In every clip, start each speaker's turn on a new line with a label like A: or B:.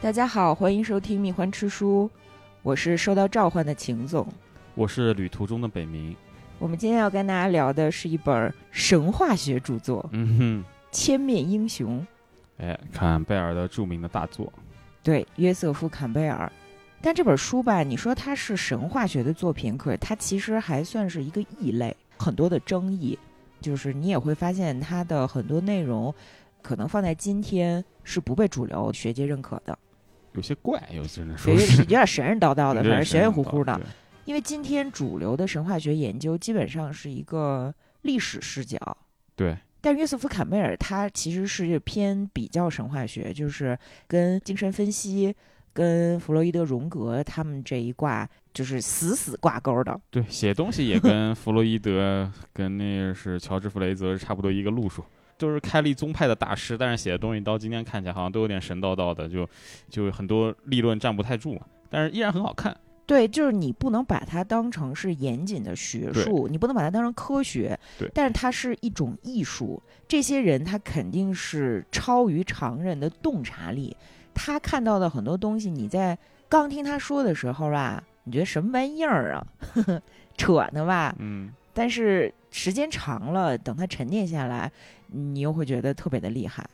A: 大家好，欢迎收听《蜜獾吃书》，我是受到召唤的秦总。
B: 我是旅途中的北冥。
A: 我们今天要跟大家聊的是一本神话学著作《
B: 嗯
A: 千面英雄》，
B: 哼，哎，坎贝尔的著名的大作，
A: 对，约瑟夫·坎贝尔。但这本书吧，你说它是神话学的作品，可是它其实还算是一个异类，很多的争议。就是你也会发现它的很多内容，可能放在今天是不被主流学界认可的，
B: 有些怪，有些人
A: 有
B: 说
A: 点
B: 是
A: 有点神神叨叨的，反正玄玄乎乎的。。
B: 有点神叨对
A: 因为今天主流的神话学研究基本上是一个历史视角，
B: 对。
A: 但约瑟夫·坎贝尔他其实是偏比较神话学，就是跟精神分析、跟弗洛伊德、荣格他们这一挂就是死死挂钩的。
B: 对，写东西 也跟弗洛伊德、跟那是乔治·弗雷泽是差不多一个路数，都是开立宗派的大师，但是写的东西到今天看起来好像都有点神叨叨的，就就很多立论站不太住嘛，但是依然很好看。
A: 对，就是你不能把它当成是严谨的学术，你不能把它当成科学，
B: 对
A: 但是它是一种艺术。这些人他肯定是超于常人的洞察力，他看到的很多东西，你在刚听他说的时候吧，你觉得什么玩意儿啊， 扯呢吧？
B: 嗯，
A: 但是时间长了，等它沉淀下来，你又会觉得特别的厉害。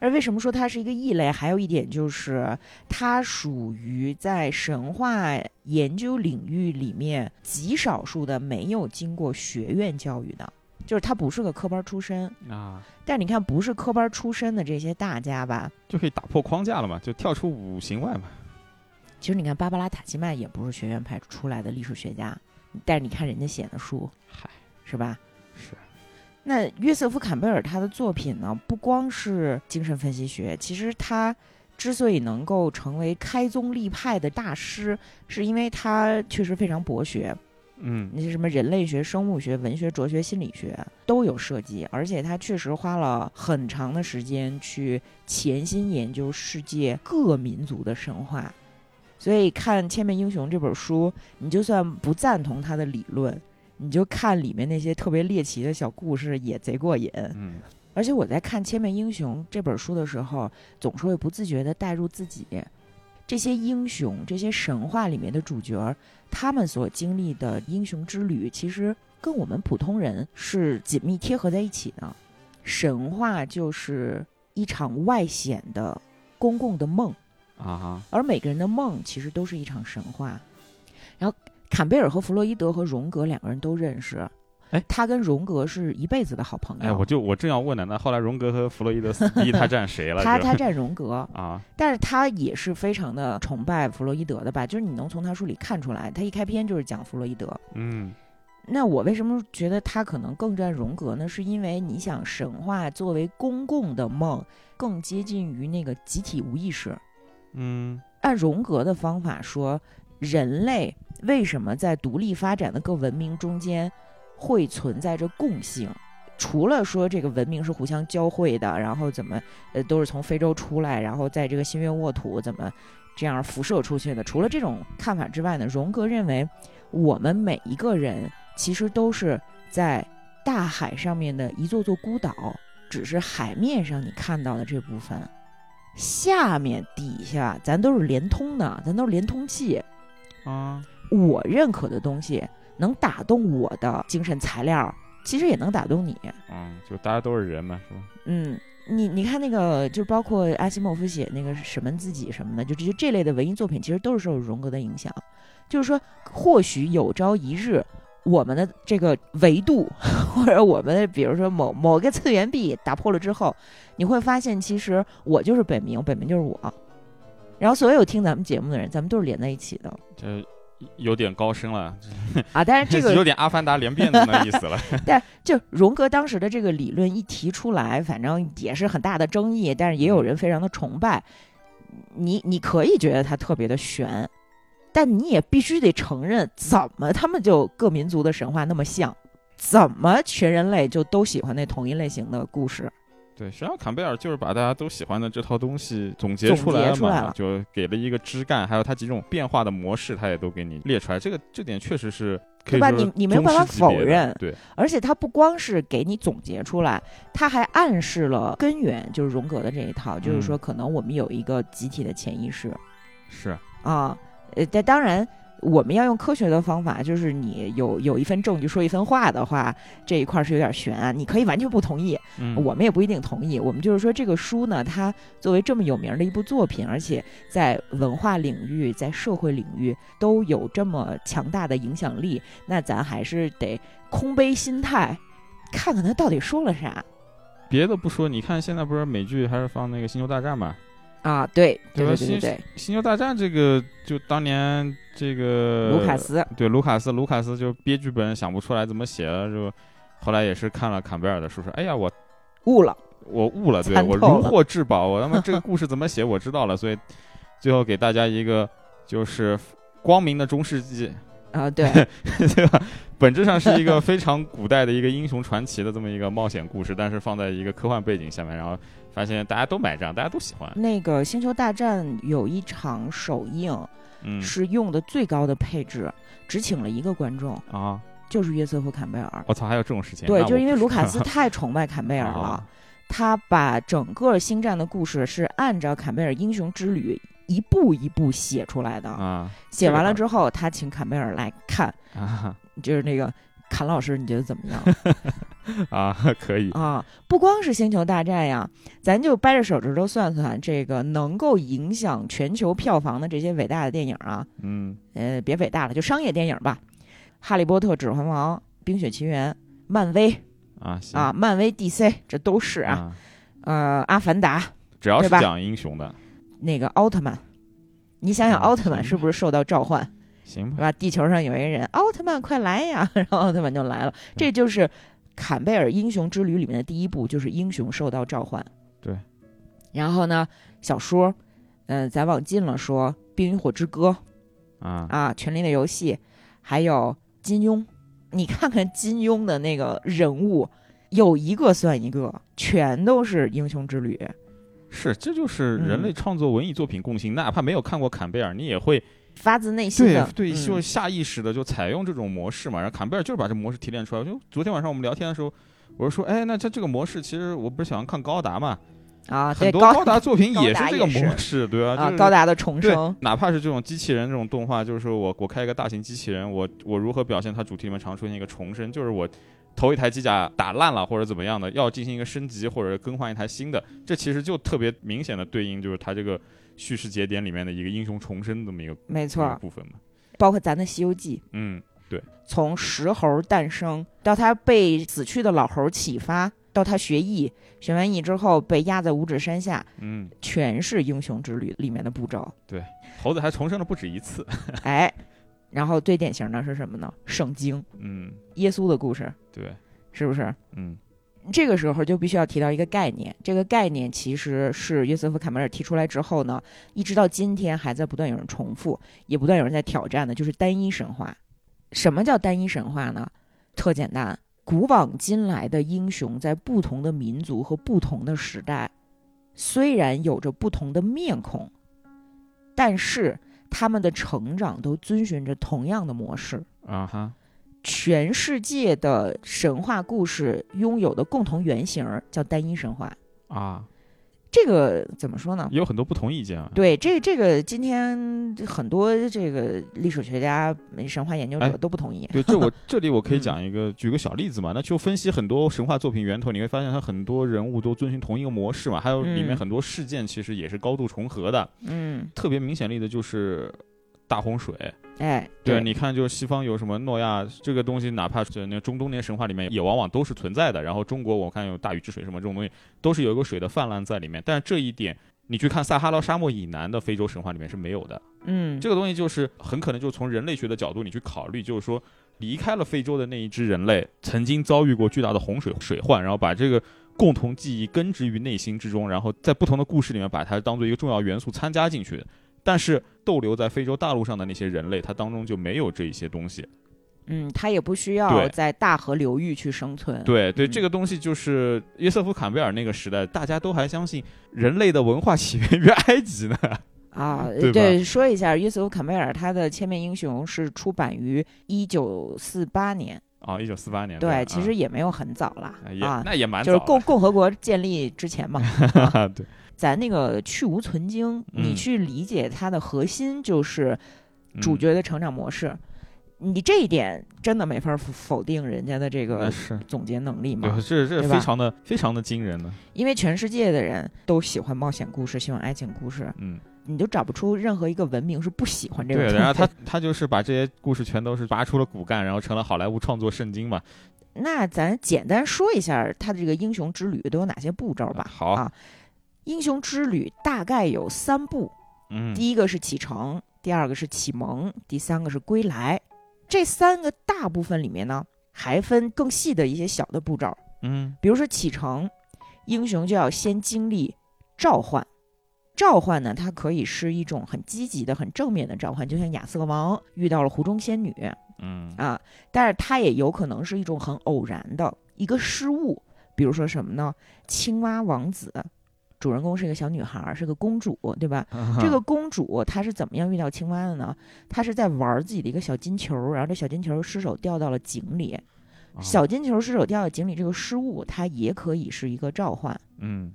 A: 而为什么说它是一个异类？还有一点就是，它属于在神话研究领域里面极少数的没有经过学院教育的，就是他不是个科班出身。
B: 啊，
A: 但你看，不是科班出身的这些大家吧，
B: 就可以打破框架了嘛，就跳出五行外嘛。
A: 其实你看芭芭拉·塔奇曼也不是学院派出来的历史学家，但是你看人家写的书，
B: 嗨，
A: 是吧？
B: 是
A: 那约瑟夫·坎贝尔他的作品呢，不光是精神分析学，其实他之所以能够成为开宗立派的大师，是因为他确实非常博学，
B: 嗯，
A: 那些什么人类学、生物学、文学、哲学、心理学都有涉及，而且他确实花了很长的时间去潜心研究世界各民族的神话。所以看《千面英雄》这本书，你就算不赞同他的理论，你就看里面那些特别猎奇的小故事也贼过瘾。
B: 嗯，
A: 而且我在看《千面英雄》这本书的时候，总是会不自觉地带入自己。这些英雄，这些神话里面的主角儿，他们所经历的英雄之旅，其实跟我们普通人是紧密贴合在一起的。神话就是一场外显的公共的梦，
B: 啊哈，
A: 而每个人的梦其实都是一场神话。然后，坎贝尔和弗洛伊德和荣格两个人都认识，
B: 哎
A: 他跟荣格是一辈子的好朋友。
B: 哎，我就我正要问呢，那后来荣格和弗洛伊德死 逼他站谁了？
A: 他
B: 就
A: 他占荣格，
B: 啊，
A: 但是他也是非常的崇拜弗洛伊德的吧？就是你能从他书里看出来，他一开篇就是讲弗洛伊德。
B: 嗯，
A: 那我为什么觉得他可能更占荣格呢？是因为你想，神话作为公共的梦，更接近于那个集体无意识。
B: 嗯，
A: 按荣格的方法说，人类为什么在独立发展的各文明中间会存在着共性？除了说这个文明是互相交汇的，然后怎么呃都是从非洲出来，然后在这个新月沃土怎么这样辐射出去的？除了这种看法之外呢，荣格认为我们每一个人其实都是在大海上面的一座座孤岛，只是海面上你看到的这部分。下面底下咱都是连通的，咱都是连通器。
B: 啊，
A: 我认可的东西能打动我的精神材料，其实也能打动你。
B: 嗯，就大家都是人嘛，是吧？
A: 嗯，你你看那个，就包括阿西莫夫写那个《审问自己》什么的，就这就这类的文艺作品，其实都是受荣格的影响。就是说，或许有朝一日，我们的这个维度， 或者我们的比如说某某个次元壁打破了之后，你会发现，其实我就是本名，本名就是我。然后所有听咱们节目的人，咱们都是连在一起的
B: 这有点高深了，
A: 啊。但是这 个
B: 有点《阿凡达》连辫子那意 思了。
A: 但就荣格当时的这个理论一提出来，反正也是很大的争议，但是也有人非常的崇拜。你你可以觉得他特别的玄，但你也必须得承认，怎么他们就各民族的神话那么像？怎么全人类就都喜欢那同一类型的故事？
B: 对，实际上坎贝尔就是把大家都喜欢的这套东西总结
A: 总
B: 出来
A: 结
B: 了
A: 出
B: 嘛，
A: 来了
B: 就给了一个枝干，还有它几种变化的模式，它也都给你列出来。这个这点确实是可
A: 对
B: 以
A: 吧
B: 说是
A: 你你没有
B: 宗师
A: 办法
B: 级别的
A: 否认
B: 对，
A: 而且它不光是给你总结出来，它还暗示了根源，就是荣格的这一套，就是说可能我们有一个集体的潜意识
B: 是
A: 啊，呃，但当然。我们要用科学的方法，就是你有有一份证据说一分话的话，这一块儿是有点悬啊。你可以完全不同意，
B: 嗯，
A: 我们也不一定同意。我们就是说，这个书呢，它作为这么有名的一部作品，而且在文化领域、在社会领域都有这么强大的影响力，那咱还是得空杯心态，看看他到底说了啥
B: 别的不说，你看现在不是美剧还是放那个《星球大战》嘛，
A: 啊？对，对
B: 对吧
A: 对对对对，
B: 《星球大战》这个就当年这个
A: 卢卡斯
B: 对卢卡斯，卢卡斯就憋剧本想不出来怎么写了，就后来也是看了坎贝尔的书，说哎呀我
A: 悟了，
B: 我悟了，对
A: 参
B: 我
A: 透
B: 如
A: 了
B: 获至宝，我他妈这个故事怎么写我知道了，所以最后给大家一个就是光明的中世纪，
A: 啊，对
B: 对吧？本质上是一个非常古代的一个英雄传奇的这么一个冒险故事，但是放在一个科幻背景下面，然后发现大家都买账，大家都喜欢，
A: 那个《星球大战》有一场首映
B: 嗯
A: 是用的最高的配置，只请了一个观众，
B: 啊，
A: 就是约瑟夫·坎贝尔。
B: 我操，还有这种事情？
A: 对，
B: 那
A: 就是
B: 我
A: 因为
B: 不
A: 卢
B: 知
A: 卡
B: 道
A: 斯太崇拜坎贝尔了。
B: 啊
A: 他把整个《星战》的故事是按照坎贝尔英雄之旅一步一步写出来的。
B: 啊
A: 写完了之后，他请坎贝尔来看，
B: 啊
A: 就是那个坎老师，你觉得怎么 样
B: 啊，可以，
A: 啊？不光是《星球大战》呀，咱就掰着手指头算算，这个能够影响全球票房的这些伟大的电影啊，
B: 嗯
A: 呃，别伟大了，就商业电影吧，《哈利波特》《指环王》《冰雪奇缘》。漫威
B: 啊行
A: 啊，漫威、DC 这都是啊，
B: 啊，
A: 呃，《阿凡达》
B: 只要
A: 对
B: 是
A: 吧
B: 讲英雄的，
A: 那个奥特曼，你想想
B: 嗯
A: 奥特曼
B: 行
A: 是不是受到召唤，
B: 行
A: 是
B: 吧，
A: 吧？地球上有一个人，奥特曼快来呀，然后奥特曼就来了。这就是坎贝尔《英雄之旅》里面的第一部，就是英雄受到召唤。
B: 对。
A: 然后呢，小说，嗯、咱往近了说，《冰与火之歌》
B: 啊
A: 啊，《权力的游戏》，还有金庸。你看看金庸的那个人物，有一个算一个，全都是英雄之旅。
B: 是，这就是人类
A: 嗯
B: 创作文艺作品共性，哪怕没有看过坎贝尔，你也会
A: 发自内心
B: 对
A: 的，
B: 对，
A: 嗯
B: 就是下意识的就采用这种模式嘛。然后坎贝尔就是把这模式提炼出来。就昨天晚上我们聊天的时候，我是说，哎，那这这个模式其实我不是喜欢看高达嘛，
A: 啊，
B: 很
A: 对
B: 多
A: 高
B: 达作品
A: 高
B: 也
A: 达
B: 这
A: 也
B: 个
A: 是
B: 模式，对吧？
A: 啊
B: 就，是
A: 高达的重
B: 对
A: 生，，
B: 哪怕是这种机器人这种动画，就是说我我开一个大型机器人，我我如何表现它主题里面常出现一个重生，就是我头一台机甲打烂了或者怎么样的，要进行一个升级或者更换一台新的，这其实就特别明显的对应就是它这个叙事节点里面的一个英雄重生这么一个
A: 没错
B: 一个
A: 儿，
B: 部分嘛。
A: 包括咱的《西游记
B: 嗯，》，
A: 从石猴诞生到他被死去的老猴启发，到他学艺，学完艺之后被压在五指山下，
B: 嗯，
A: 全是英雄之旅里面的步 骤。
B: 猴子还重生了不止一次。
A: 哎，然后最典型的是什么呢？圣经，
B: 嗯，
A: 耶稣的故事，
B: 对，
A: 是不是？
B: 嗯
A: 这个时候就必须要提到一个概念，这个概念其实是约瑟夫·坎贝尔提出来之后呢，一直到今天还在不断有人重复，也不断有人在挑战的，就是单一神话。什么叫单一神话呢？特简单，古往今来的英雄在不同的民族和不同的时代，虽然有着不同的面孔，但是他们的成长都遵循着同样的模式。
B: 啊哈，
A: 全世界的神话故事拥有的共同原型儿叫单一神话。
B: 啊，
A: 这个怎么说呢？
B: 也有很多不同意见啊。
A: 对，这这个今天很多这个历史学家、神话研究者
B: 哎
A: 都不同意。
B: 对，这 我这里我可以
A: 嗯
B: 讲一个，举个小例子嘛。那就分析很多神话作品源头，你会发现它很多人物都遵循同一个模式嘛，还有里面
A: 嗯
B: 很多事件其实也是高度重合的。
A: 嗯，
B: 特别明显例子就是大洪水。
A: 哎，
B: 对，你看，就是西方有什么诺亚这个东西，哪怕是那个中东那些神话里面，也往往都是存在的。然后中国，我看有大禹治水什么这种东西，都是有一个水的泛滥在里面。但是这一点，你去看撒哈拉沙漠以南的非洲神话里面是没有的。
A: 嗯，
B: 这个东西就是很可能就是从人类学的角度你去考虑，就是说离开了非洲的那一支人类曾经遭遇过巨大的洪水水患，然后把这个共同记忆根植于内心之中，然后在不同的故事里面把它当做一个重要元素参加进去。但是逗留在非洲大陆上的那些人类，他当中就没有这一些东西。
A: 嗯，它也不需要
B: 对
A: 在大河流域去生存。
B: 对对，
A: 嗯
B: 这个东西就是约瑟夫·坎贝尔那个时代，大家都还相信人类的文化起源于埃及呢。
A: 啊，
B: 对吧
A: 说一下，约瑟夫·坎贝尔他的《千面英雄》是出版于一九四八年，
B: 哦，一九四八年。
A: 对，
B: 吧
A: 其实也没有很早啦
B: 啊也
A: 啊，
B: 那也蛮
A: 就是
B: 早
A: 共
B: 的
A: 共和国建立之前嘛。
B: 对，
A: 咱那个去无存精，你
B: 嗯
A: 去理解它的核心就是
B: 嗯
A: 主角的成长模式，你这一点真的没法否否定人家的这
B: 那
A: 个
B: 是。
A: 总结能力
B: 对，
A: 嘛，
B: 这这
A: 对吧
B: 非常的非常的惊人呢。
A: 因为全世界的人都喜欢冒险故事，喜欢爱情故事，
B: 嗯，
A: 你就找不出任何一个文明是不喜欢这种
B: 对，
A: 东西。
B: 然后他他就是把这些故事全都是拔出了骨干，然后成了好莱坞创作圣经嘛。
A: 那咱简单说一下他的这个英雄之旅都有哪些步骤吧。
B: 好
A: 啊，英雄之旅大概有三步，
B: 嗯，
A: 第一个是启程，第二个是启蒙，第三个是归来。这三个大部分里面呢，还分更细的一些小的步骤，
B: 嗯
A: 比如说启程，英雄就要先经历召唤。召唤呢，它可以是一种很积极的、很正面的召唤，就像亚瑟王遇到了湖中仙女，
B: 嗯
A: 啊，但是它也有可能是一种很偶然的一个失误，比如说什么呢？青蛙王子，主人公是一个小女孩儿，是个公主，对吧？
B: 嗯
A: 这个公主她是怎么样遇到青蛙的呢？她是在玩儿自己的一个小金球儿，然后这小金球儿失手掉到了井里，
B: 啊
A: 小金球儿失手掉到井里这个失误，它也可以是一个召唤。
B: 嗯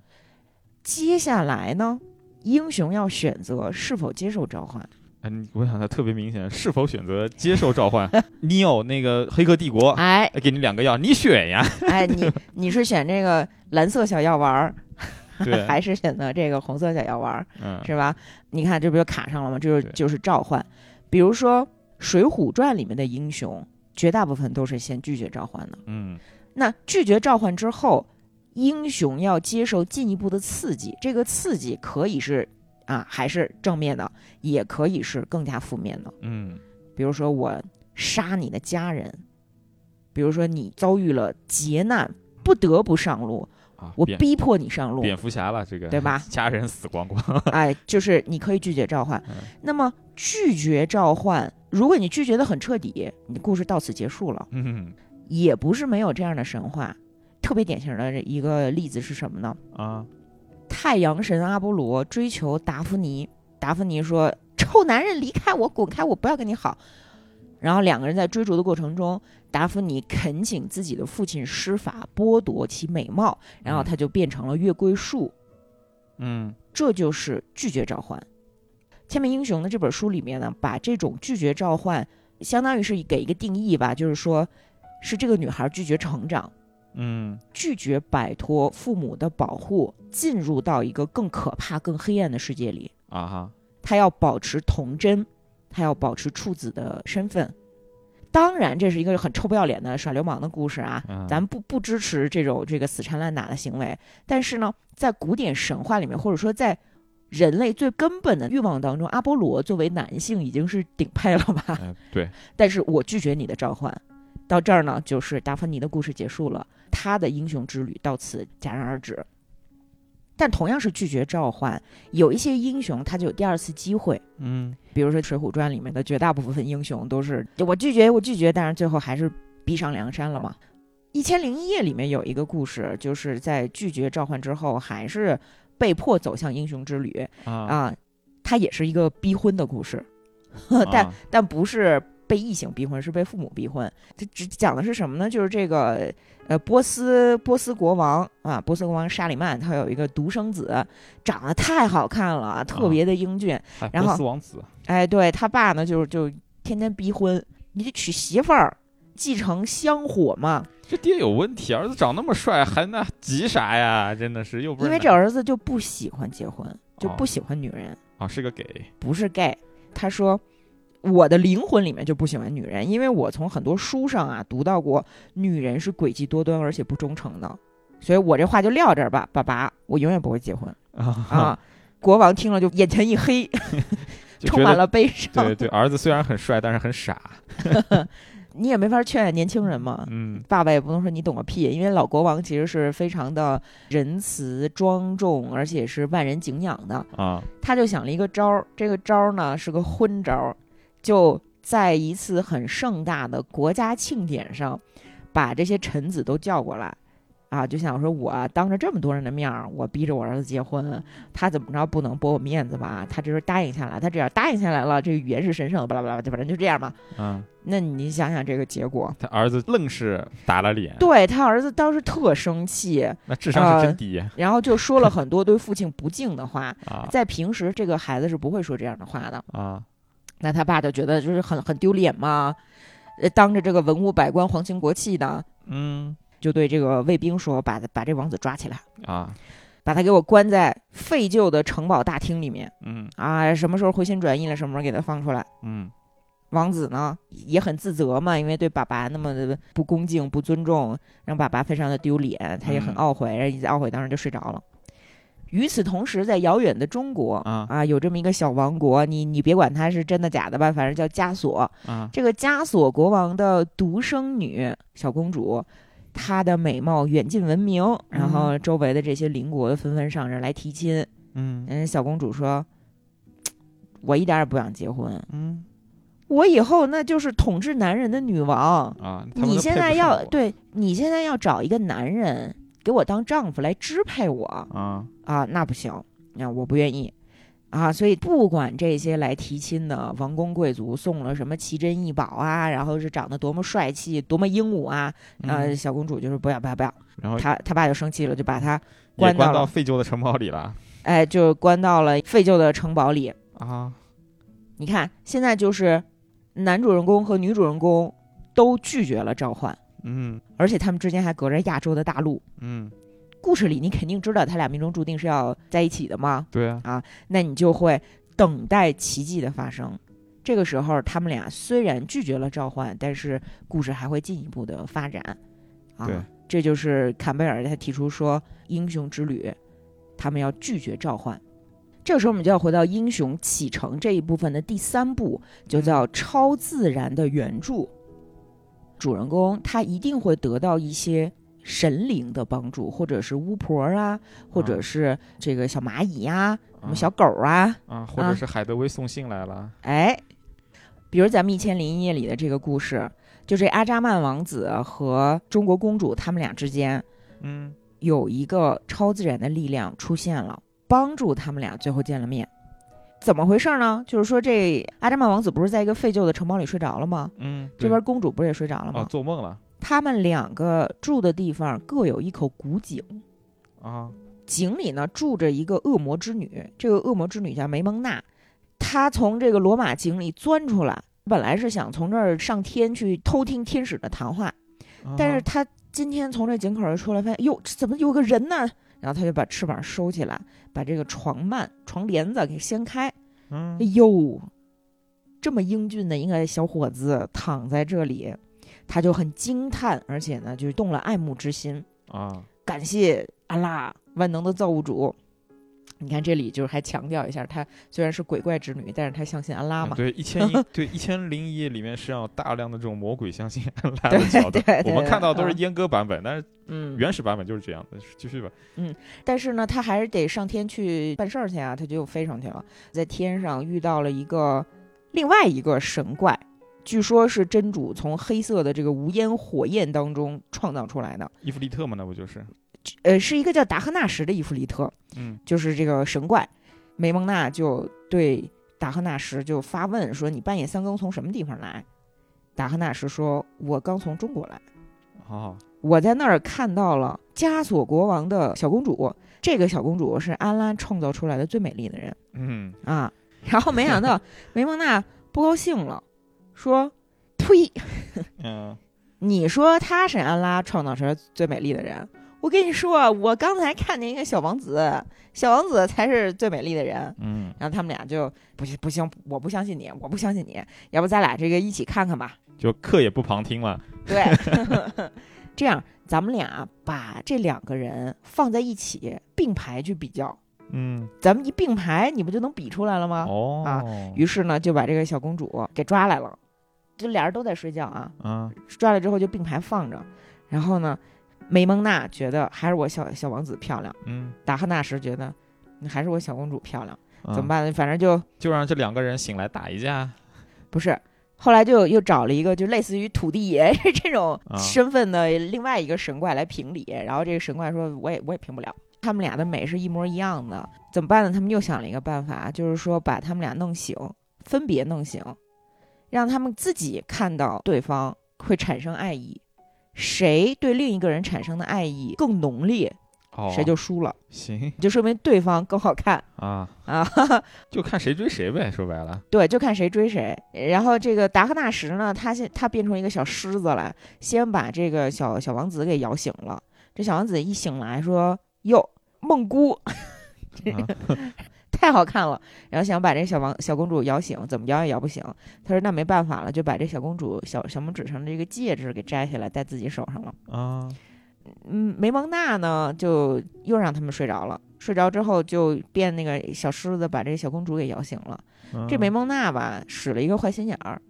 A: 接下来呢，英雄要选择是否接受召唤。
B: 哎，你我想他特别明显，是否选择接受 召唤？Neo 那个《黑客帝国》
A: 哎
B: 哎给你两个药，你 选呀。
A: 哎， 你你是选这个蓝色小药丸儿，
B: 对，
A: 还是选择这个红色小药丸儿，
B: 嗯
A: 是吧？你看这不就卡上了吗？就是
B: 对
A: 就是召唤。比如说《水浒传》里面的英雄，绝大部分都是先拒绝召唤的。
B: 嗯
A: 那拒绝召唤之后，英雄要接受进一步的刺激，这个刺激可以是啊，还是正面的，也可以是更加负面的。
B: 嗯
A: 比如说我杀你的家人，比如说你遭遇了劫难，不得不上路，
B: 啊，
A: 我
B: 蝙
A: 逼迫你上路，
B: 蝙蝠侠了，这个
A: 对吧
B: 家人死光光。
A: 哎，就是你可以拒绝召唤
B: 嗯。
A: 那么拒绝召唤，如果你拒绝的很彻底，你的故事到此结束了，
B: 嗯
A: 也不是没有这样的神话。特别典型的一个例子是什么呢？
B: 啊，
A: 太阳神阿波罗追求达芙妮，达芙妮说：“臭男人，离开我，滚开，我不要跟你好。”然后两个人在追逐的过程中，达芙妮恳请自己的父亲施法剥夺其美貌，然后
B: 嗯
A: 她就变成了月桂树。
B: 嗯
A: 这就是拒绝召唤。《千面英雄》的这本书里面呢，把这种拒绝召唤，相当于是给一个定义吧，就是说，是这个女孩拒绝成长，
B: 嗯
A: 拒绝摆脱父母的保护，进入到一个更可怕、更黑暗的世界里。
B: 啊哈，
A: 她要保持童真，她要保持处子的身份。当然，这是一个很臭不要脸的耍流氓的故事啊，
B: 嗯
A: 咱不不支持这种这个死缠烂打的行为，但是呢，在古典神话里面，或者说在人类最根本的欲望当中，阿波罗作为男性已经是顶配了吧？
B: 哎对，
A: 但是我拒绝你的召唤。到这儿呢，就是达芬妮的故事结束了，她的英雄之旅到此戛然而止。但同样是拒绝召唤，有一些英雄他就有第二次机会，
B: 嗯
A: 比如说《水浒传》里面的绝大部分英雄都是我拒绝，我拒绝，但是最后还是逼上梁山了嘛。《一千零一夜》里面有一个故事，就是在拒绝召唤之后，还是被迫走向英雄之旅
B: 啊，
A: 啊。它也是一个逼婚的故事， 但
B: 啊
A: 但不是被异性逼婚，是被父母逼婚。这只讲的是什么呢？就是这个呃，波斯波斯国王啊，波斯国王沙里曼，他有一个独生子，长得太好看了，
B: 啊
A: 特别的英俊。
B: 哎
A: 然
B: 波
A: 后
B: 斯王子，
A: 哎，对他爸呢，就是就天天逼婚，你得娶媳妇儿，继承香火嘛。
B: 这爹有问题，儿子长那么帅，还那急啥呀？真的是又不是
A: 因为
B: 男
A: 这儿子就不喜欢结婚，就不
B: 哦
A: 喜欢女人，
B: 啊是个给
A: 不是 gay。他说，我的灵魂里面就不喜欢女人，因为我从很多书上啊读到过，女人是诡计多端而且不忠诚的。所以我这话就撂这儿吧，爸爸，我永远不会结婚啊
B: 啊，！
A: 国王听了就眼前一黑，
B: 就
A: 充
B: 觉
A: 满
B: 得
A: 了悲伤。
B: 对 对，儿子虽然很帅，但是很傻，
A: 你也没法劝年轻人嘛，
B: 嗯
A: 爸爸也不能说你懂个屁，因为老国王其实是非常的仁慈庄重，而且是万人敬仰的。
B: 啊
A: 他就想了一个招儿，这个招儿呢是个昏招儿，就在一次很盛大的国家庆典上，把这些臣子都叫过来，啊，就想说我当着这么多人的面儿，我逼着我儿子结婚，他怎么着不能驳我面子吧？他这时候答应下来，他只要答应下来了，这个语言是神圣的，巴拉巴拉，就反正就这样嘛。
B: 嗯，
A: 那你想想这个结果，
B: 他儿子愣是打了脸，
A: 对他儿子当时特生气，
B: 那智商是真低
A: 然后就说了很多对父亲不敬的话。
B: 啊
A: 在平时，这个孩子是不会说这样的话的。
B: 啊！
A: 那他爸就觉得就是很很丢脸嘛，呃，当着这个文武百官、皇亲国戚的，
B: 嗯
A: 就对这个卫兵说：“把把这王子抓起来，
B: 啊
A: 把他给我关在废旧的城堡大厅里面
B: 嗯
A: 啊！什么时候回心转意了，什么时候给他放出来。”
B: 嗯
A: 王子呢也很自责嘛，因为对爸爸那么的不恭敬、不尊重，让爸爸非常的丢脸，他也很
B: 嗯
A: 懊悔，然后一直懊悔，当时就睡着了。与此同时，在遥远的中国
B: 啊
A: 有这么一个小王国，你你别管它是真的假的吧，反正叫枷锁。
B: 啊
A: 这个枷锁国王的独生女小公主，她的美貌远近闻名，然后周围的这些邻国纷纷上这儿来提亲。
B: 嗯
A: 嗯，小公主说：“我一点儿也不想结婚，
B: 嗯
A: 我以后那就是统治男人的女王。
B: 啊！他们
A: 你
B: 都
A: 现
B: 配不
A: 在
B: 上
A: 要
B: 我
A: 对你现在要找一个男人给我当丈夫来支配我
B: 啊
A: 啊，那不行，那、我不愿意啊。所以不管这些来提亲的王公贵族送了什么奇珍异宝啊，然后是长得多么帅气、多么英武啊，呃，
B: 嗯
A: 小公主就是不要不要不要，
B: 然后也
A: 她她爸就生气了，就把她关
B: 关
A: 到了
B: 到废旧的城堡里了
A: 哎就关到了废旧的城堡里。
B: 啊！
A: 你看，现在就是男主人公和女主人公都拒绝了召唤。
B: 嗯
A: 而且他们之间还隔着亚洲的大陆。
B: 嗯，
A: 故事里你肯定知道他俩命中注定是要在一起的嘛，
B: 对啊，
A: 那你就会等待奇迹的发生。这个时候，他们俩虽然拒绝了召唤，但是故事还会进一步的发展。啊
B: 对，
A: 这就是坎贝尔他提出说，英雄之旅，他们要拒绝召唤。这个时候，我们就要回到英雄启程这一部分的第三步，就叫超自然的援助。主人公他一定会得到一些神灵的帮助，或者是巫婆啊，或者是这个小蚂蚁呀、什
B: 啊
A: 么小狗啊，
B: 啊，或
A: 啊
B: 者是海德薇送信来了
A: 哎，比如咱们《一千零一夜》里的这个故事，就这阿扎曼王子和中国公主他们俩之间
B: 嗯
A: 有一个超自然的力量出现了，帮助他们俩最后见了面。怎么回事呢？就是说这阿扎曼王子不是在一个废旧的城堡里睡着了吗？
B: 嗯，
A: 这
B: 对
A: 边公主不是也睡着了吗？
B: 哦做梦了
A: 他们两个住的地方各有一口古井，
B: 啊
A: 井里呢住着一个恶魔之女，这个恶魔之女叫梅蒙娜，她从这个罗马井里钻出来，本来是想从这儿上天去偷听天使的谈话，
B: 啊
A: 但是她今天从这井口儿出来，发现哟，这怎么有个人呢？然后她就把翅膀收起来，把这个床幔、床帘子给掀开，
B: 嗯
A: 哎呦，这么英俊的一个小伙子躺在这里，他就很惊叹，而且呢，就动了爱慕之心。
B: 啊
A: 感谢安拉万能的造物主。你看这里就是还强调一下，她虽然是鬼怪之女，但是她相信安拉
B: 嗯
A: 嘛。
B: 对，一千一 对一千零一夜里面是让大量的这种魔鬼相信 安拉的
A: 对
B: 桥段
A: 对，
B: 我
A: 对
B: 们看到都是
A: 嗯
B: 阉割版本，但是
A: 嗯，
B: 原始版本就是这样的。继续吧，
A: 但是呢，她还是得上天去办事儿去啊，她就飞上去了，在天上遇到了一个另外一个神怪，据说是真主从黑色的这个无烟火焰当中创造出来的，
B: 伊芙利特嘛，那不就是？
A: 呃，是一个叫达赫纳什的伊芙利特，
B: 嗯
A: 就是这个神怪梅蒙娜就对达赫纳什就发问说：“你半夜三更从什么地方来？”达赫纳什说：“我刚从中国来，
B: 哦，
A: 我在那儿看到了枷锁国王的小公主，这个小公主是安拉创造出来的最美丽的人
B: 嗯
A: 啊。”然后没想到梅蒙娜不高兴了，说：“呸！
B: 嗯
A: 你说她是安拉创造出来最美丽的人，我跟你说，我刚才看见一个小王子，小王子才是最美丽的人。”
B: 嗯
A: 然后他们俩就不行不行，我不相信你，我不相信你，要不咱俩这个一起看看吧？
B: 就课也不旁听了。
A: 对，这样咱们俩把这两个人放在一起并排去比较，
B: 嗯
A: 咱们一并排，你不就能比出来了吗？
B: 哦
A: 啊于是呢，就把这个小公主给抓来了，这俩人都在睡觉啊，
B: 啊
A: 抓来之后就并排放着，然后呢，梅蒙娜觉得还是我小小王子漂亮，
B: 嗯，
A: 达赫纳什觉得嗯还是我小公主漂亮，
B: 啊
A: 怎么？办呢？反正就
B: 就让这两个人醒来打一架。
A: 不是，后来就又找了一个就类似于土地爷 这种
C: 啊
A: 身份的另外一个神怪来评理，然后这个神怪说我也我也评不了，他们俩的美是一模一样的，怎么办呢？他们又想了一个办法，就是说把他们俩弄醒，分别弄醒，让他们自己看到对方会产生爱意，谁对另一个人产生的爱意更浓烈，
B: 哦，
A: 谁就输了，
C: 行
A: 就说明对方更好看
C: 啊，
A: 啊。
B: 就看谁追谁呗，说白了，
A: 对，就看谁追谁。然后这个达克纳什呢，他现他变成一个小狮子来，先把这个小小王子给摇醒了。这小王子一醒来说：“哟，梦姑，
C: 啊
A: 太好看了。”然后想把这小王小公主摇醒，怎么摇也摇不醒。他说：“那没办法了，就把这小公主小小拇指上的这个戒指给摘下来，戴自己手上了。”
C: 啊，
A: 嗯，梅蒙娜呢，就又让他们睡着了。睡着之后，就变那个小狮子，把这小公主给摇醒了。
B: 嗯
A: 这梅
C: 啊
A: 蒙娜吧，使了一个坏心眼儿，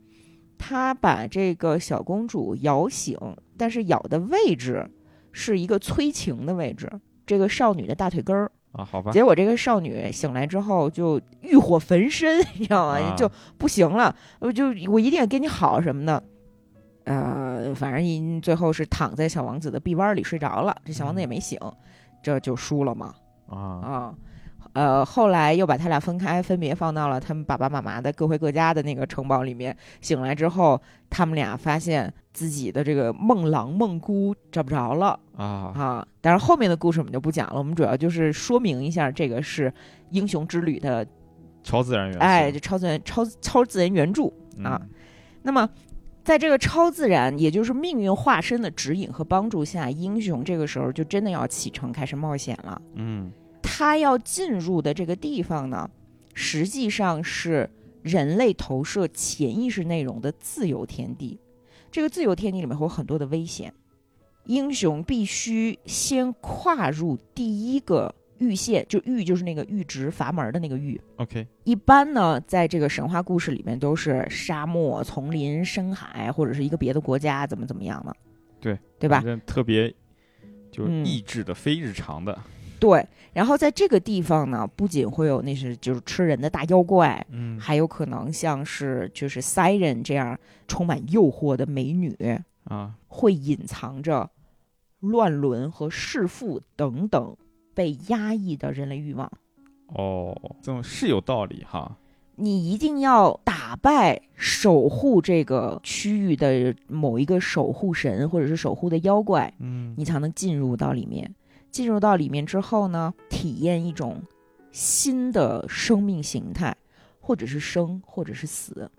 A: 她把这个小公主咬醒，但是咬的位置是一个催情的位置，这个少女的大腿根儿。
C: 啊，好吧，
A: 结果这个少女醒来之后就欲火焚身， 你知道吗？
C: 啊
A: 就不行了，我就我一定要跟你好什么的。呃，反正一最后是躺在小王子的臂弯里睡着了，这小王子也没醒，这就输了嘛。
C: 啊
A: 啊，呃，后来又把他俩分开，分别放到了他们爸爸妈妈的各回各家的那个城堡里面。醒来之后，他们俩发现自己的这个梦郎梦姑找不着了
C: 啊
A: 啊。但是后面的故事我们就不讲了，我们主要就是说明一下，这个是《英雄之旅》的
C: 超自然元素，
A: 哎，这超自然超超自然原著。啊
C: 嗯
A: 那么。在这个超自然，也就是命运化身的指引和帮助下，英雄这个时候就真的要启程开始冒险了。
B: 嗯，
A: 他要进入的这个地方呢，实际上是人类投射潜意识内容的自由天地。这个自由天地里面会有很多的危险，英雄必须先跨入第一个阈限，就阈就是那个阈值阀门的那个阈。
C: ，OK，
A: 一般呢，在这个神话故事里面都是沙漠、丛林、深海，或者是一个别的国家怎么怎么样的，
C: 对
A: 对吧
B: 反？正特别就是
A: 嗯
B: 益智的、非日常的，
A: 对。然后在这个地方呢，不仅会有那是就是吃人的大妖怪，
C: 嗯
A: 还有可能像是就是 siren 这样充满诱惑的美女，
B: 啊，
A: 会隐藏着乱伦和弑父等等被压抑的人类欲望。
B: 哦，这种是有道理哈，
A: 你一定要打败守护这个区域的某一个守护神或者是守护的妖怪，
C: 嗯
A: 你才能进入到里面。进入到里面之后呢，体验一种新的生命形态，或者是生，或者是死。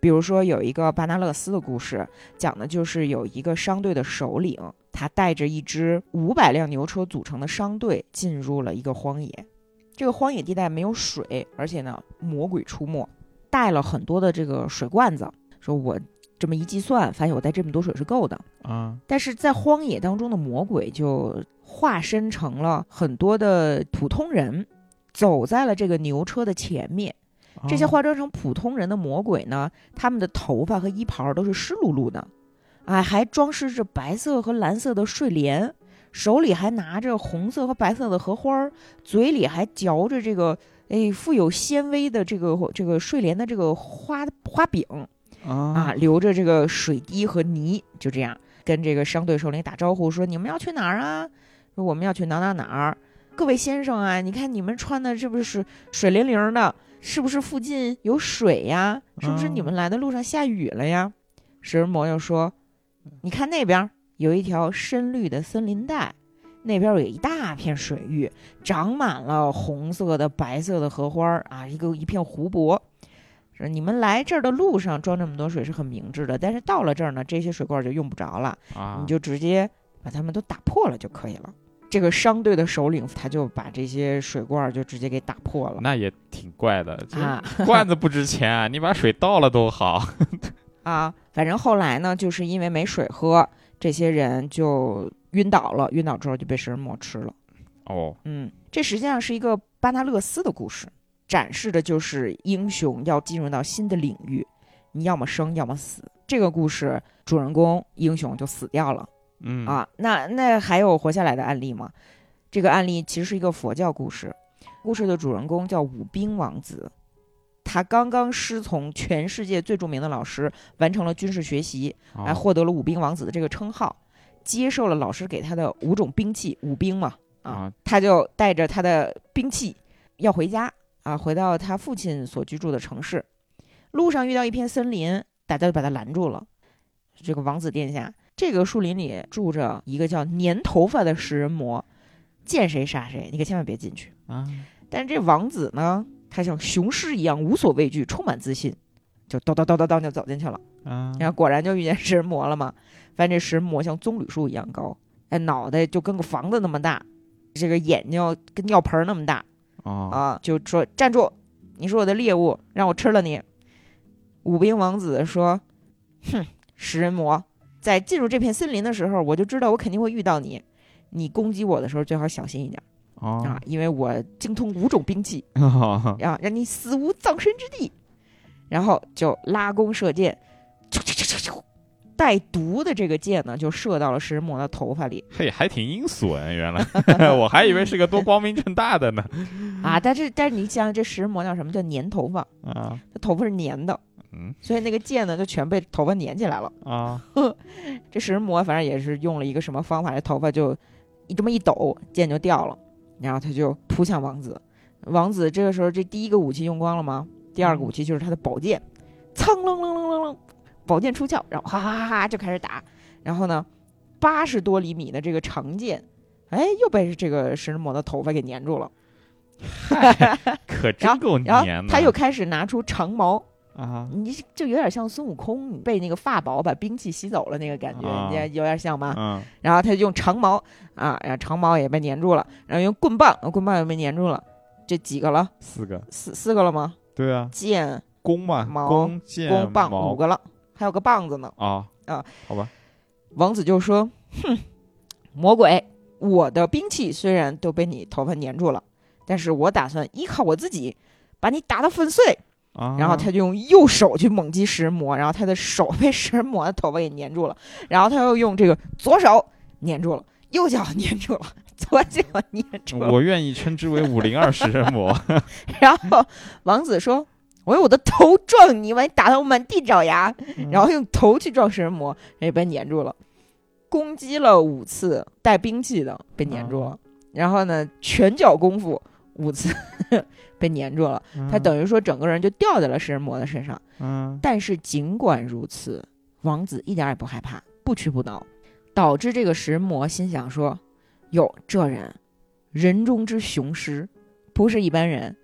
A: 比如说有一个巴纳勒斯的故事，讲的就是有一个商队的首领，他带着一支五百辆牛车组成的商队进入了一个荒野。这个荒野地带没有水，而且呢，魔鬼出没，带了很多的这个水罐子。说我这么一计算，发现我带这么多水是够的。
C: 啊
A: 但是在荒野当中的魔鬼就化身成了很多的普通人，走在了这个牛车的前面。这
B: 哦
A: 些
C: 啊
A: 化妆成普通人的魔鬼呢，他们的头发和衣袍都是湿漉漉的，哎，还装饰着白色和蓝色的睡莲，手里还拿着红色和白色的荷花儿，嘴里还嚼着这个哎富有纤维的这个这个睡莲的这个花花饼。啊，
B: 哦
C: 啊
A: 留着这个水滴和泥，就这样跟这个商队首领打招呼说：“你们要去哪儿啊？说我们要去哪儿哪儿哪儿？各位先生啊，你看你们穿的是不是水灵灵的？是不是附近有水呀？是不是你
C: 啊
A: 们来的路上下雨了呀？”食人魔又说：“你看那边儿有一条深绿的森林带。”那边儿有一大片水域，长满了红色的、白色的荷花儿啊，一个一片湖泊。说你们来这儿的路上装这么多水是很明智的，但是到了这儿呢，这些水罐就用不着了，
B: 啊，
A: 你就直接把它们都打破了就可以了。这个商队的首领他就把这些水罐就直接给打破了
B: 那也挺怪的，就是
A: 啊
B: 罐子不值钱 啊，你把水倒了都好。
A: 啊！反正后来呢，就是因为没水喝，这些人就晕倒了，晕倒之后就被食人魔吃了。
B: 哦，
A: 嗯，这实际上是一个巴纳勒斯的故事，展示的就是英雄要进入到新的领域，你要么生，要么死。这个故事主人公英雄就死掉了。
B: 嗯，
A: 啊，那那还有活下来的案例吗？这个案例其实是一个佛教故事，故事的主人公叫武兵王子，他刚刚师从全世界最著名的老师，完成了军事学习，
B: 哦
A: 还获得了武兵王子的这个称号，接受了老师给他的五种兵器，武兵嘛，啊
B: 啊，
A: 他就带着他的兵器要回家啊，回到他父亲所居住的城市。路上遇到一片森林，大家就把他拦住了。这个王子殿下，这个树林里住着一个叫粘头发的食人魔，见谁杀谁，你可千万别进去。
B: 啊，
A: 但是这王子呢，他像雄狮一样无所畏惧，充满自信，就叨叨叨叨叨就走进去了。
B: 啊
A: 然后果然就遇见食人魔了嘛。发现这食人魔像棕榈树一样高，哎，脑袋就跟个房子那么大，这个眼睛跟尿盆儿那么大
B: 啊
A: 啊，就说站住，你是我的猎物，让我吃了你。武兵王子说：“哼，食人魔，在进入这片森林的时候，我就知道我肯定会遇到你。你攻击我的时候最好小心一点啊
B: 啊，
A: 因为我精通五种兵器。
B: 啊
A: 啊，让你死无葬身之地。然后就拉弓射箭，啾啾啾啾啾带毒的这个箭呢，就射到了食人魔的头发里
B: 嘿，还挺阴损，原来 我还以为是个多光明正大的呢。
A: 啊。但是但是你想想，这食人魔叫什么？叫粘头发，
B: 啊
A: 它头发是粘的，
B: 嗯
A: 所以那个箭呢就全被头发粘起来了。
B: 啊
A: 这食人魔反正也是用了一个什么方法，这头发就一这么一抖，箭就掉了，然后他就扑向王子。王子这个时候，这第一个武器用光了吗？第二个武器就是他的宝剑，苍啷啷啷啷啷，宝剑出鞘，然后哈哈哈哈就开始打。然后呢，八十多厘米的这个长剑，哎，又被这个食人魔的头发给粘住了。
B: 可真够
A: 然后
B: 黏的。
A: 他又开始拿出长矛，
B: 啊
A: 你就有点像孙悟空被那个发宝把兵器吸走了那个感觉，
B: 啊
A: 你你有点像吧？
B: 嗯
A: 然后他就用长矛啊，然后长矛也被粘住了，然后用棍棒，啊棍棒也被粘住了，这几个了，
C: 四个，
A: 四四个了吗？
C: 对啊，
A: 剑、
C: 弓嘛，
A: 矛
C: 弓箭
A: 弓、棒
C: 矛
A: 五个了，还有个棒子呢。
B: 啊
A: 王子就说：“哼，魔鬼，我的兵器虽然都被你头发粘住了，但是我打算依靠我自己把你打得粉碎。”
B: 啊，
A: 然后他就用右手去猛击食人魔，然后他的手被食人魔的头发给粘住了，然后他又用这个左手粘住了，右脚粘住了，左脚粘住了。
B: 我愿意称之为五零二食人魔。
A: 然后王子说：“我用我的头撞你，把你打得我满地找牙。”
B: 嗯
A: 然后用头去撞食人魔，也被粘住了。攻击了五次带兵器的被粘住了，然后呢，拳脚功夫五次 被粘住了。他等于说整个人就掉在了食人魔的身上。
B: 嗯
A: 但是尽管如此，王子一点也不害怕，不屈不挠，导致这个食人魔心想说：“哟，这人，人中之雄狮，不是一般人。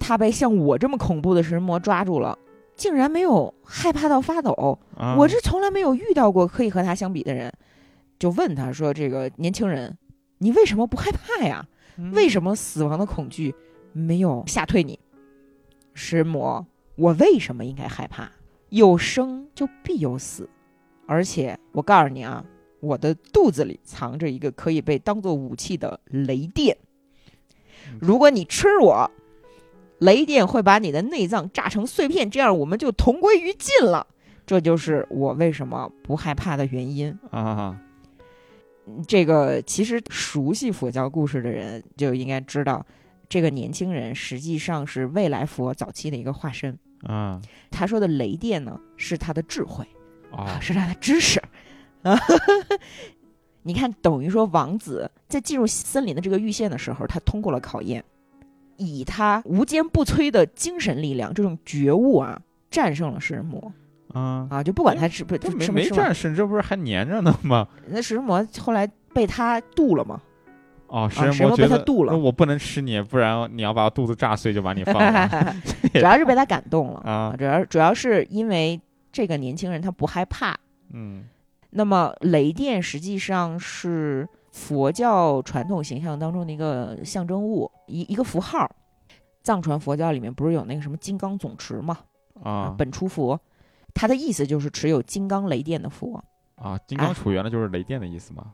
A: 他被像我这么恐怖的食人魔抓住了，竟然没有害怕到发抖。
B: 啊
A: 我是从来没有遇到过可以和他相比的人。”就问他说：“这个年轻人，你为什么不害怕呀？
B: 嗯
A: 为什么死亡的恐惧没有吓退你？石魔，我为什么应该害怕？有生就必有死，而且我告诉你啊，我的肚子里藏着一个可以被当做武器的雷电。如果你吃我，雷电会把你的内脏炸成碎片，这样我们就同归于尽了。这就是我为什么不害怕的原因。
B: 啊
A: 这个其实熟悉佛教故事的人就应该知道，这个年轻人实际上是未来佛早期的一个化身。
B: 啊
A: 他说的雷电呢，是他的智慧
B: 啊
A: 是他的知识。 你看，等于说王子在进入森林的这个遇线的时候，他通过了考验，以他无坚不摧的精神力量，这种觉悟啊，战胜了食人魔
B: 啊！
A: 啊！就不管他是不是
B: 这没
A: 是不
B: 没
A: 是吗，
B: 战胜，这不是还粘着呢吗？
A: 那食人魔后来被他渡了嘛，
B: 哦，食
A: 啊
B: 人
A: 食人魔
B: 魔
A: 被
B: 觉
A: 他
B: 得
A: 渡了
B: 那我不能吃你，不然你要把我肚子炸碎就把你放 了
A: 主要是被他感动了
B: 啊！
A: 主要主要是因为这个年轻人他不害怕。
B: 嗯
A: 那么雷电实际上是佛教传统形象当中的一个象征物，一一个符号。藏传佛教里面不是有那个什么金刚总持嘛？
B: 啊
A: 本初佛，他的意思就是持有金刚雷电的佛
B: 啊！金刚
A: 哎
B: 杵原来就是雷电的意思嘛？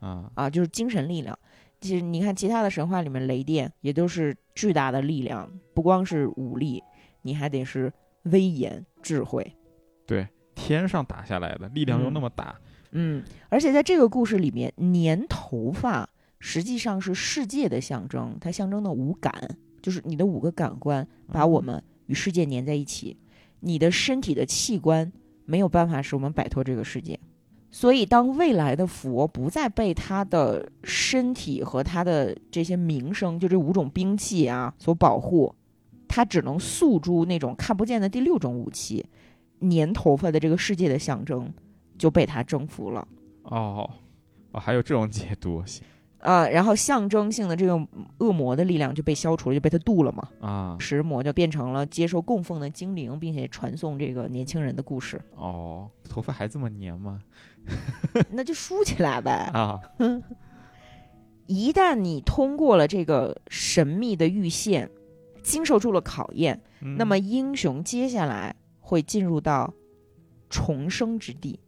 B: 啊
A: 啊，就是精神力量。其实你看其他的神话里面，雷电也都是巨大的力量，不光是武力，你还得是威严、智慧。
B: 天上打下来的力量又那么大，
A: 嗯，而且在这个故事里面，粘头发实际
B: 嗯
A: 上是世界的象征，它象征的五感，就是你的五个感官把我们与世界粘在一起，你的身体的器官没有办法使我们摆脱这个世界。所以，当未来的佛不再被他的身体和他的这些名声，就这五种兵器啊所保护，他只能诉诸那种看不见的第六种武器，粘头发的这个世界的象征就被他征服了。
B: 哦，哦，还有这种解读
A: 啊，然后象征性的这种恶魔的力量就被消除了，就被他渡了嘛。
B: 啊？
A: 石魔就变成了接受供奉的精灵，并且传颂这个年轻人的故 事，
B: 哦，头发还这么粘吗？
A: 那就梳起来呗。
B: 啊，
A: 一旦你通过了这个神秘的阈限，经受住了考验，
B: 嗯
A: 那么英雄接下来会进入到重生之地。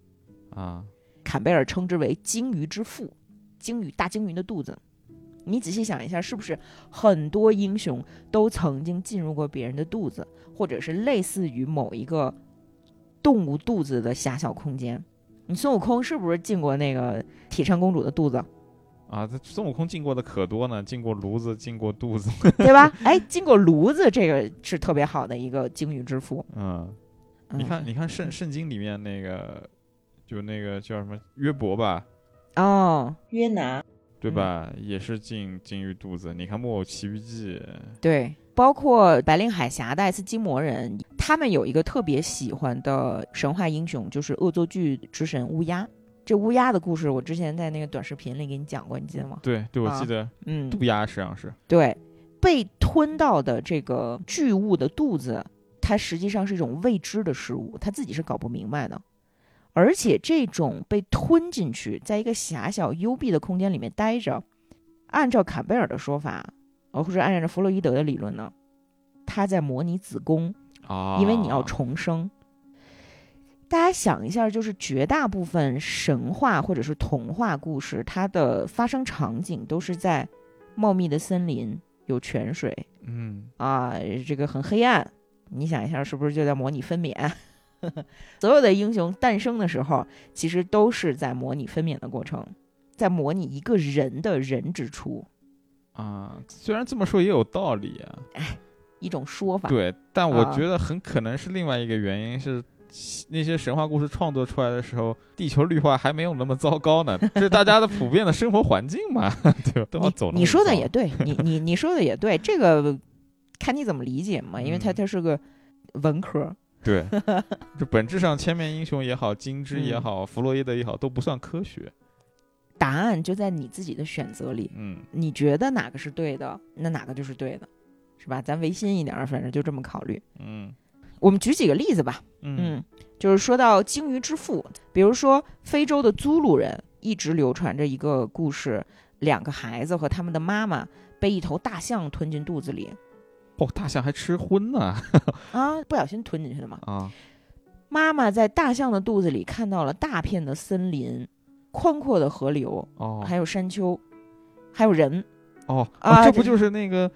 B: 啊，
A: 坎贝尔称之为“鲸鱼之父”，鲸鱼大鲸鱼的肚子。你仔细想一下，是不是很多英雄都曾经进入过别人的肚子，或者是类似于某一个动物肚子的狭小空间？你孙悟空是不是进过那个铁扇公主的肚子，
B: 啊，这孙悟空进过的可多呢，进过炉子，进过肚子，
A: 对 吧？哎，进过炉子，这个是特别好的一个鲸鱼之父。
B: 嗯，
A: 嗯、
B: 你看，你看圣圣经里面那个，就那个叫什么约伯吧，
A: 哦，约拿
B: 对吧？
A: 嗯
B: 也是进进于肚子。你看《木偶奇遇记》，
A: 啊对，包括白令海峡的爱斯基摩人，他们有一个特别喜欢的神话英雄，就是恶作剧之神乌鸦。这乌鸦的故事，我之前在那个短视频里给你讲过，你记得吗？
B: 对对，我
A: 啊
B: 记得
A: 嗯，
B: 渡鸦实际上是
A: 对，被吞到的这个巨物的肚子，它实际上是一种未知的事物，它自己是搞不明白的。而且这种被吞进去，在一个狭小幽闭的空间里面待着，按照坎贝尔的说法，呃，或者按照弗洛伊德的理论呢，他在模拟子宫，
B: 啊，
A: 因为你要重生。大家想一下，就是绝大部分神话或者是童话故事，它的发生场景都是在茂密的森林，有泉水
B: 嗯
A: 啊，这个很黑暗。你想一下，是不是就在模拟分娩？ 所有的英雄诞生的时候，其实都是在模拟分娩的过程，在模拟一个人的人之初，
B: 啊，虽然这么说也有道理啊，
A: 一种说法。
B: 对，但我
A: 啊
B: 觉得很可能是另外一个原因是。那些神话故事创作出来的时候，地球绿化还没有那么糟糕呢，这是大家的普遍的生活环境嘛， 对吧？都要
A: 你
B: 走那
A: 你
B: 么
A: 说的
B: 糟
A: 也对，你你你说的也对，这个看你怎么理解嘛，因为它
B: 嗯
A: 它是个文科，
B: 对， 这本质上千面英雄也好，金枝也
A: 嗯
B: 好，弗洛伊德也好，都不算科学。
A: 答案就在你自己的选择里，
B: 嗯，
A: 你觉得哪个是对的，那哪个就是对的，是吧？咱唯心一点儿，反正就这么考虑。
B: 嗯
A: 我们举几个例子吧，
B: 嗯
A: 嗯，就是说到鲸鱼之父，比如说非洲的祖鲁人一直流传着一个故事，两个孩子和他们的妈妈被一头大象吞进肚子里
B: 哦，大象还吃荤呢
A: 啊，不小心吞进去的嘛。
B: 啊！
A: 妈妈在大象的肚子里看到了大片的森林、宽阔的河流，
B: 哦
A: 还有山丘，还有人。
B: 哦
A: 啊
B: 哦，这
A: 这
B: 不就是那个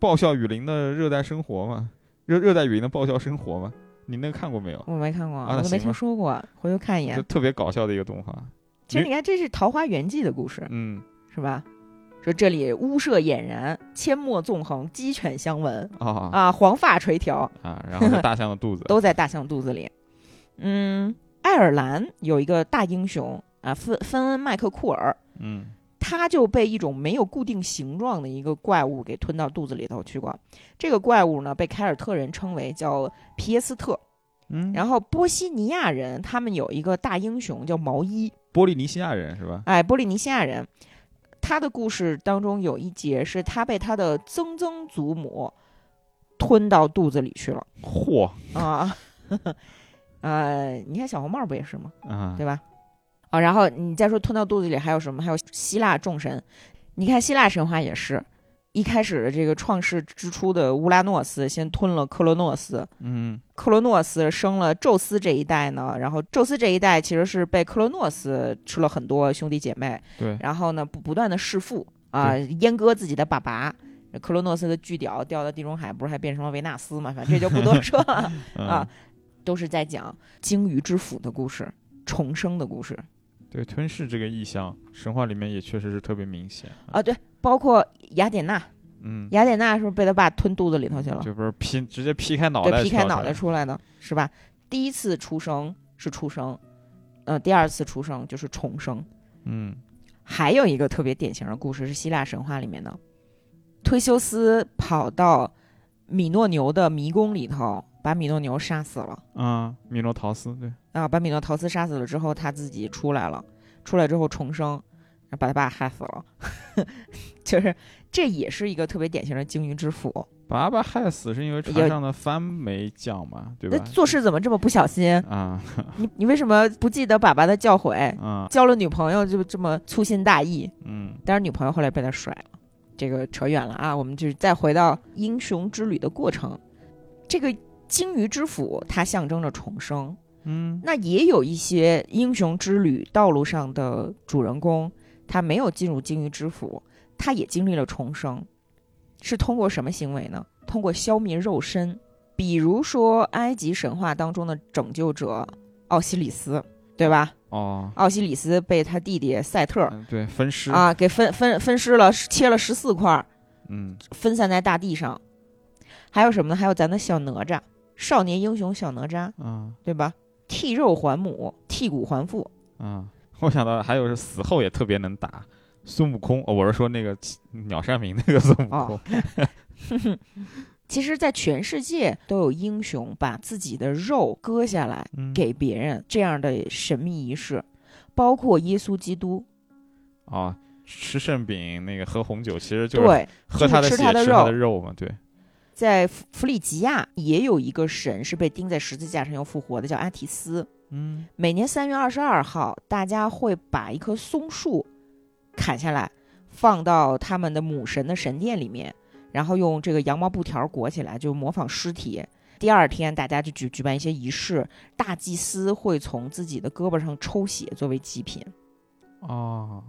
B: 爆笑雨林的热带生活吗？热热带雨林的爆笑生活吗？你那个看过没有？
A: 我没看过，
B: 啊那
A: 我都没
B: 行吧
A: 听说过，回头看一
B: 就
A: 眼。
B: 特别搞笑的一个动画。
A: 其实你看，这是《桃花源记》的故事，
B: 嗯
A: 是吧？说这里屋舍俨然，阡陌纵横，鸡犬相闻
B: 啊
A: 啊，黄发垂髫，
B: 啊，然后是大象的肚子
A: 都在大象肚子里。嗯，爱尔兰有一个大英雄啊，芬芬恩麦克库尔，
B: 嗯
A: 他就被一种没有固定形状的一个怪物给吞到肚子里头去过。这个怪物呢，被凯尔特人称为叫皮耶斯特。
B: 嗯，
A: 然后波西尼亚人他们有一个大英雄叫毛伊，
B: 波利尼西亚人是吧？
A: 哎，波利尼西亚人。他的故事当中有一节是他被他的曾曾祖母吞到肚子里去了
B: 嚯
A: 啊。 呃，你看小红帽不也是吗？
B: 啊
A: 对吧？啊、然后你再说吞到肚子里还有什么？还有希腊众神，你看希腊神话也是，一开始的这个创世之初的乌拉诺斯先吞了克罗诺斯，
B: 嗯
A: 克罗诺斯生了宙斯这一代呢，然后宙斯这一代其实是被克罗诺斯吃了很多兄弟姐妹，
B: 对
A: 然后呢不不断的弑父啊，阉割自己的爸爸。克罗诺斯的巨屌掉到地中海，不是还变成了维纳斯吗？反正这就不多说了。啊
B: 嗯，
A: 都是在讲鲸鱼之府的故事、重生的故事
B: 对吞
A: 啊
B: 噬这个意象，神话里面也确实是特别明显。
A: 啊，对，包括雅典娜
B: 嗯，
A: 雅典娜是不是被他爸吞肚子里头去了？
B: 这不是劈直接劈开脑
A: 对，
B: 袋，
A: 劈开脑袋，出来的，是吧？第一次出生是出生，呃，第二次出生就是重生。
B: 嗯
A: 还有一个特别典型的故事是希腊神话里面的，忒修斯跑到米诺牛的迷宫里头，把米诺牛杀死了
B: 啊，米诺陶斯，对，
A: 啊，把米诺陶斯杀死了之后，他自己出来了，出来之后重生，然后把他爸害死了， 就是这也是一个特别典型的鲸鱼之父。
B: 爸爸害死是因为
A: 有
B: 船上的帆没降嘛，对
A: 那
B: 吧？
A: 做事怎么这么不小心？
B: 啊
A: 你你为什么不记得爸爸的教诲？
B: 啊
A: 交了女朋友就这么粗心大意，
B: 嗯
A: 但是女朋友后来被他甩了。这个扯远了啊，我们就是再回到英雄之旅的过程。这个鲸鱼之斧它象征着重生，
B: 嗯
A: 那也有一些英雄之旅道路上的主人公，他没有进入鲸鱼之斧，他也经历了重生，是通过什么行为呢？通过消灭肉身，比如说埃及神话当中的拯救者奥西里斯，对吧？
B: 哦，
A: 奥西里斯被他弟弟赛特
B: 嗯对，分尸，
A: 啊给分分分尸了，切了十四块儿，
B: 嗯
A: 分散在大地上。还有什么呢？还有咱的小哪吒，少年英雄小哪吒，
B: 啊
A: 对吧？剔肉还母，剔骨还父。
B: 啊，我想到还有是死后也特别能打。孙悟空，哦我是说那个鸟山明那个孙悟空
A: 哦，其实，在全世界都有英雄把自己的肉割下来
B: 嗯
A: 给别人这样的神秘仪式，包括耶稣基督，
B: 啊，吃圣饼那个喝红酒，其实就是
A: 对，
B: 喝他的
A: 就
B: 血，
A: 是吃他的
B: 吃他
A: 肉
B: 的肉嘛，对，
A: 在弗弗里吉亚也有一个神是被钉在十字架上又复活的，叫阿提斯。
B: 嗯
A: 每年三月二十二号，大家会把一棵松树砍下来，放到他们的母神的神殿里面，然后用这个羊毛布条裹起来，就模仿尸体。第二天，大家就举举办一些仪式，大祭司会从自己的胳膊上抽血作为祭品，
B: 哦，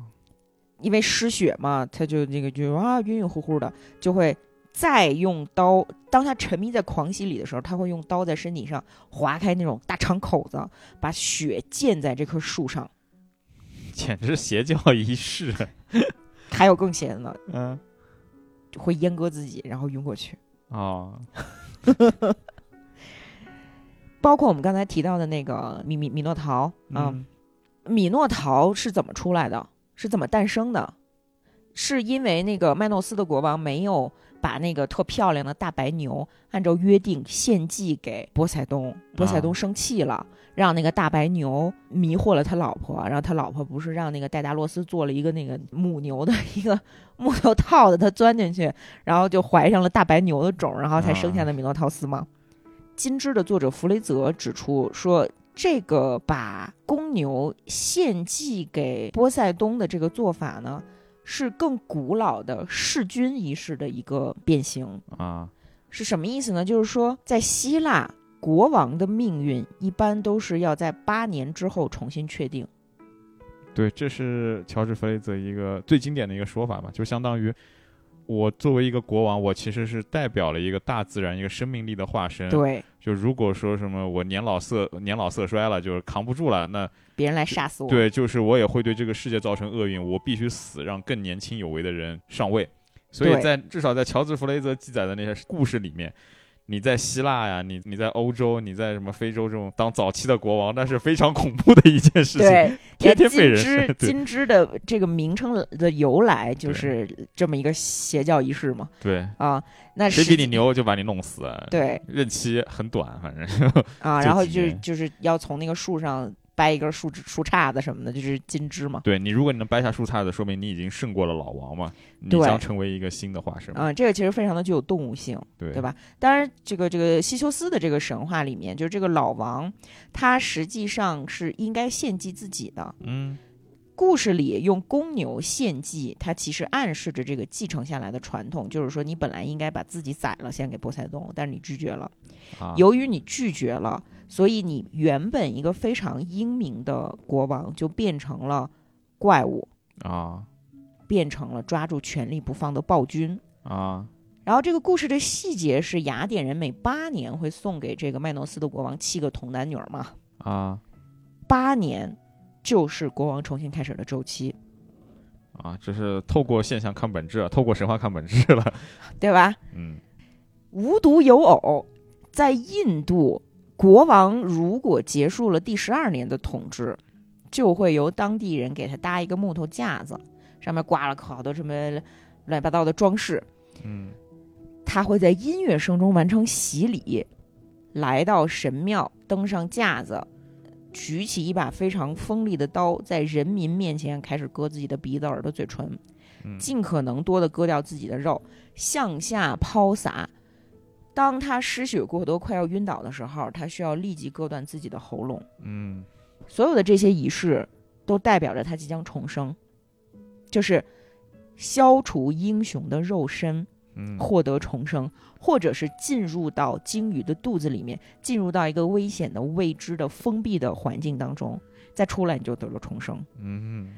A: 因为失血嘛，他就那个就啊晕晕乎乎的，就会再用刀。当他沉迷在狂喜里的时候，他会用刀在身体上划开那种大长口子，把血溅在这棵树上。
B: 简直是邪教 仪式，
A: 还有更邪的呢，
B: 嗯
A: 会阉割自己，然后晕过去。
B: 哦，
A: 包括我们刚才提到的那个米米米诺陶啊、
B: 嗯
A: 米诺陶是怎么出来的？是怎么诞生的？是因为那个麦诺斯的国王没有把那个特漂亮的大白牛按照约定献祭给波塞冬，波塞冬生气了，让那个大白牛迷惑了他老婆，然后他老婆不是让那个戴达洛斯做了一个那个母牛的一个木头套子，他钻进去， 然后就怀上了大白牛的种，然后才生下的米诺陶斯嘛。金枝的作者弗雷泽指出说，这个把公牛献祭给波塞冬的这个做法呢，是更古老的弑君仪式的一个变形。
B: 啊，
A: 是什么意思呢？就是说，在希腊，国王的命运一般都是要在八年之后重新确定。
B: 对，这是乔治·弗雷泽一个最经典的一个说法嘛，就相当于我作为一个国王，我其实是代表了一个大自然、一个生命力的化身。，
A: 对，
B: 就如果说什么我年老色年老色衰了，就是扛不住了，那
A: 别人来杀死我。
B: 对，就是我也会对这个世界造成厄运，我必须死，让更年轻有为的人上位。所以
A: 对
B: 在至少在乔治·弗雷泽记载的那些故事里面，你在希腊呀，你你在欧洲，你在什么非洲这种当早期的国王，那是非常恐怖的一件事情。
A: 对，
B: 天天被
A: 金
B: 人
A: 枝
B: 对
A: 金枝的这个名称的由来就是这么一个邪教仪式嘛
B: 对，
A: 啊，那
B: 谁
A: 实
B: 比
A: 际
B: 你牛就把你弄死。，
A: 对
B: 任期很短，反正
A: 啊，
B: 这
A: 然后
B: 几
A: 就是
B: 年
A: 就是要从那个树上掰一根树枝、树杈子什么的，就是金枝嘛。
B: 对你，如果你能掰下树杈子，说明你已经胜过了老王嘛，你
A: 对
B: 将成为一个新的化身嘛。
A: 嗯，这个其实非常的具有动物性，
B: 对
A: 嗯对？吧？当然，这个这个西修斯的这个神话里面，就是这个老王，他实际上是应该献祭自己的。
B: 嗯
A: 故事里用公牛献祭，它其实暗示着这个继承下来的传统，就是说你本来应该把自己宰了献给波塞冬，但是你拒绝了。
B: 啊，
A: 由于你拒绝了，所以你原本一个非常英明的国王就变成了怪物，
B: 啊
A: 变成了抓住权力不放的暴君。
B: 啊
A: 然后这个故事的细节是，雅典人每八年会送给这个麦诺斯的国王七个童男女儿嘛，
B: 啊
A: 八年就是国王重新开始的周期。
B: 啊，这是透过现象看本质，透过神话看本质了。
A: 对吧？
B: 嗯，
A: 无独有偶，在印度，国王如果结束了第十二年的统治，就会由当地人给他搭一个木头架子，上面挂了好多什么乱七八糟的装饰。
C: 嗯，
A: 他会在音乐声中完成洗礼，来到神庙，登上架子，举起一把非常锋利的刀，在人民面前开始割自己的鼻子、耳朵、嘴唇，
C: 嗯
A: 尽可能多的割掉自己的肉，向下抛洒。当他失血过多、快要晕倒的时候，他需要立即割断自己的喉咙。
C: 嗯，
A: 所有的这些仪式都代表着他即将重生，就是消除英雄的肉身。
C: 嗯，
A: 获得重生，或者是进入到鲸鱼的肚子里面，进入到一个危险的、未知的、封闭的环境当中，再出来你就得了重生。
C: 嗯，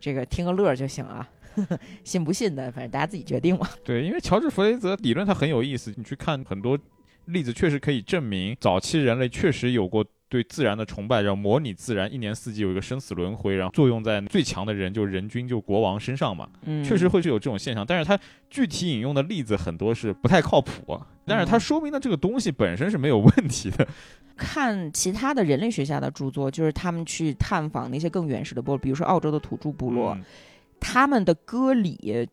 A: 这个听个乐儿就行啊， 信不信的，反正大家自己决定 嘛。
B: 对，因为乔治弗雷泽理论它很有意思，你去看很多例子，确实可以证明早期人类确实有过。对自然的崇拜，然后模拟自然，一年四季有一个生死轮回，然后作用在最强的人，就是人君，就是国王身上嘛。
A: 嗯
B: 确实，会是有这种现象，但是它具体引用的例子很多是不太靠谱，啊但是它
A: 嗯
B: 说明的这个东西本身是没有问题的。
A: 看其他的人类学家的著作，就是他们去探访那些更原始的部落，比如说澳洲的土著部落，啊
B: 嗯
A: 他们的歌里。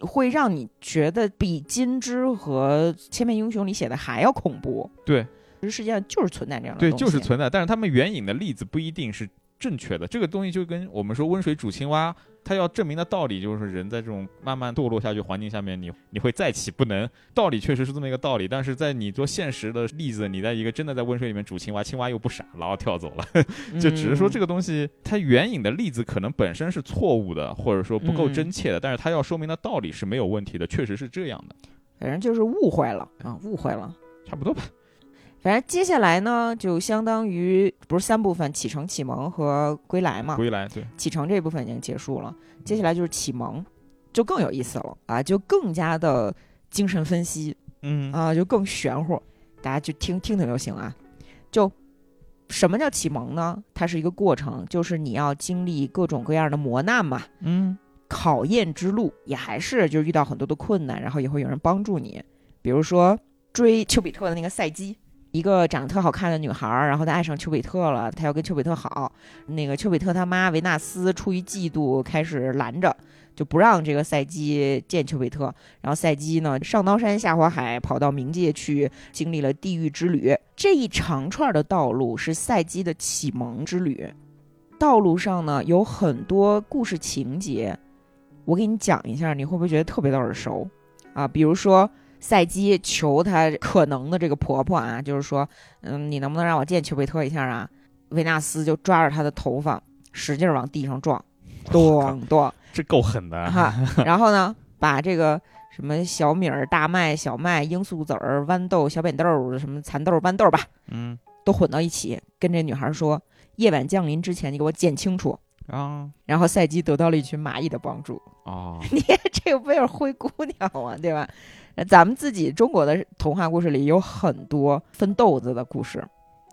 A: 会让你觉得比《金枝》和《千面英雄》里写的还要恐怖。
B: 对，
A: 其实世界上就是存在这样的
B: 对，
A: 东西
B: 就是存在，但是他们援引的例子不一定是正确的。这个东西就跟我们说温水煮青蛙，它要证明的道理就是人在这种慢慢堕落下去环境下面，你你会再起不能。道理确实是这么一个道理，但是在你做现实的例子，你在一个真的在温水里面煮青蛙，青蛙又不傻，然后跳走了，
A: 嗯
B: 就只是说这
A: 个，
B: 个东西它援引的例子可能本身是错误的，或者说不够
A: 嗯
B: 真切的，但是它要说明的道理是没有问题的，确实是这样的，
A: 反正就是误会了啊，误会了。
B: 差不多吧。
A: 反正接下来呢，就相当于不是三部分：启程、启蒙和归来嘛。
B: 归来，嗯对，
A: 启程这部分已经结束了，接下来就是启蒙，就更有意思了啊，就更加的精神分析
B: 嗯
A: 啊，就更玄乎，大家就听听听就行啊。就什么叫启蒙呢？它是一个过程，就是你要经历各种各样的磨难嘛，
B: 嗯
A: 考验之路，也还是就是遇到很多的困难，然后也会有人帮助你。比如说追丘比特的那个赛姬，一个长得特好看的女孩儿，然后她爱上丘比特了，她要跟丘比特好。那个丘比特他妈维纳斯出于嫉妒，开始拦着，就不让这个赛姬见丘比特。然后赛姬呢，上刀山下火海，跑到冥界去，经历了地狱之旅。这一长串的道路是赛姬的启蒙之旅。道路上呢有很多故事情节，我给你讲一下，你会不会觉得特别的耳熟啊？比如说赛姬求她可能的这个婆婆啊，就是说，嗯，你能不能让我见丘比特一下啊？维纳斯就抓着她的头发，使劲儿往地上撞，咚咚
B: 这够狠的。啊
A: 哈，然后呢，把这个。什么小米儿、大麦、小麦、罂粟籽儿、豌豆、小扁豆儿、什么蚕豆儿、豌豆儿吧，
B: 嗯
A: 都混到一起，跟这女孩说：“夜晚降临之前，你给我剪清楚。
B: 啊”
A: 然后赛姬得到了一群蚂蚁的帮助。
B: 哦，
A: 你这个不就是灰姑娘吗？对吧？呃咱们自己中国的童话故事里有很多分豆子的故事，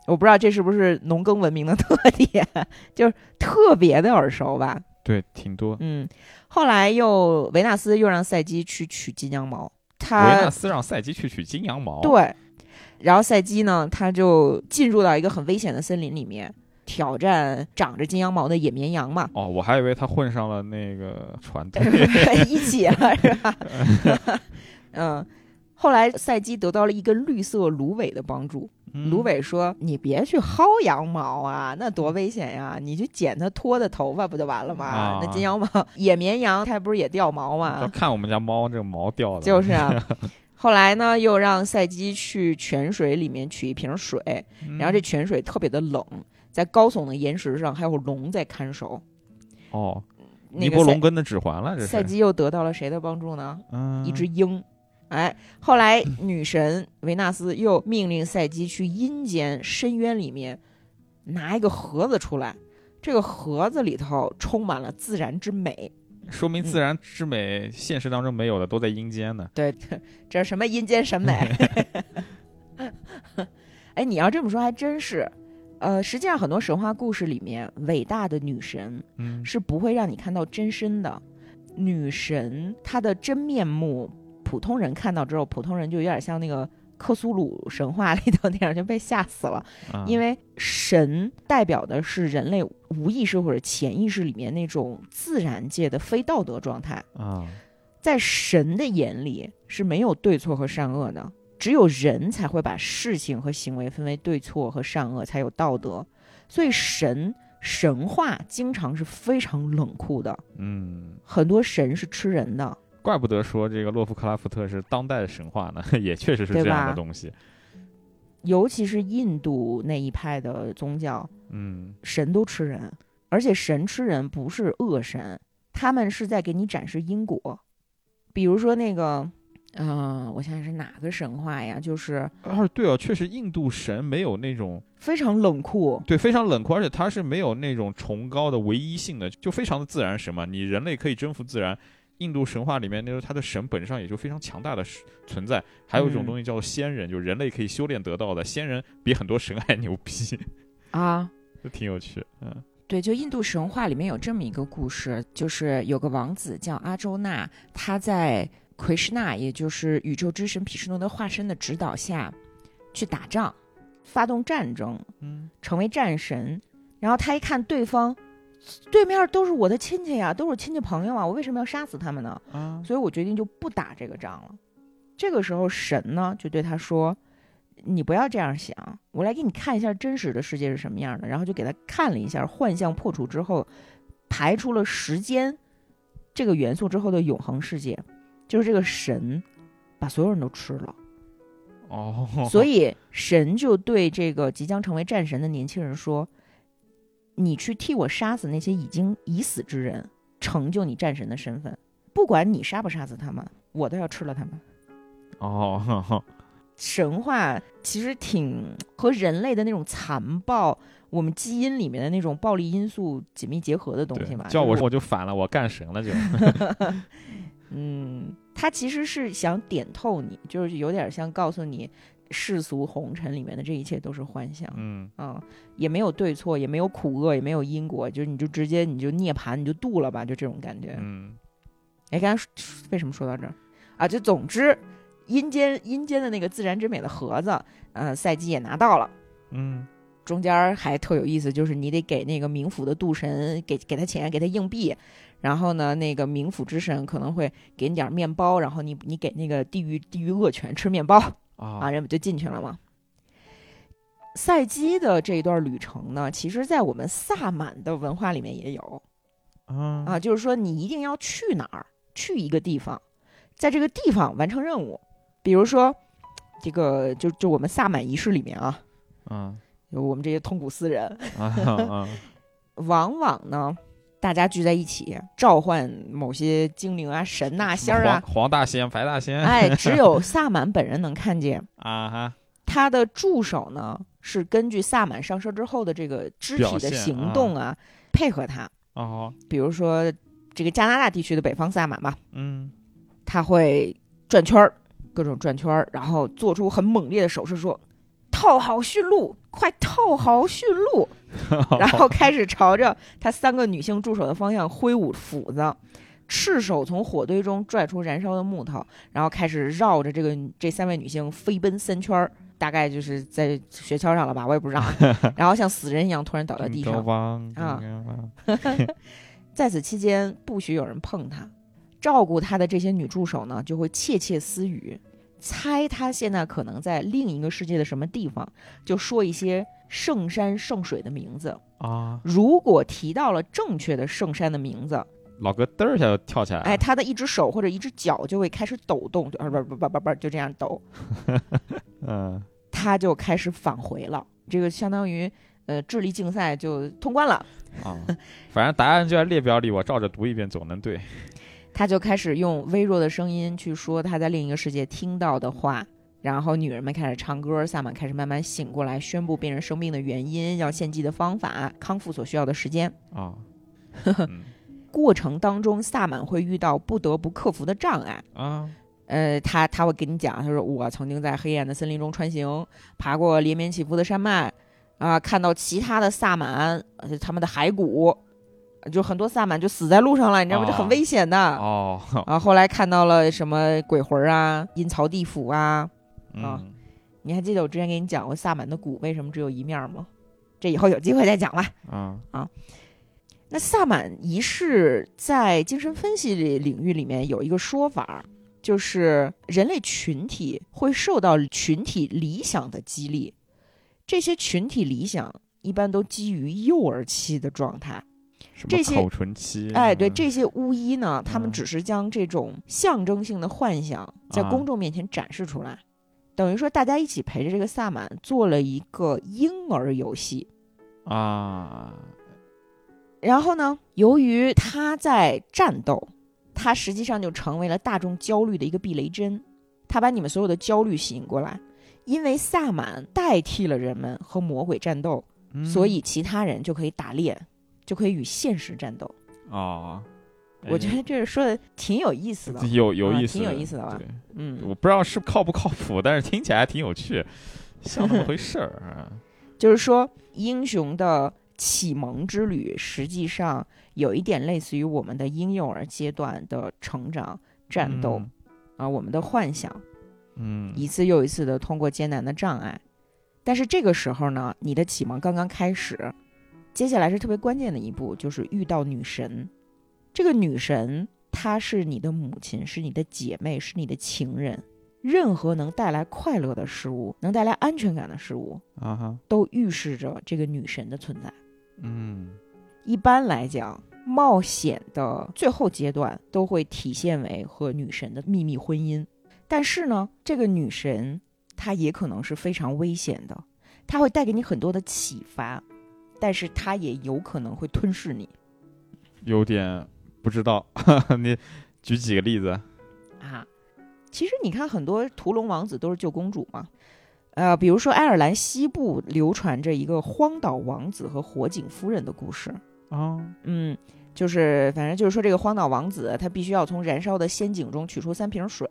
A: 我不知道这是不是农耕文明的 特点，就是特别的耳熟吧。
B: 对，挺多。
A: 嗯，后来又维纳斯又让赛姬去取金羊毛，
B: 维纳
A: 他
B: 斯让赛姬去取金羊毛，，
A: 对，然后赛姬呢，他就进入到一个很危险的森林里面，挑战长着金羊毛的野绵羊嘛，
B: 哦，我还以为他混上了那个 船队，
A: 一起了是吧？ 嗯，后来赛姬得到了一根绿色芦苇的帮助。
B: 嗯
A: 芦苇说：“你别去薅羊毛啊，那多危险呀！你去剪它脱的头发不就完了吗？
B: 啊
A: 那金羊毛、野绵羊它不是也掉毛
B: 要
A: 吗？
B: 看我们家猫这个毛掉的，
A: 啊 就是啊。后来呢，又让赛姬去泉水里面取一瓶水，
B: 嗯，
A: 然后这泉水特别的冷，在高耸的岩石上还有龙在看守。
B: 哦，
A: 那
B: 尼
A: 个
B: 伯
A: 赛
B: 龙根的指环了，这
A: 赛
B: 是，
A: 姬又得到了谁的帮助呢？
B: 嗯，
A: 一只鹰。哎，后来女神维纳斯又命令赛姬去阴间深渊里面拿一个盒子出来，这个盒子里头充满了自然之美。
B: 说
A: 嗯
B: 明自然之美，现实当中没有的，都在阴间呢。
A: 对，这是什 么阴间审美？哎，你要这么说还真是。呃，实际上很多神话故事里面，伟大的女神
C: 嗯
A: 是不会让你看到真身的。女神她的真面目，普通人看到之后，普通人就有点像那个克苏鲁神话里头那样，就被吓死了。
B: 嗯
C: 啊
A: 因为神代表的是人类无意识或者潜意识里面那种自然界的非道德状态，
C: 啊
A: 在神的眼里是没有对错和善恶的，只有人才会把事情和行为分为对错和善恶，才有道德。所以神神话经常是非常冷酷的，
C: 嗯，
A: 很多神是吃人的。
B: 怪不得说这个洛夫克拉夫特是当代神话呢， 也确实是
A: 对
B: 这样
A: 吧
B: 的东西。
A: 尤其是印度那一派的宗教，
C: 嗯
A: 神都吃人，而且神吃人不是恶神，他们是在给你展示因果。比如说那个，嗯、我想想是哪个神话呀？就是
B: 啊
C: 二对哦，确实印度神没有那种
A: 非常冷酷，
C: 对非常冷酷，而且它是没有那种崇高的唯一性的，就非常的自然神嘛。你人类可以征服自然，印度神话里面那时候它的神本上也就非常强大的是存在。还有一种
A: 嗯
C: 东西叫做仙人，就人类可以修炼得到的，仙人比很多神还牛逼，
A: 啊。
C: 就挺有趣。嗯
A: 对，就印度神话里面有这么一个故事，就是有个王子叫阿周那，他在奎师那，也就是宇宙之神毗湿奴的化身的指导下，去打仗，发动战争，
C: 嗯
A: 成为战神。然后他一看对方，对面都是我的亲戚呀、都是我亲戚朋友啊，我为什么要杀死他们呢？
C: 啊
B: 嗯
A: 所以我决定就不打这个仗了。这个时候，神呢就对他说：“你不要这样想，我来给你看一下真实的世界是什么样的。”然后就给他看了一下幻象破除之后，排除了时间这个元素之后的永恒世界，就是这个神把所有人都吃了。
C: 哦，
A: 所以神就对这个即将成为战神的年轻人说：“你去替我杀死那些已经已死之人，成就你战神的身份。不管你杀不杀死他们，我都要吃了他们。
C: 哦，”
A: 神话其实挺和人类的那种残暴，我们基因里面的那种暴力因素紧密结合的东西
C: 对
A: 吧。
B: 叫我
A: 就是
B: 我就反了，我干 神了就。
A: 嗯，他其实是想点透你，就是有点像告诉你世俗红尘里面的这一切都是幻想。
C: 嗯
A: 嗯，也没有对错，也没有苦厄，也没有因果，就是你就直接你就涅槃，你就渡了吧，就这种感觉。
C: 嗯，
A: 哎、刚才说为什么说到这儿啊？就总之，阴间阴间的那个自然之美的盒子，呃，赛季也拿到了。
C: 嗯，
A: 中间儿还特有意思，就是你得给那个冥府的渡神给给他钱，给他硬币，然后呢，那个冥府之神可能会给你点儿面包，然后你你给那个地狱地狱恶犬吃面包，啊，
C: 啊，
A: 人不就进去了吗？赛基的这一段旅程呢，其实在我们萨满的文化里面也有
C: 啊，
A: 啊，就是说你一定要去哪儿，去一个地方，在这个地方完成任务。比如说，这个就就我们萨满仪式里面啊，
C: 嗯
A: 有我们这些通古斯人，
C: 啊 啊，
A: 往往呢，大家聚在一起召唤某些精灵啊、神呐、仙 儿啊，
B: 黄黄大仙、白大仙
A: 哎，只有萨满本人能看见。
B: 啊哈，
A: 他的助手呢是根据萨满上车之后的这个肢体
B: 表
A: 的
B: 现
A: 行动啊，配合他。
C: 哦，
A: 比如说这个加拿大地区的北方萨满吧，
C: 嗯
A: 他会转圈儿，各种转圈儿，然后做出很猛烈的手势说。套好驯鹿，快套好驯鹿！然后开始朝着他三个女性助手的方向挥舞斧子，赤手从火堆中拽出燃烧的木头，然后开始绕着这个这三位女性飞奔三圈儿，大概就是在雪橇上了吧，我也不知道。啊然后像死人一样突然倒在地上，
C: 方啊，
A: 啊在此期间不许有人碰他。照顾他的这些女助手呢，就会窃窃私语，猜他现在可能在另一个世界的什么地方，就说一些圣山圣水的名字。
C: 啊，
A: 如果提到了正确的圣山的名字，
B: 老哥嘚儿一下就跳起来了。
A: 哎，他的一只手或者一只脚就会开始抖动，就啊不不不不不，就这样抖，
C: 嗯
A: 他就开始返回了。这个相当于呃智力竞赛就通关了，
B: 啊，反正答案就在列表里，我照着读一遍总能对。
A: 他就开始用微弱的声音去说他在另一个世界听到的话。然后女人们开始唱歌，萨满开始慢慢醒过来，宣布病人生病的原因、要献祭的方法、康复所需要的时间。
C: 啊，嗯
A: 过程当中，萨满会遇到不得不克服的障碍，
C: 啊，
A: 呃，他他会跟你讲，他说我曾经在黑暗的森林中穿行，爬过连绵起伏的山脉，啊，看到其他的萨满呃他们的骸骨，就很多萨满就死在路上了，你知道吗？
C: 哦
A: 这很危险的。
C: 哦，
A: 啊，后来看到了什么鬼魂儿啊、阴曹地府啊，啊
C: 嗯，
A: 你还记得我之前给你讲过萨满的骨为什么只有一面儿吗？这以后有机会再讲吧。
C: 啊，
A: 那萨满仪式在精神分析里领域里面有一个说法，就是人类群体会受到群体理想的激励，这些群体理想一般都基于幼儿期的状态。
C: 什
A: 这
C: 么
A: 些
C: 口唇期？
A: 哎，对，
C: 嗯
A: 这些巫医呢，他们
C: 嗯
A: 只是将这种象征性的幻想在
C: 啊
A: 公众面前展示出来，等于说大家一起陪着这个萨满做了一个婴儿游戏。
C: 啊，
A: 然后呢，由于他在战斗，他实际上就成为了大众焦虑的一个避雷针，他把你们所有的焦虑吸引过来。因为萨满代替了人们和魔鬼战斗，
C: 嗯
A: 所以其他人就可以打猎，就可以与现实战斗。
C: 哦，哎
A: 啊我觉得这是说的挺有意思的，
C: 有有
A: 啊
C: 意思，
A: 挺有意思的吧
C: 对
A: 嗯，
C: 我不知道是靠不靠谱，但是听起来还挺有趣，像那么回事儿啊。
A: 就是说，英雄的启蒙之旅实际上有一点类似于我们的婴幼儿阶段的成长、战斗、啊，我们的幻想，
C: 嗯，嗯，
A: 一次又一次的通过艰难的障碍。但是这个时候呢，你的启蒙刚刚开始，接下来是特别关键的一步，就是遇到女神。这个女神她是你的母亲，是你的姐妹，是你的情人，任何能带来快乐的事物，能带来安全感的事物，
C: 啊哈，
A: 都预示着这个女神的存在。
C: 嗯，
A: 一般来讲，冒险的最后阶段都会体现为和女神的秘密婚姻。但是呢，这个女神她也可能是非常危险的，她会带给你很多的启发，但是她也有可能会吞噬你
C: 有点不知道， 你举几个例子？
A: 啊。其实你看，很多屠龙王子都是救公主嘛。呃，比如说爱尔兰西部流传着一个荒岛王子和火警夫人的故事。
C: 啊，
A: 嗯，就是反正就是说，这个荒岛王子他必须要从燃烧的仙井中取出三瓶水，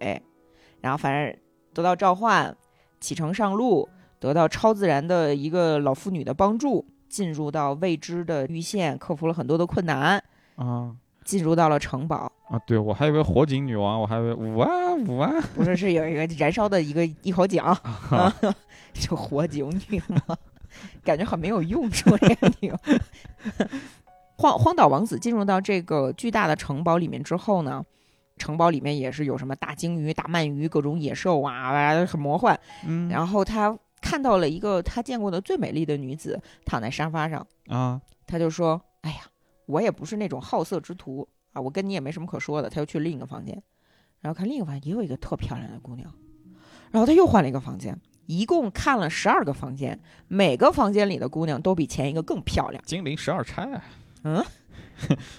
A: 然后反正得到召唤，启程上路，得到超自然的一个老妇女的帮助，进入到未知的域线，克服了很多的困难，
C: 啊
A: 进入到了城堡。
C: 啊！对，我还以为火警女王，我还以为五啊五啊，
A: 不是，是有一个燃烧的一个一口井，啊、 就火警女王， 感觉很没有用，说这个女王。 荒荒岛王子进入到这个巨大的城堡里面之后呢，城堡里面也是有什么大鲸鱼、大鳗鱼、各种野兽啊，啊很魔幻。
C: 嗯
A: 然后他看到了一个他见过的最美丽的女子躺在沙发上，
C: 啊，
A: 他就说：“哎呀，我也不是那种好色之徒啊，我跟你也没什么可说的。”他又去另一个房间，然后看另一个房间也有一个特漂亮的姑娘，然后他又换了一个房间，一共看了十二个房间，每个房间里的姑娘都比前一个更漂亮。
C: 精灵十二钗啊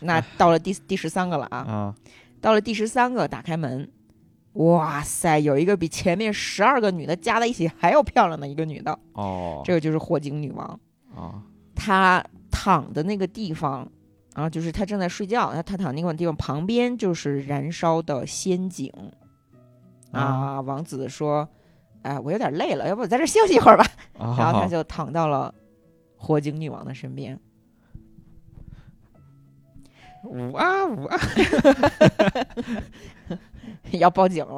A: 那到了第第十三个了啊，
C: 啊，
A: 到了第十三个，打开门。哇塞，有一个比前面十二个女的加在一起还要漂亮的一个女的，
C: 哦，
A: 这个就是火警女王。
C: 啊，
A: 他躺的那个地方，啊，就是他正在睡觉，他他躺那个地方旁边就是燃烧的仙井啊。王子说：“哎，我有点累了，要不我在这儿休息一会儿吧。”
C: 啊，
A: 然后他就躺到了火警女王的身边。
C: 五啊五啊，
A: 要报警了。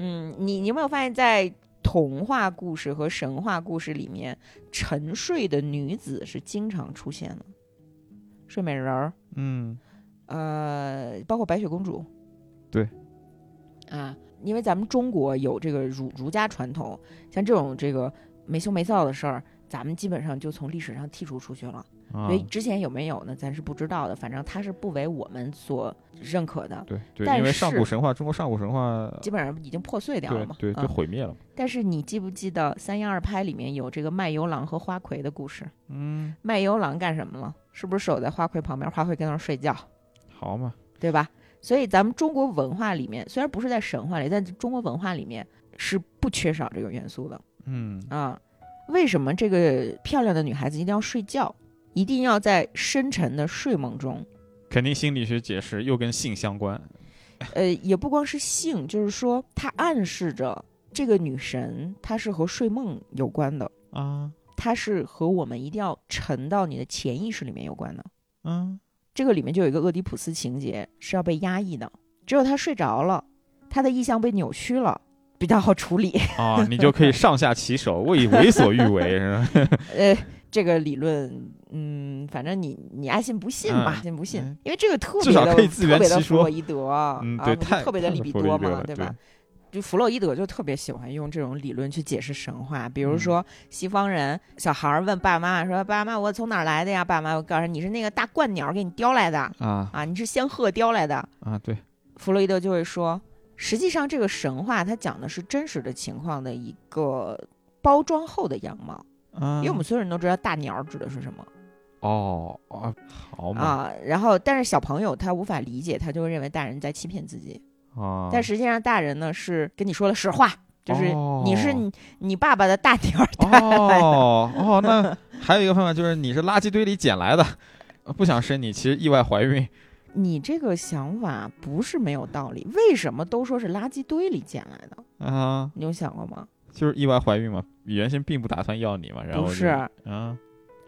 A: 嗯，你你有没有发现，在童话故事和神话故事里面，沉睡的女子是经常出现的，睡美人儿，
C: 嗯，
A: 呃，包括白雪公主，
C: 对，
A: 啊，因为咱们中国有这个儒儒家传统，像这种这个没羞没臊的事儿，咱们基本上就从历史上剔除出去了。
C: 啊
A: 因为之前有没有呢，咱是不知道的，反正它是不为我们所认可的，
C: 对对，
A: 但
C: 因为上古
A: 是
C: 神话，中国上古神话，
A: 基本上已经破碎掉了
C: 对
A: 嘛。
C: 对，
A: 啊
C: 就毁灭了嘛。
A: 但是你记不记得《三言二拍》里面有这个卖油郎和花魁的故事？
C: 嗯，
A: 卖油郎干什么了？是不是守在花魁旁边？花魁跟那儿睡觉，
C: 好嘛，
A: 对吧？所以咱们中国文化里面，虽然不是在神话里，但中国文化里面是不缺少这个元素的
C: 嗯
A: 啊。为什么这个漂亮的女孩子一定要睡觉？一定要在深沉的睡梦中？
C: 肯定心理学解释又跟性相关。
A: 呃，也不光是性，就是说它暗示着这个女神她是和睡梦有关的。
C: 啊
A: 它是和我们一定要沉到你的潜意识里面有关的。
B: 嗯，
A: 这个里面就有一个俄狄浦斯情节是要被压抑的，只有他睡着了，他的意向被扭曲了，比较好处理。
B: 啊，你就可以上下其手，为为所欲为，是吧？
A: 呃，这个理论，嗯，反正你你爱信不信吧，
B: 嗯
A: 信不信
B: 嗯？
A: 因为这个特
B: 至
A: 别
B: 少
A: 的
B: 可以自圆
A: 特别的
B: 其
A: 弗洛
B: 说
A: 伊德啊，
B: 嗯
A: 啊
B: 对
A: 不是
B: 太
A: 特别的
B: 太
A: 利比
B: 弗洛伊
A: 多
B: 德
A: 嘛
B: 了，
A: 对
B: 对
A: 吧？就弗洛伊德就特别喜欢用这种理论去解释神话，比如
B: 嗯
A: 说西方人小孩儿问爸妈说：“爸妈，我从哪儿来的呀？”爸妈我告诉你是那个大鹳鸟给你叼来的
B: 啊
A: 啊，你是仙鹤叼来的。
B: 啊，对，
A: 弗洛伊德就会说，实际上这个神话它讲的是真实的情况的一个包装后的样貌，
B: 啊，
A: 因为我们所有人都知道大鸟指的是什么。
B: 哦啊，好嘛
A: 啊，然后但是小朋友他无法理解，他就会认为大人在欺骗自己，
B: 啊，
A: 但实际上大人呢是跟你说了实话，就是你是
B: 哦
A: 你,、你爸爸的大鸟儿 带来的，
B: 哦哦， 那还有一个方法就是你是垃圾堆里捡来的，不想生你，其实意外怀孕
A: 你这个想法不是没有道理。为什么都说是垃圾堆里捡来的？
B: 啊，
A: 你有想过吗？
B: 就是意外怀孕嘛，原先并不打算要你嘛，然后
A: 不，
B: 就是啊，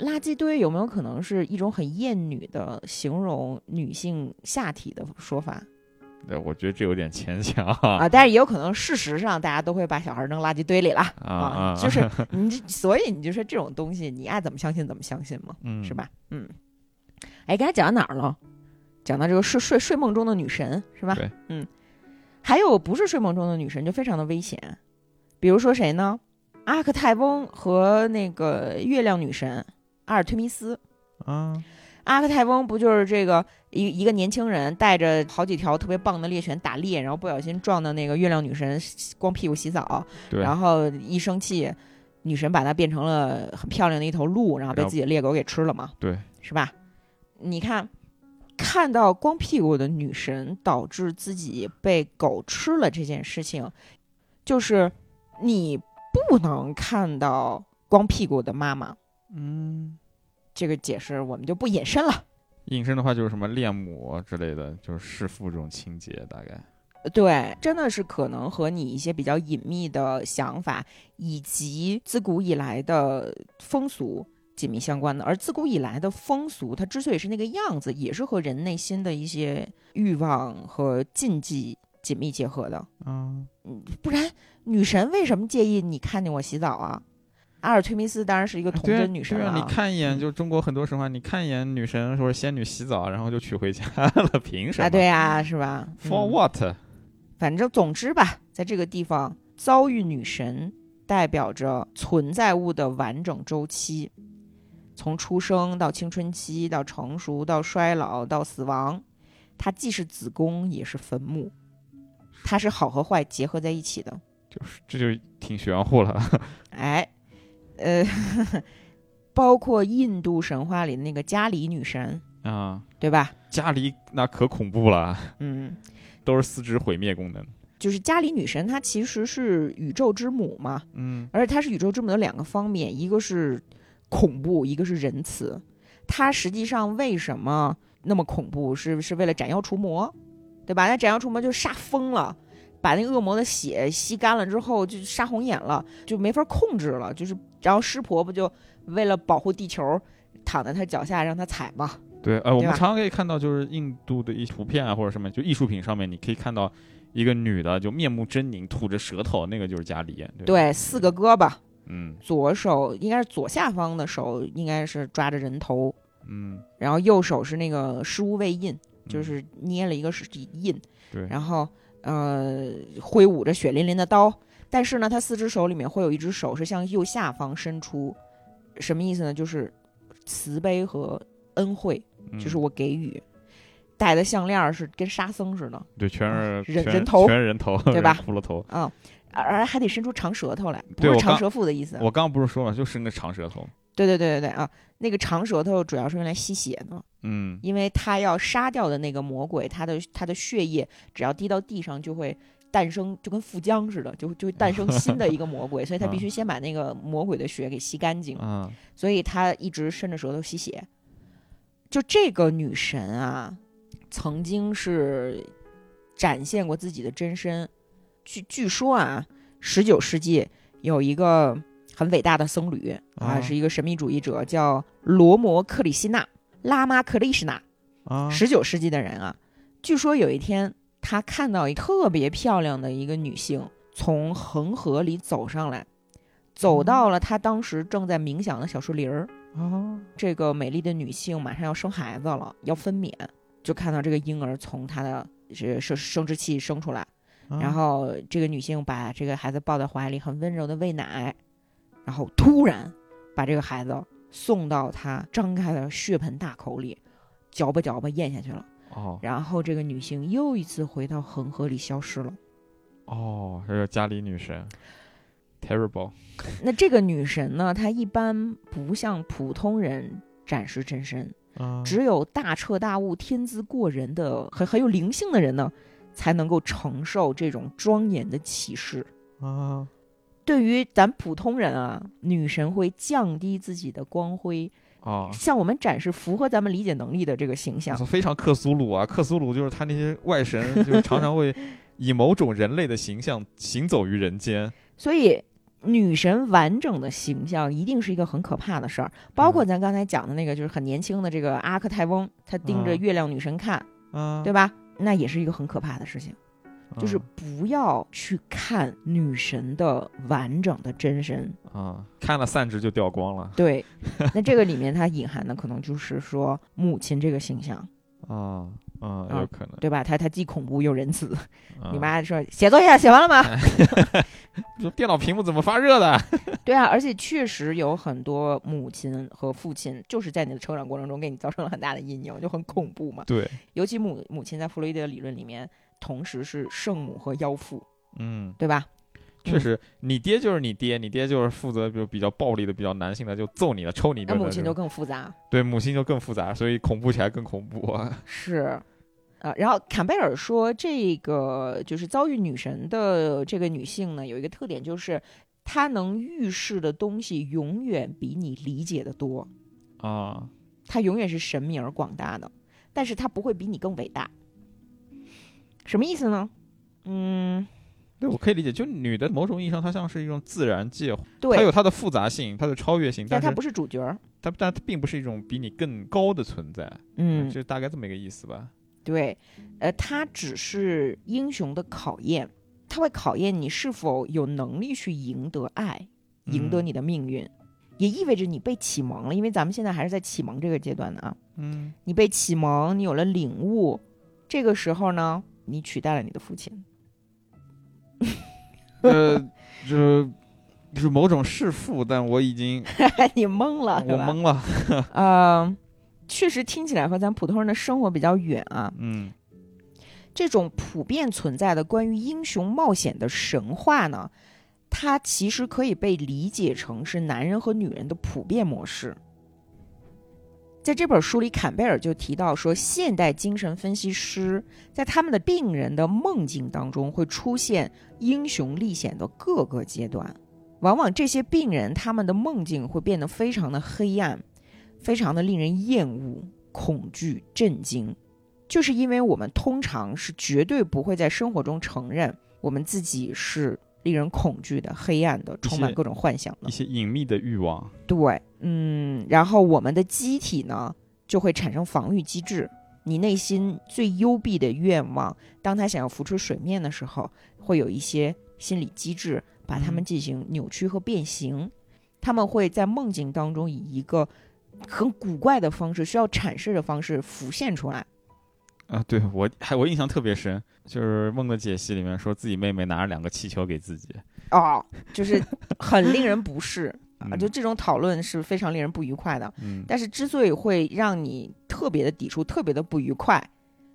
A: 垃圾堆有没有可能是一种很厌女的形容女性下体的说法
B: 对，我觉得这有点牵强
A: 啊？但是也有可能，事实上大家都会把小孩扔垃圾堆里了
B: 啊
A: 啊，就是 你这，所以你就说这种东西，你爱怎么相信怎么相信嘛，
B: 嗯
A: 是？吧？嗯，哎，刚才讲到哪儿了？讲到这个睡睡睡梦中的女神是吧
B: 对？
A: 嗯，还有不是睡梦中的女神就非常的危险，比如说谁呢？阿克泰翁和那个月亮女神阿尔忒弥斯。
B: 啊
A: 阿克泰翁不就是这个一一个年轻人带着好几条特别棒的猎犬打猎，然后不小心撞到那个月亮女神光屁股洗澡，
B: 对，
A: 然后一生气，女神把它变成了很漂亮的一头鹿，然后被
B: 然后
A: 自己的猎狗给吃了嘛，
B: 对，
A: 是吧？你看，看到光屁股的女神导致自己被狗吃了这件事情，就是你不能看到光屁股的妈妈。
B: 嗯，
A: 这个解释我们就不引申了。
B: 隐身的话就是什么恋母之类的，就是弑父这种情节，大概
A: 对，真的是可能和你一些比较隐秘的想法，以及自古以来的风俗紧密相关的。而自古以来的风俗，它之所以是那个样子，也是和人内心的一些欲望和禁忌紧密结合的。
B: 啊，
A: 不然，女神为什么介意你看见我洗澡啊？阿尔忒弥斯当然是一个童
B: 对啊
A: 真女神
B: 对
A: 了、
B: 啊，你看一眼，
A: 嗯
B: 就中国很多神话，你看一眼女神或者仙女洗澡，然后就娶回家 了，凭什么？
A: 啊，对啊，是吧
B: For
A: 嗯
B: what？
A: 反正总之吧，在这个地方遭遇女神，代表着存在物的完整周期，从出生到青春期，到成熟，到衰老，到死亡，它既是子宫也是坟墓，它是好和坏结合在一起的。
B: 就是这就挺玄乎了。
A: 哎，呃， 包括印度神话里的那个伽梨女神，
B: 啊，
A: 对吧？
B: 家里那可恐怖了，
A: 嗯，
B: 都是四肢毁灭功能。
A: 就是伽梨女神，她其实是宇宙之母嘛，
B: 嗯
A: 而且它是宇宙之母的两个方面，一个是恐怖，一个是仁慈。它实际上为什么那么恐怖，是是为了斩妖除魔，对吧？那斩妖除魔就杀疯了，把那个恶魔的血吸干了之后，就杀红眼了，就没法控制了。就是，然后湿婆不就为了保护地球，躺在他脚下让他踩嘛？
B: 对，呃，我
A: 对
B: 们
A: 吧
B: 常常可以看到，就是印度的一图片啊，或者什么，就艺术品上面，你可以看到一个女的，就面目狰狞，吐着舌头，那个就是伽梨。对吧，
A: 对，四个胳膊，
B: 嗯
A: 左手应该是左下方的手应该是抓着人头，
B: 嗯，
A: 然后右手是那个尸无畏印，就
B: 嗯
A: 是捏了一个是印，
B: 对
A: 然后呃挥舞着血淋淋的刀，但是呢，他四只手里面会有一只手是向右下方伸出，什么意思呢？就是慈悲和恩惠，
B: 嗯
A: 就是我给予。戴的项链儿是跟沙僧似的，
B: 对，全是
A: 啊人
B: 全
A: 人头
B: 全是人头，
A: 对吧
B: 人骷髅头。
A: 啊、而而还得伸出长舌头来，不
B: 对
A: 是
B: 我
A: 长
B: 刚
A: 舌妇的意思。啊
B: 我刚刚不是说了，就是那长舌头。
A: 对对对对对啊，那个长舌头主要是用来吸血的。
B: 嗯，
A: 因为他要杀掉的那个魔鬼，他的他的血液只要滴到地上，就会诞生，就跟富江似的，就就会诞生新的一个魔鬼，所以他必须先把那个魔鬼的血给吸干净，
B: 啊，
A: 所以他一直伸着舌头吸血。就这个女神啊，曾经是展现过自己的真身。据据说啊，十九世纪有一个很伟大的僧侣啊，
B: 啊
A: 是一个神秘主义者，叫罗摩克里希那拉玛克利什那，
B: 啊
A: 十九世纪的人啊。据说有一天，他看到一特别漂亮的一个女性从恒河里走上来，走
B: 嗯
A: 到了他当时正在冥想的小树林儿。
B: 啊
A: 这个美丽的女性马上要生孩子了，要分娩，就看到这个婴儿从她的这生生殖器生出来，
B: 啊
A: 然后这个女性把这个孩子抱在怀里，很温柔的喂奶，然后突然把这个孩子送到她张开的血盆大口里，嚼吧嚼吧咽下去了，
B: 哦
A: 然后这个女性又一次回到恒河里消失了。
B: 哦，这是家里女神，terrible
A: 那这个女神呢，她一般不向普通人展示真身，
B: 啊
A: 只有大彻大悟、天资过人的、很很有灵性的人呢，才能够承受这种庄严的启示。
B: 啊
A: 对于咱普通人啊，女神会降低自己的光辉，
B: 啊，
A: 向我们展示符合咱们理解能力的这个形象。
B: 非常克苏鲁啊！克苏鲁就是他那些外神，就是常常会以某种人类的形象行走于人间。
A: 所以，女神完整的形象一定是一个很可怕的事儿。包括咱刚才讲的那个，就是很年轻的这个阿克泰翁，他盯着
B: 嗯
A: 月亮女神看，
B: 啊，
A: 对吧？那也是一个很可怕的事情。就是
B: 啊
A: 不要去看女神的完整的真身。
B: 啊，看了散值就掉光了
A: 对，那这个里面它隐含的可能就是说母亲这个形象，
B: 啊啊，有可能。
A: 对吧？它它既恐怖又仁慈。
B: 啊
A: 你妈说写作业写完了吗？
B: 说电脑屏幕怎么发 热的？
A: 对啊，而且确实有很多母亲和父亲就是在你的成长过程中给你造成了很大的阴影，就很恐怖嘛。
B: 对，
A: 尤其母母亲在弗洛伊德理论里面，同时是圣母和妖妇，
B: 嗯，
A: 对吧？嗯
B: 确实，你爹就是你爹，你爹就是负责就比较暴力的、比较男性的，就揍你了、抽你一
A: 那
B: 顿的
A: 母
B: 这
A: 亲
B: 种。
A: 就更复杂。
B: 对母亲就更复杂，所以恐怖起来更恐怖 啊。
A: 是，啊，然后坎贝尔说，这个就是遭遇女神的这个女性呢，有一个特点就是她能预示的东西永远比你理解的多，
B: 啊
A: 她永远是神秘而广大的，但是她不会比你更伟大。什么意思呢？嗯，
B: 对，我可以理解，就女的某种意义上她像是一种自然界，它
A: 对
B: 有，它的复杂性，它的超越性，
A: 但
B: 但
A: 她
B: 是
A: 不是主角儿。
B: 它但它并不是一种比你更高的存在，
A: 嗯
B: 就，大概这么一个意思吧。
A: 对，呃，它只是英雄的考验，它会考验你是否有能力去赢得爱，赢得
B: 嗯
A: 你的命运，也意味着你被启蒙了，因为咱们现在还是在启蒙这个阶段呢啊，
B: 嗯
A: 你被启蒙，你有了领悟，这个时候呢，你取代了你的父亲，
B: 呃，这就是某种弑父，但我 已经
A: 你懵了，
B: 我
A: 了，
B: 懵了。
A: 呃，确实听起来和咱普通人的生活比较远啊，
B: 嗯
A: 这种普遍存在的关于英雄冒险的神话呢，它其实可以被理解成是男人和女人的普遍模式。在这本书里，坎贝尔就提到说，现代精神分析师在他们的病人的梦境当中会出现英雄历险的各个阶段。往往这些病人他们的梦境会变得非常的黑暗，非常的令人厌恶、恐惧、震惊。就是因为我们通常是绝对不会在生活中承认我们自己是令人恐惧的、黑暗的、
B: 些
A: 充满各种幻想
B: 一
A: 的。
B: 些隐秘的欲望。
A: 对，嗯，然后我们的机体呢就会产生防御机制。你内心最幽闭的愿望，当它想要浮出水面的时候，会有一些心理机制把它们
B: 嗯
A: 进行扭曲和变形。他们会在梦境当中以一个很古怪的方式，需要阐释的方式浮现出来。
B: 啊，对我还我印象特别深，就是《梦的解析》里面说自己妹妹拿了两个气球给自己，
A: 哦，就是很令人不适啊！
B: 嗯
A: 就这种讨论是非常令人不愉快的。
B: 嗯
A: 但是之所以会让你特别的抵触、特别的不愉快，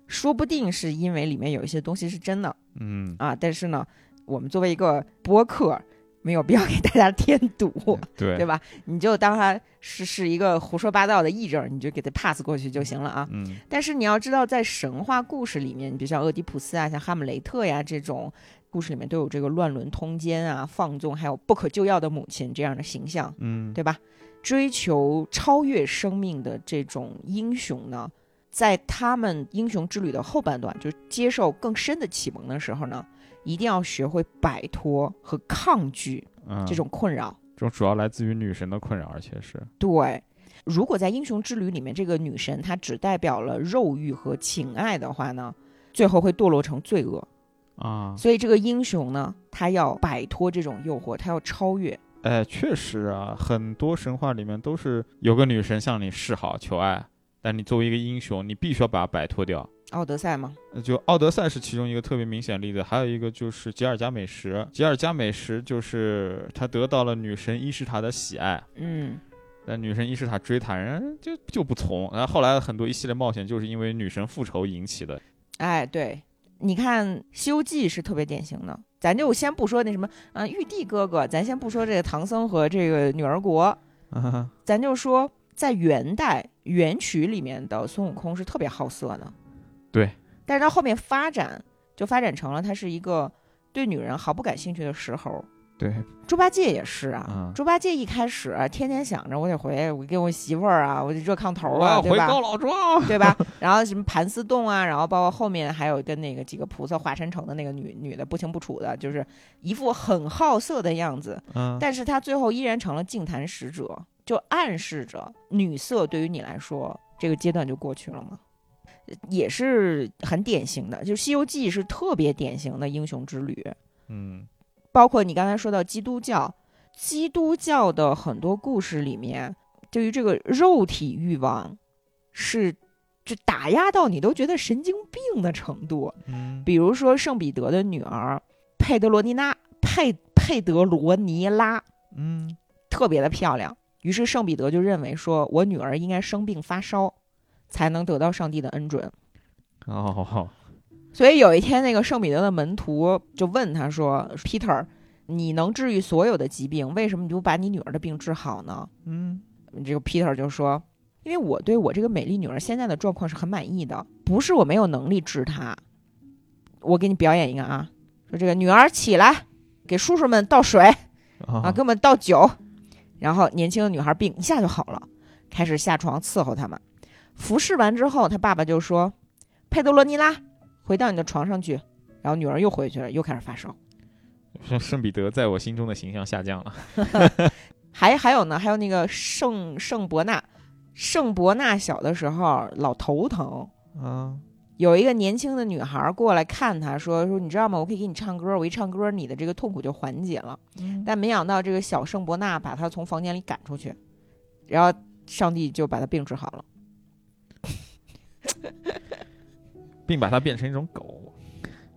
A: 说不定是因为里面有一些东西是真的
B: 嗯，
A: 啊。但是呢，我们作为一个播客，没有必要给大家添堵， 对
B: 对，
A: 吧？你就当它是是一个胡说八道的癔症，你就给它 pass 过去就行了啊。
B: 嗯
A: 但是你要知道，在神话故事里面，你比如像俄狄浦斯啊、像哈姆雷特呀这种故事里面，都有这个乱伦通奸啊、放纵，还有不可救药的母亲这样的形象，
B: 嗯，
A: 对吧？追求超越生命的这种英雄呢，在他们英雄之旅的后半段，就是接受更深的启蒙的时候呢，一定要学会摆脱和抗拒
B: 嗯
A: 这种困扰。
B: 这种主要来自于女神的困扰，而且是
A: 对，如果在英雄之旅里面，这个女神她只代表了肉欲和情爱的话呢，最后会堕落成罪恶。
B: 啊，
A: 所以这个英雄呢，他要摆脱这种诱惑，他要超越。
B: 哎，确实啊，很多神话里面都是有个女神向你示好求爱，但你作为一个英雄，你必须要把它摆脱掉。
A: 奥德赛吗？
B: 呃就奥德赛是其中一个特别明显的例子，还有一个就是吉尔加美什。吉尔加美什就是他得到了女神伊什塔的喜爱，
A: 嗯，
B: 但女神伊什塔追他，人家就就不从。然后后来很多一系列冒险就是因为女神复仇引起的。
A: 哎，对，你看《西游记》是特别典型的。咱就先不说那什么，啊，玉帝哥哥，咱先不说这个唐僧和这个女儿国，咱就说在元代元曲里面的孙悟空是特别好色的，
B: 对。
A: 但是到后面发展，就发展成了他是一个对女人毫不感兴趣的石猴。
B: 对，
A: 猪八戒也是啊，
B: 嗯
A: 猪八戒一开始啊天天想着我得回，我给我媳妇儿啊，我得热炕头
B: 我
A: 啊，
B: 要
A: 对
B: 回
A: 吧？
B: 高老庄。
A: 对吧？然后什么盘丝洞啊，然后包括后面还有跟那个几个菩萨化身成的那个女女的不清不楚的，就是一副很好色的样子，
B: 嗯，
A: 但是她最后依然成了净坛使者，就暗示着女色对于你来说这个阶段就过去了嘛，也是很典型的，就《西游记》是特别典型的英雄之旅，
B: 嗯，
A: 包括你刚才说到基督教，基督教的很多故事里面，对于这个肉体欲望是就打压到你都觉得神经病的程度。
B: 嗯，
A: 比如说圣彼得的女儿佩德罗尼娜佩佩德罗尼拉
B: 嗯，
A: 特别的漂亮，于是圣彼得就认为说，我女儿应该生病发烧，才能得到上帝的恩准。
B: 哦，
A: 所以有一天，那个圣彼得的门徒就问他说：“Peter，你能治愈所有的疾病，为什么你不把你女儿的病治好呢
B: 嗯，？”
A: 这个 Peter 就说：“因为我对我这个美丽女儿现在的状况是很满意的，不是我没有能力治她。我给你表演一个啊，说这个女儿起来，给叔叔们倒水啊，
B: 啊
A: 给我们倒酒。”然后年轻的女孩病一下就好了，开始下床伺候他们。服侍完之后，他爸爸就说：“佩德罗尼拉，回到你的床上去。”然后女儿又回去了，又开始发烧。
B: 圣彼得在我心中的形象下降了。
A: 还还有呢，还有那个圣圣伯纳，圣伯纳小的时候老头疼，
B: 啊，
A: 有一个年轻的女孩过来看他说说，你知道吗？我可以给你唱歌，我一唱歌，你的这个痛苦就缓解了。但没想到这个小圣伯纳把他从房间里赶出去，然后上帝就把他病治好了。
B: 并把它变成一种狗。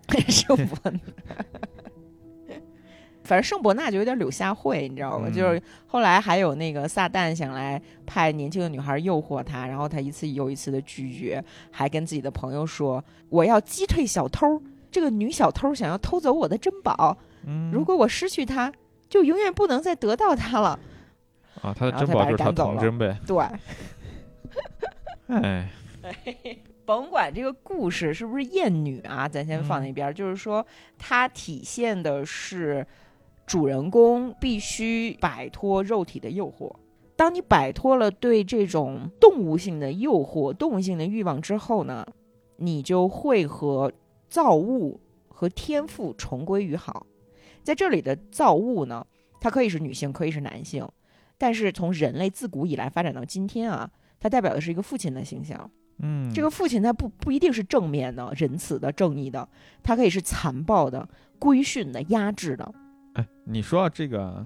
A: 圣伯纳，反正圣伯纳就有点柳下惠，你知道吗？
B: 嗯
A: 就是后来还有那个撒旦想来派年轻的女孩诱惑他，然后他一次又一次的拒绝，还跟自己的朋友说：“我要击退小偷，这个女小偷想要偷走我的珍宝，
B: 嗯
A: 如果我失去她，就永远不能再得到她了。
B: 啊，他的
A: 然后
B: 珍
A: 他
B: 宝
A: 把
B: 就是
A: 它
B: 他
A: 赶走
B: 童
A: 了
B: 真呗”。
A: 对，
B: 哎，
A: 甭管这个故事是不是艳女啊，咱先放那边儿，就是说它体现的是主人公必须摆脱肉体的诱惑。当你摆脱了对这种动物性的诱惑、动物性的欲望之后呢，你就会和造物和天赋重归于好。在这里的造物呢，它可以是女性，可以是男性，但是从人类自古以来发展到今天啊，它代表的是一个父亲的形象。
B: 嗯，
A: 这个父亲他不不一定是正面的、仁慈的、正义的，他可以是残暴的、规训的、压制的。
B: 哎，你说到这个，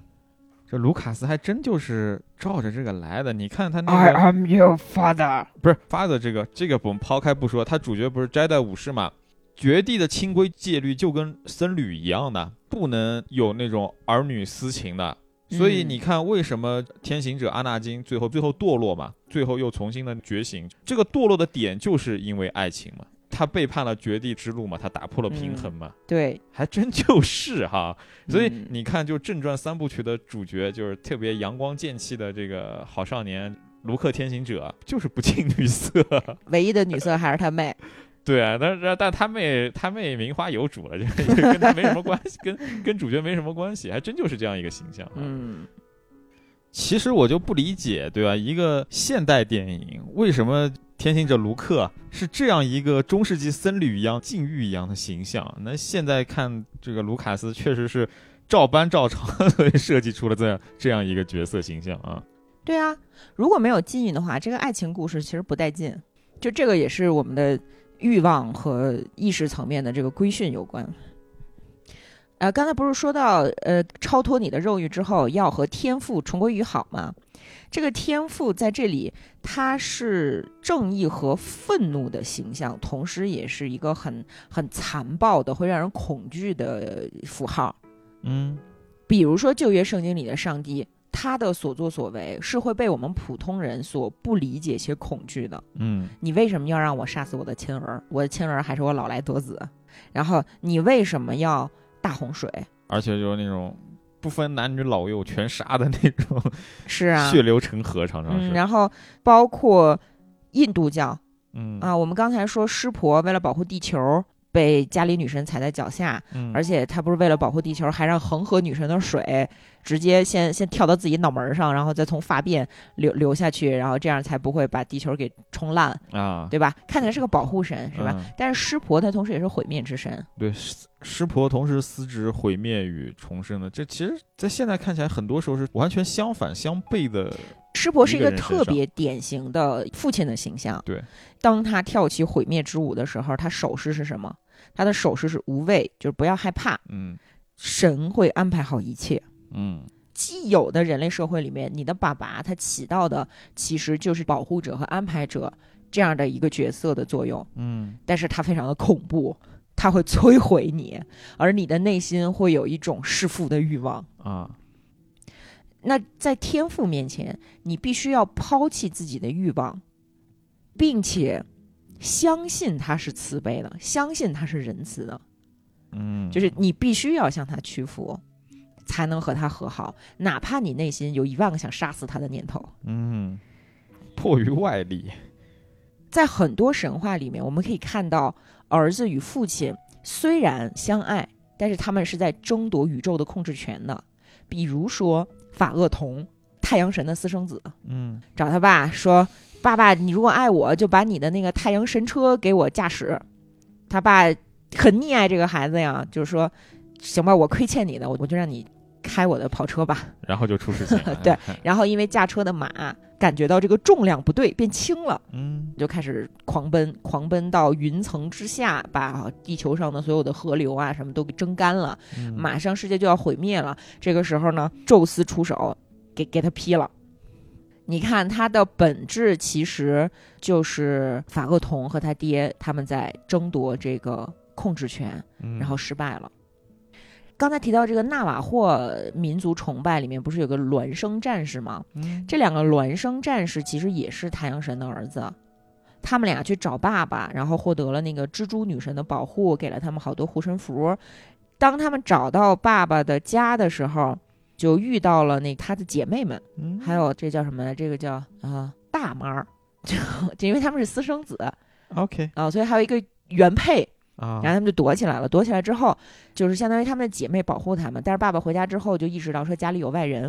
B: 这卢卡斯还真就是照着这个来的。你看他那个
A: am your father。
B: 不是发的这个，这个我们抛开不说，他主角不是斋带武士嘛？绝地的清规戒律就跟僧侣一样的，不能有那种儿女私情的。所以
A: 嗯
B: 你看，为什么天行者阿纳金最后最后堕落嘛，最后又重新的觉醒？这个堕落的点就是因为爱情嘛，他背叛了绝地之路嘛，他打破了平衡嘛，
A: 对，
B: 还真就是哈。所以
A: 嗯
B: 你看，就正传三部曲的主角，就是特别阳光剑气的这个好少年卢克天行者，就是不近女色。
A: 唯一的女色还是他妹。
B: 对啊，但是但他妹他妹名花有主了，这个也跟他没什么关系，跟跟主角没什么关系，还真就是这样一个形象。，啊
A: 嗯，
B: 其实我就不理解，对吧？一个现代电影为什么天行者卢克是这样一个中世纪僧侣一样、禁欲一样的形象？那现在看这个卢卡斯，确实是
C: 照搬照抄，所以设计出了这样这样一个角色形象啊。
A: 对啊，如果没有禁欲的话，这个爱情故事其实不带劲。就这个也是我们的欲望和意识层面的这个规训有关。呃，刚才不是说到呃，超脱你的肉欲之后，要和天赋重归于好吗？这个天赋在这里，它是正义和愤怒的形象，同时也是一个很很残暴的、会让人恐惧的符号。
C: 嗯
A: 比如说旧约圣经里的上帝，他的所作所为是会被我们普通人所不理解且恐惧的。
C: 嗯
A: 你为什么要让我杀死我的亲儿？我的亲儿还是我老来得子。然后你为什么要大洪水？
C: 而且就是那种不分男女老幼全杀的那种，
A: 是啊，
C: 血流成河，常常
A: 嗯，
C: 是。
A: 然后包括印度教
C: 嗯
A: 啊，我们刚才说湿婆为了保护地球被伽利女神踩在脚下，
C: 嗯
A: 而且他不是为了保护地球，还让恒河女神的水直接先先跳到自己脑门儿上，然后再从发辫流流下去，然后这样才不会把地球给冲烂，
C: 啊，
A: 对吧？看起来是个保护神，是吧？
C: 嗯
A: 但是湿婆他同时也是毁灭之神，
C: 对，湿湿婆同时司职毁灭与重生的，这其实，在现在看起来，很多时候是完全相反相悖的。
A: 湿婆是一
C: 一个
A: 个
C: 人身
A: 特别典型的父亲的形象。
C: 对，
A: 当他跳起毁灭之舞的时候，他手势是什么？他的手势是无畏，就是不要害怕，
C: 嗯
A: 神会安排好一切。
C: 嗯
A: 既有的人类社会里面，你的爸爸他起到的其实就是保护者和安排者这样的一个角色的作用，
C: 嗯
A: 但是他非常的恐怖，他会摧毁你，而你的内心会有一种弑父的欲望。
C: 啊，
A: 那在天赋面前，你必须要抛弃自己的欲望，并且相信他是慈悲的，相信他是仁慈的，
C: 嗯，
A: 就是你必须要向他屈服，才能和他和好，哪怕你内心有一万个想杀死他的念头。
C: 嗯，迫于外力。
A: 在很多神话里面，我们可以看到儿子与父亲虽然相爱，但是他们是在争夺宇宙的控制权的。比如说法厄同，太阳神的私生子，
C: 嗯
A: 找他爸说：“爸爸，你如果爱我，就把你的那个太阳神车给我驾驶。”他爸很溺爱这个孩子呀，就是说：“行吧，我亏欠你的，我我就让你开我的跑车吧。
C: 然后就出事情了 哎
A: 对，”然后因为驾车的马感觉到这个重量不对，变轻了，
C: 嗯
A: 就开始狂奔，狂奔到云层之下，把地球上的所有的河流啊什么都给蒸干了。
C: 嗯
A: 马上世界就要毁灭了。这个时候呢，宙斯出手给给他劈了。你看，他的本质其实就是法厄同和他爹他们在争夺这个控制权，
C: 嗯
A: 然后失败了。刚才提到这个纳瓦霍民族崇拜里面不是有个孪生战士吗？
C: 嗯
A: 这两个孪生战士其实也是太阳神的儿子，他们俩去找爸爸，然后获得了那个蜘蛛女神的保护，给了他们好多护身符。当他们找到爸爸的家的时候，就遇到了那他的姐妹们，
C: 嗯
A: 还有这叫什么来？这个叫啊、大妈儿，就就因为他们是私生子啊、
C: OK
A: 所以还有一个原配，
C: 啊
A: 然后他们就躲起来了。躲起来之后，就是相当于他们的姐妹保护他们。但是爸爸回家之后就意识到说家里有外人，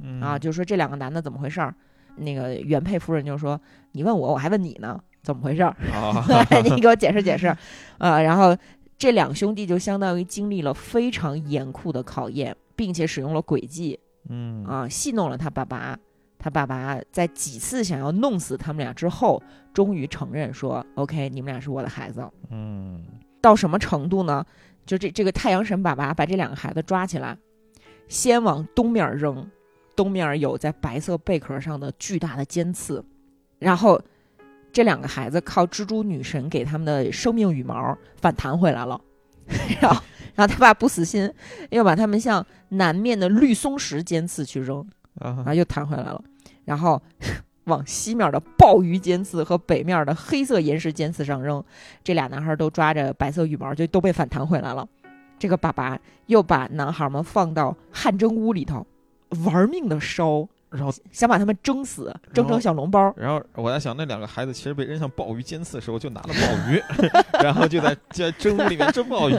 C: 嗯
B: 嗯
A: 啊，就说这两个男的怎么回事儿？那个原配夫人就说：“你问我，我还问你呢，怎么回事儿？
C: 啊
A: 你给我解释解释。”呃，然后这两兄弟就相当于经历了非常严酷的考验，并且使用了诡计
C: 嗯
A: 啊，戏弄了他爸爸。他爸爸在几次想要弄死他们俩之后，终于承认说：“OK，你们俩是我的孩子。”
C: 嗯
A: 到什么程度呢？就这这个太阳神爸爸把这两个孩子抓起来，先往东面扔，东面有在白色贝壳上的巨大的尖刺，然后这两个孩子靠蜘蛛女神给他们的生命羽毛反弹回来了， 然后然后他爸不死心，又把他们向南面的绿松石尖刺去扔，然
C: 啊
A: 后又弹回来了，然后 往西面的鲍鱼尖刺和北面的黑色岩石尖刺上扔，这俩男孩都抓着白色羽毛，就都被反弹回来了。这个爸爸又把男孩们放到汗蒸屋里头，玩命的烧，
C: 然后
A: 想把他们蒸死，
C: 然
A: 蒸
C: 后
A: 成小 笼包。
C: 然后我在想，那两个孩子其实被扔向鲍鱼尖刺的时候，就拿了鲍鱼， 然后就在就在 蒸屋里面蒸鲍鱼。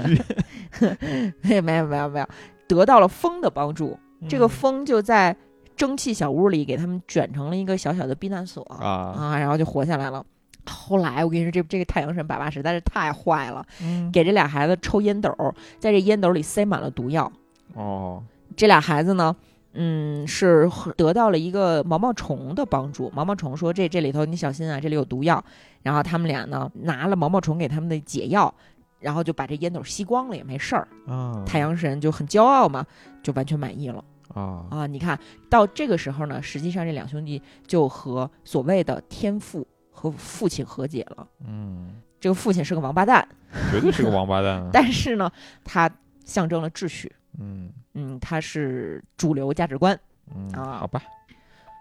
A: 没有没有没有没有，得到了风的帮助， 这
C: 嗯
A: 个风就在蒸汽小屋里给他们卷成了一个小小的避难所
C: 啊，
A: 啊，然后就活下来了。后来我跟你说，这这个太阳神爸爸实在是太坏了，
C: 嗯
A: 给这俩孩子抽烟斗，在这烟斗里塞满了毒药，
B: 哦，
A: 这俩孩子呢，嗯，是得到了一个毛毛虫的帮助。毛毛虫说：“这这里头你小心啊，这里有毒药。”然后他们俩呢拿了毛毛虫给他们的解药，然后就把这烟斗吸光了，也没事儿。
B: 啊，
A: 太阳神就很骄傲嘛，就完全满意了
B: 啊，
A: 啊！你看到这个时候呢，实际上这两兄弟就和所谓的天父和父亲和解了。
B: 嗯，
A: 这个父亲是个王八蛋，
B: 绝对是个王八蛋啊，
A: 但是呢，他象征了秩序，
B: 嗯
A: 嗯，他是主流价值观。
B: 嗯，
A: 啊
B: 好吧，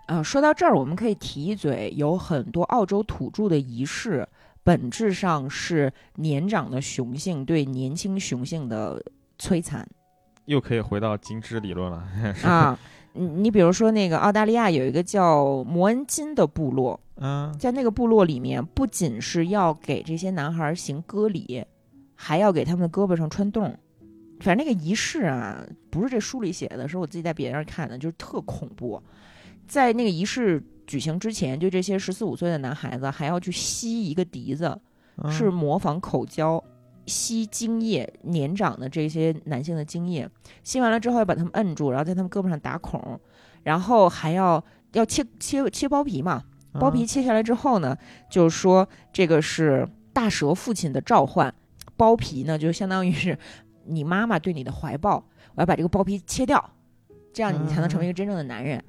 A: 啊，说到这儿，我们可以提一嘴，有很多澳洲土著的仪式，本质上是年长的雄性对年轻雄性的摧残
D: 又可以回到金枝理论了。
A: 啊。你你比如说那个澳大利亚有一个叫摩恩金的部落，
B: 嗯，
A: 在那个部落里面，不仅是要给这些男孩儿行割礼，还要给他们的胳膊上穿洞。反正那个仪式啊，不是这书里写的，是我自己在别人看的，就是特恐怖。在那个仪式举行之前，就这些十四五岁的男孩子还要去吸一个笛子，
B: 嗯
A: 是模仿口交，吸精液，年长的这些男性的精液，吸完了之后要把他们摁住，然后在他们胳膊上打孔，然后还要要切切切包皮嘛，
B: 嗯
A: 包皮，切下来之后呢，就是说这个是大蛇父亲的召唤，包皮呢就相当于是你妈妈对你的怀抱，我要把这个包皮切掉，这样你才能成为一个真正的男人。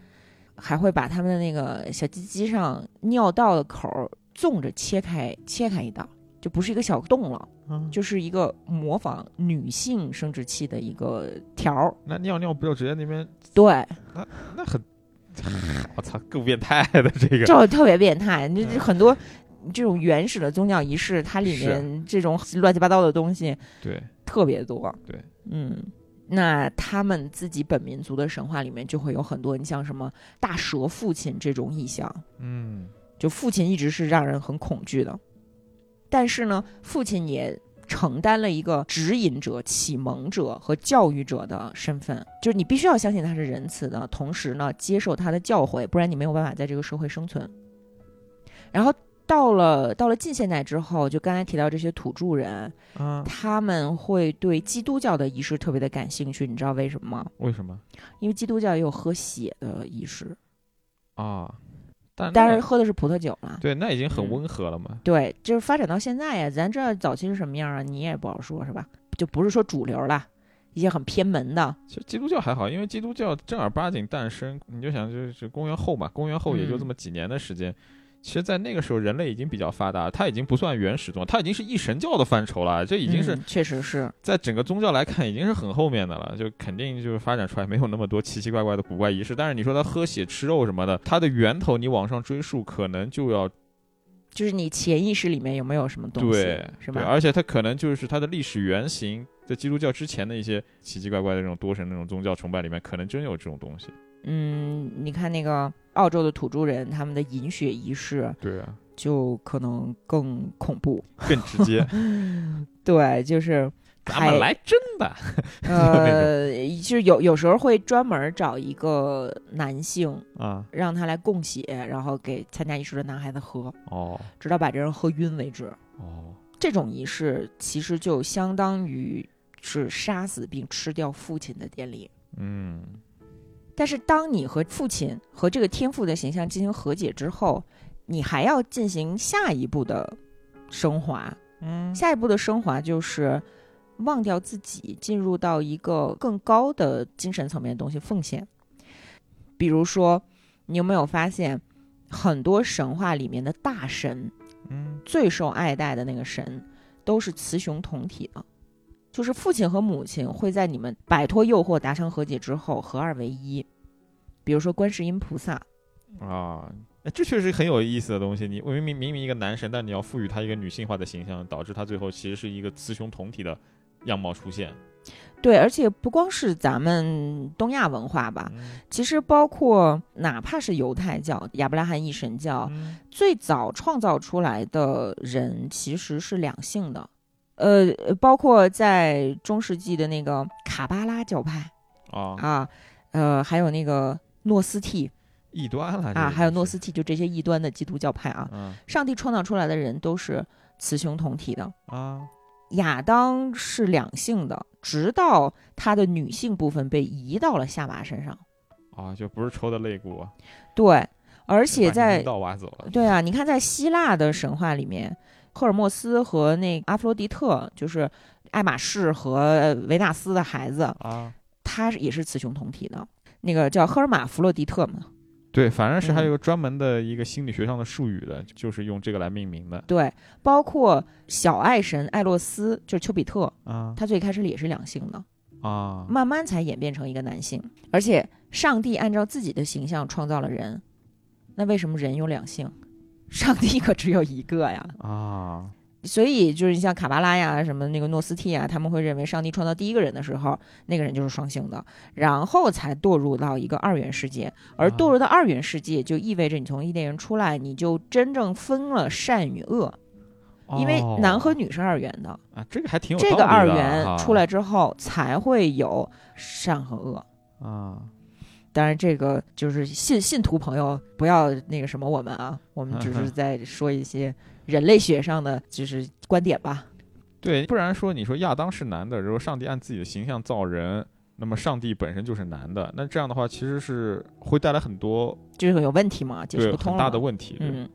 A: 还会把他们的那个小鸡鸡上尿道的口儿纵着切开，切开一道，就不是一个小洞了，
B: 嗯
A: 就是一个模仿女性生殖器的一个条儿。
B: 那尿尿不就直接那边，
A: 对，
B: 那很，我操，够变态的这个，
A: 这特别变态，你这
B: 嗯
A: 很多这种原始的宗教仪式，它里面这种乱七八糟的东西
B: 对，
A: 特别多。
B: 对，
A: 嗯，那他们自己本民族的神话里面就会有很多，你像什么大蛇父亲这种意象，
B: 嗯
A: 就父亲一直是让人很恐惧的，但是呢，父亲也承担了一个指引者、启蒙者和教育者的身份，就是你必须要相信他是仁慈的，同时呢，接受他的教诲，不然你没有办法在这个社会生存。然后到了到了近现代之后，就刚才提到这些土著人，
B: 啊，
A: 他们会对基督教的仪式特别的感兴趣，你知道为什么吗？
B: 为什么
A: 因为基督教也有喝血的仪式，
B: 啊？但
A: 当
B: 那
A: 然喝的是葡萄酒啦。
B: 对，那已经很
A: 嗯
B: 温和了嘛，
A: 对，就是发展到现在呀，咱这早期是什么样啊，你也不好说，是吧？就不是说主流了，一些很偏门的，
B: 其实基督教还好，因为基督教正儿八经诞生，你就想就是公元后嘛，公元后也就这
A: 嗯
B: 么几年的时间。其实，在那个时候，人类已经比较发达，它已经不算原始宗，它已经是一神教的范畴了。这已经是
A: 嗯确实是
B: 在整个宗教来看，已经是很后面的了，就肯定就是发展出来没有那么多奇奇怪怪的古怪仪式。但是你说它喝血吃肉什么的，它的源头你往上追溯，可能就要
A: 就是你潜意识里面有没有什么东西，
B: 对，
A: 是
B: 对
A: 吧？
B: 而且它可能就是它的历史原型，在基督教之前的一些奇奇怪怪的那种多神那种宗教崇拜里面，可能真有这种东西。
A: 嗯，你看那个澳洲的土著人，他们的饮血仪式
B: 对啊，
A: 就可能更恐怖。
B: 更直接。
A: 对， 就是
B: 咱
A: 还
B: 们来真的，
A: 呃，就是有有时候会专门找一个男性
B: 啊，
A: 让他来供血，然后给参加仪式的男孩子喝，
B: 哦
A: 直到把这人喝晕为止。
B: 哦，
A: 这种仪式其实就相当于是杀死并吃掉父亲的典礼。
B: 嗯，
A: 但是，当你和父亲和这个天赋的形象进行和解之后，你还要进行下一步的升华。嗯，下一步的升华就是忘掉自己，进入到一个更高的精神层面的东西奉献。比如说，你有没有发现，很多神话里面的大神，
B: 嗯，
A: 最受爱戴的那个神都是雌雄同体的，就是父亲和母亲会在你们摆脱诱惑、达成和解之后合二为一。比如说观世音菩萨，
B: 啊。哎这确实很有意思的东西。你明明明明一个男神，但你要赋予他一个女性化的形象，导致他最后其实是一个雌雄同体的样貌出现。
A: 对，而且不光是咱们东亚文化吧，
B: 嗯
A: 其实包括哪怕是犹太教、亚伯拉罕一神教，
B: 嗯
A: 最早创造出来的人其实是两性的，呃，包括在中世纪的那个卡巴拉教派
B: 啊，
A: 啊，呃，还有那个诺斯替，
B: 异端了
A: 啊，还有诺斯，替，就这些异端的基督教派啊
B: 这，个是嗯
A: 上帝创造出来的人都是雌雄同体的。
B: 啊，
A: 亚当是两性的，直到他的女性部分被移到了夏娃身上。
B: 啊，就不是抽的肋骨啊，
A: 对，而
B: 把
A: 且
B: 你
A: 在
B: 阴道挖走了。
A: 对啊，你看在希腊的神话里面，赫尔墨斯和那阿弗罗狄特，就是爱马仕和维纳斯的孩子，
B: 啊，
A: 他是也是雌雄同体的。那个叫赫尔马弗洛狄特嘛，
C: 对，反正是还
A: 嗯
C: 有一个专门的一个心理学上的术语的，就是用这个来命名的
A: 对，包括小爱神艾洛斯，就是丘比特，
C: 啊
A: 他最开始也是两性的，
C: 啊
A: 慢慢才演变成一个男性。而且上帝按照自己的形象创造了人，那为什么人有两性？上帝可只有一个呀，
C: 啊！
A: 所以就是你像卡巴拉呀、什么那个诺斯替啊，他们会认为上帝创造第一个人的时候，那个人就是双性的，然后才堕入到一个二元世界。而
C: 啊
A: 堕入到二元世界，就意味着你从伊甸园出来，你就真正分了善与恶，因为
C: 哦
A: 男和女是二元的。
C: 啊，这个还挺有
A: 这
C: 道
A: 个
C: 理
A: 二
C: 的
A: 元
C: 哈
A: 出来之后，才会有善和恶。
C: 啊，
A: 当然，这个就是信信徒朋友不要那个什么我们啊，我们只 是在说一些人类学上的就是观点吧。
C: 对，不然说你说亚当是男的，然后上帝按自己的形象造人，那么上帝本身就是男的，那这样的话其实是会带来很多
A: 就是有问题嘛，解释
C: 对
A: 不
C: 很
A: 通了
C: 大
A: 嘛
C: 的问题。对，
A: 嗯，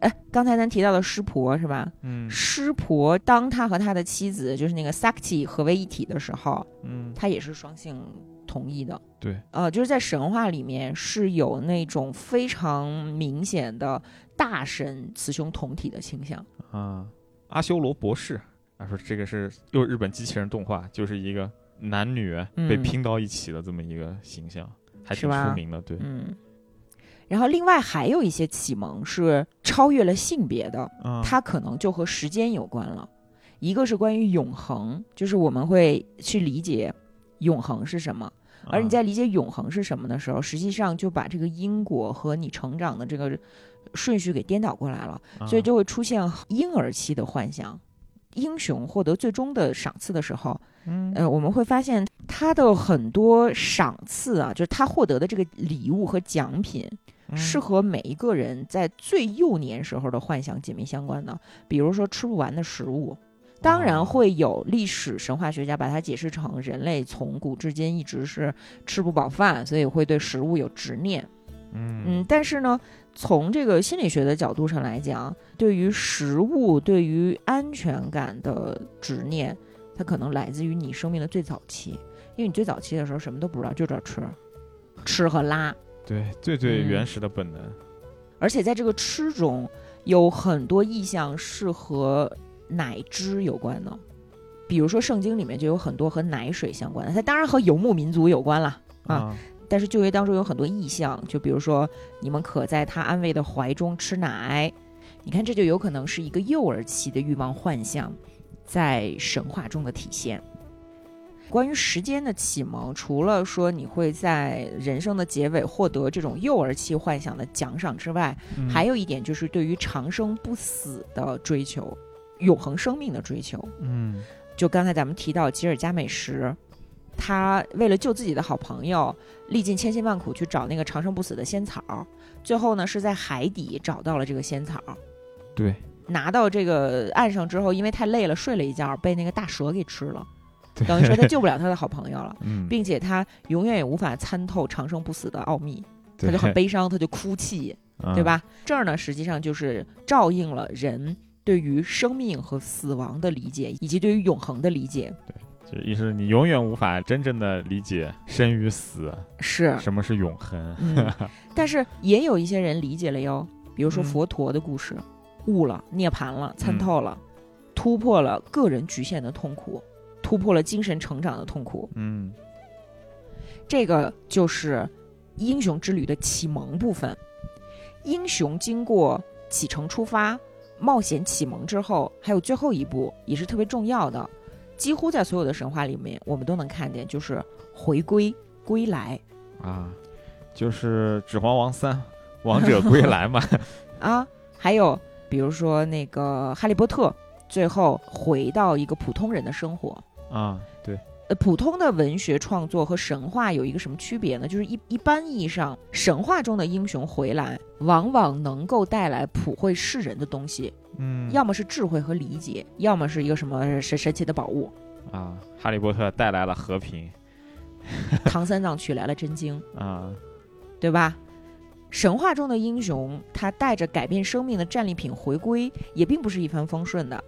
A: 哎，刚才咱提到的湿婆是吧？
C: 嗯
A: 湿婆当他和他的妻子就是那个 Sakti 合为一体的时候，
C: 嗯，
A: 他也是双性同意的。
C: 对，
A: 呃，就是在神话里面是有那种非常明显的大神雌雄同体的倾向。
C: 啊，阿修罗博士，他说这个是又日本机器人动画，就是一个男女被
A: 嗯
C: 拼到一起的这么一个形象，还
A: 是
C: 挺
A: 吧
C: 出名的。对，
A: 嗯，然后另外还有一些启蒙是超越了性别的，
C: 嗯
A: 它可能就和时间有关了。一个是关于永恒，就是我们会去理解永恒是什么，而你
C: 啊
A: 在理解永恒是什么的时候，实际上就把这个因果和你成长的这个顺序给颠倒过来了，所以
C: 啊
A: 就会出现婴儿期的幻想。英雄获得最终的赏赐的时候，
C: 嗯
A: 呃，我们会发现他的很多赏赐啊，就是他获得的这个礼物和奖品，
C: 嗯
A: 是和每一个人在最幼年时候的幻想紧密相关的。比如说吃不完的食物，当然
C: 哦
A: 会有历史神话学家把它解释成人类从古至今一直是吃不饱饭，所以会对食物有执念。嗯
C: 嗯，
A: 但是呢，从这个心理学的角度上来讲，对于食物、对于安全感的执念，它可能来自于你生命的最早期，因为你最早期的时候什么都不知道，就知道吃，吃和拉。
C: 对，最最
A: 嗯
C: 原始的本能。
A: 而且在这个吃中有很多意象是和奶汁有关的，比如说圣经里面就有很多和奶水相关的，它当然和游牧民族有关了。啊
C: 啊，
A: 但是旧约当中有很多意象，就比如说你们可在他安慰的怀中吃奶，你看这就有可能是一个幼儿期的欲望幻象，在神话中的体现。关于时间的启蒙，除了说你会在人生的结尾获得这种幼儿期幻想的奖赏之外，
C: 嗯
A: 还有一点就是对于长生不死的追求，永恒生命的追求。
C: 嗯
A: 就刚才咱们提到吉尔加美什，他为了救自己的好朋友，历尽千辛万苦去找那个长生不死的仙草，最后呢是在海底找到了这个仙草。
C: 对
A: 拿到这个岸上之后，因为太累了，睡了一觉，被那个大蛇给吃了，
C: 对，
A: 等 于说他救不了他的好朋友了，
C: 嗯，
A: 并且他永远也无法参透长生不死的奥秘，他
C: 对
A: 就很悲伤，他就哭泣，
B: 嗯
E: 嗯
A: 对？吧？这儿呢，实际上就是照应了人对于生命和死亡的理解，以及对于永恒的理解。
C: 啊就意思是你永远无法真正的理解生与死，
A: 是，
C: 什么是永恒。
A: 嗯，但是也有一些人理解了哟，比如说佛陀的故事，悟了、涅槃了、参透了，突破了个人局限的痛苦，突破了精神成长的痛苦，
C: 嗯
A: 这个就是英雄之旅的启蒙部分。英雄经过启程出发、冒险启蒙之后，还有最后一步也是特别重要的，几乎在所有的神话里面我们都能看见，就是回归、归来
E: 嗯
C: 啊，就是《指环王三》王者归来 嘛。
A: 啊。还有比如说那个《哈利波特》，最后回到一个普通人的生活。
C: 啊，对，
A: 呃，普通的文学创作和神话有一个什么区别呢？就是一一般意义上，神话中的英雄回来，往往能够带来普惠世人的东西，
B: 嗯
A: 要么是智慧和理解，要么是一个什么神神奇的宝物。
E: 啊，哈利波特带来了和平
A: 唐三藏取来了真经，
E: 啊，
A: 对吧？神话中的英雄，他带着改变生命的战利品回归，也并不是一帆风顺的。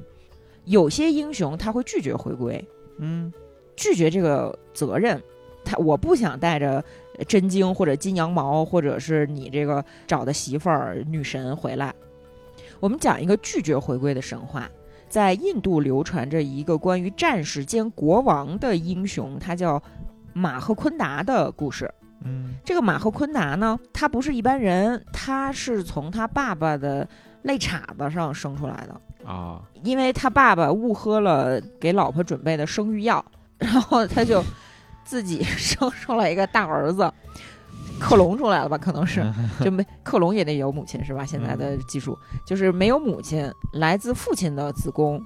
A: 有些英雄他会拒绝回归，
B: 嗯
A: 拒绝这个责任。他我不想带着呃真经或者金羊毛，或者是你这个找的媳妇儿女神回来。我们讲一个拒绝回归的神话，在印度流传着一个关于战士兼国王的英雄，他叫马赫昆达的故事。
B: 嗯
A: 这个马赫昆达呢，他不是一般人，他是从他爸爸的肋叉子上生出来的，
E: 啊，
A: 因为他爸爸误喝了给老婆准备的生育药， 然后他就自己生出了一个大儿子，克隆出来了吧？可能是，就没克隆也得有母亲是吧？现在的技术就是没有母亲，来自父亲的子宫，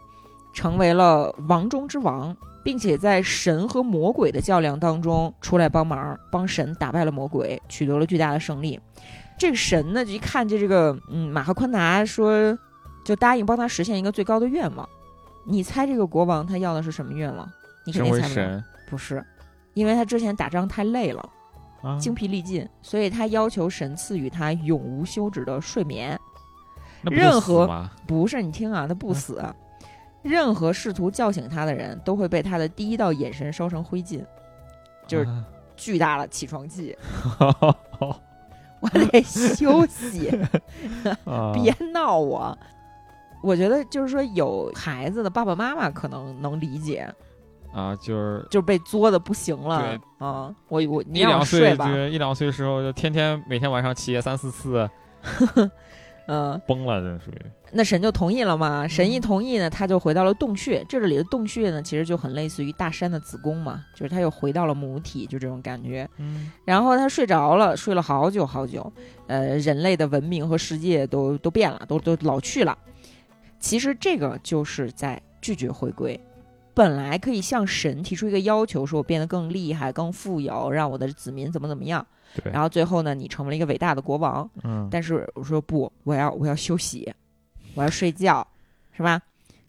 A: 成为了王中之王，并且在神和魔鬼的较量当中出来帮忙，帮神打败了魔鬼，取得了巨大的胜利。这个神呢，就一看这这个，嗯，马赫昆达说，就答应帮他实现一个最高的愿望。你猜这个国王他要的是什么愿望？你肯
E: 成
A: 定
E: 为
A: 猜不到。
E: 神
A: 不是，因为他之前打仗太累了，
B: 啊，
A: 精疲力尽，所以他要求神赐予他永无休止的睡眠。
E: 那不
A: 任
E: 就死
A: 何
E: 吗
A: 不是你听啊，他不死，
E: 嗯
A: 任何试图叫醒他的人都会被他的第一道眼神烧成灰烬，就是
B: 啊
A: 巨大的起床气。我得休息，
B: 啊
A: 别闹我。我觉得就是说，有孩子的爸爸妈妈可能能理解，
E: 啊，就是
A: 就是被作的不行了
E: 对
A: 啊！我我你
E: 一
A: 让
E: 两
A: 我睡
E: 岁
A: 吧
E: 就，是一两岁的时候，就天天每天晚上起夜三四次，
A: 嗯，
B: 崩了，这属于
A: 那神就同意了嘛？神
E: 嗯
A: 一同意呢，他就回到了洞穴。这里的洞穴呢，其实就很类似于大山的子宫嘛，就是他又回到了母体，就这种感觉。
B: 嗯
A: 然后他睡着了，睡了好久好久。呃，人类的文明和世界都都变了，都都老去了。其实这个就是在拒绝回归。本来可以向神提出一个要求，说我变得更厉害、更富有，让我的子民怎么怎么样。
B: 对
A: 然后最后呢，你成为了一个伟大的国王。
B: 嗯
A: 但是我说不，我要我要休息，我要睡觉，是吧？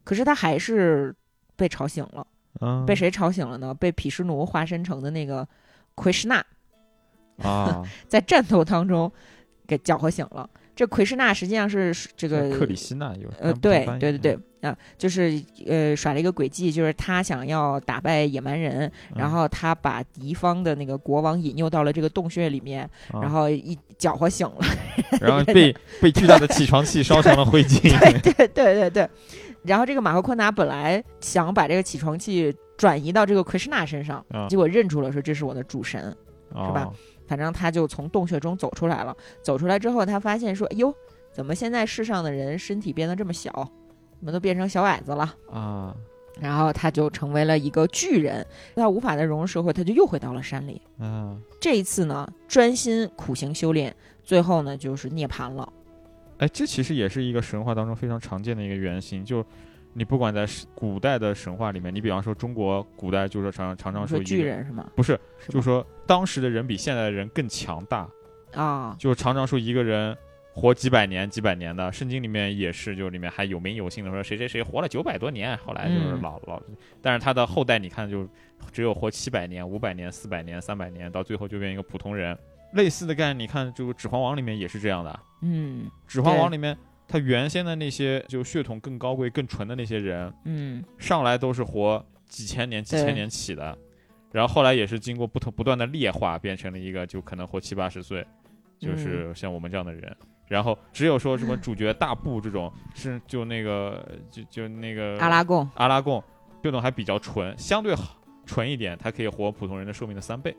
A: 可是他还是被吵醒了，
B: 啊
A: 被谁吵醒了呢？被毗湿奴化身成的那个奎什纳
B: 啊
A: 在战斗当中给搅和醒了。这奎什纳实际上是这个
B: 克里希纳有
A: 呃，对对对对，啊、
B: 嗯
A: 就是呃耍了一个诡计，就是他想要打败野蛮人，
B: 嗯
A: 然后他把敌方的那个国王引诱到了这个洞穴里面，
B: 嗯
A: 然后一搅和醒了。
B: 啊然后被被巨大的起床气烧成了灰烬，
A: 对对对对。然后这个马克昆达本来想把这个起床气转移到这个奎什纳身上，
B: 啊
A: 结果认出了说这是我的主神。
B: 是
A: 吧？反正他就从洞穴中走出来了。走出来之后，他发现说：“哎呦，怎么现在世上的人身体变得这么小？怎么都变成小矮子了
E: 啊，？”
A: 然后他就成为了一个巨人，他无法再融入社会，他就又回到了山里。
B: 嗯，
A: 这一次呢，专心苦行修炼，最后呢就是涅槃了。
B: 哎，这其实也是一个神话当中非常常见的一个原型，就你不管在是古代的神话里面，你比方说中国古代就是常常常
A: 你说
B: 说一个
A: 巨，人是吗？
B: 不是，
A: 是
B: 就
A: 吗
B: 说当时的人比现在的人更强大，
A: 啊、
B: 就常常说一个人。活几百年、几百年的，圣经里面也是，就里面还有名有姓的说谁谁谁活了九百多年，后来就是
A: 嗯
B: 老、老，但是他的后代你看就只有活七百年、五百年、四百年、三百年，到最后就变一个普通人。类似的概念，你看就《指环王》里面也是这样的，
A: 嗯
B: 《指环王》
A: 对
B: 里面，他原先的那些就血统更高贵、更纯的那些人，
A: 嗯，
B: 上来都是活几千年、几
A: 对
B: 千年起的，然后后来也是经过不同不断的劣化，变成了一个就可能活七八十岁，
A: 嗯
B: 就是像我们这样的人。然后只有说什么主角大布这种是就那个就就那个
A: 阿拉贡。
B: 阿拉贡这种还比较纯，相对好纯一点，他可以活普通人的寿命的三倍。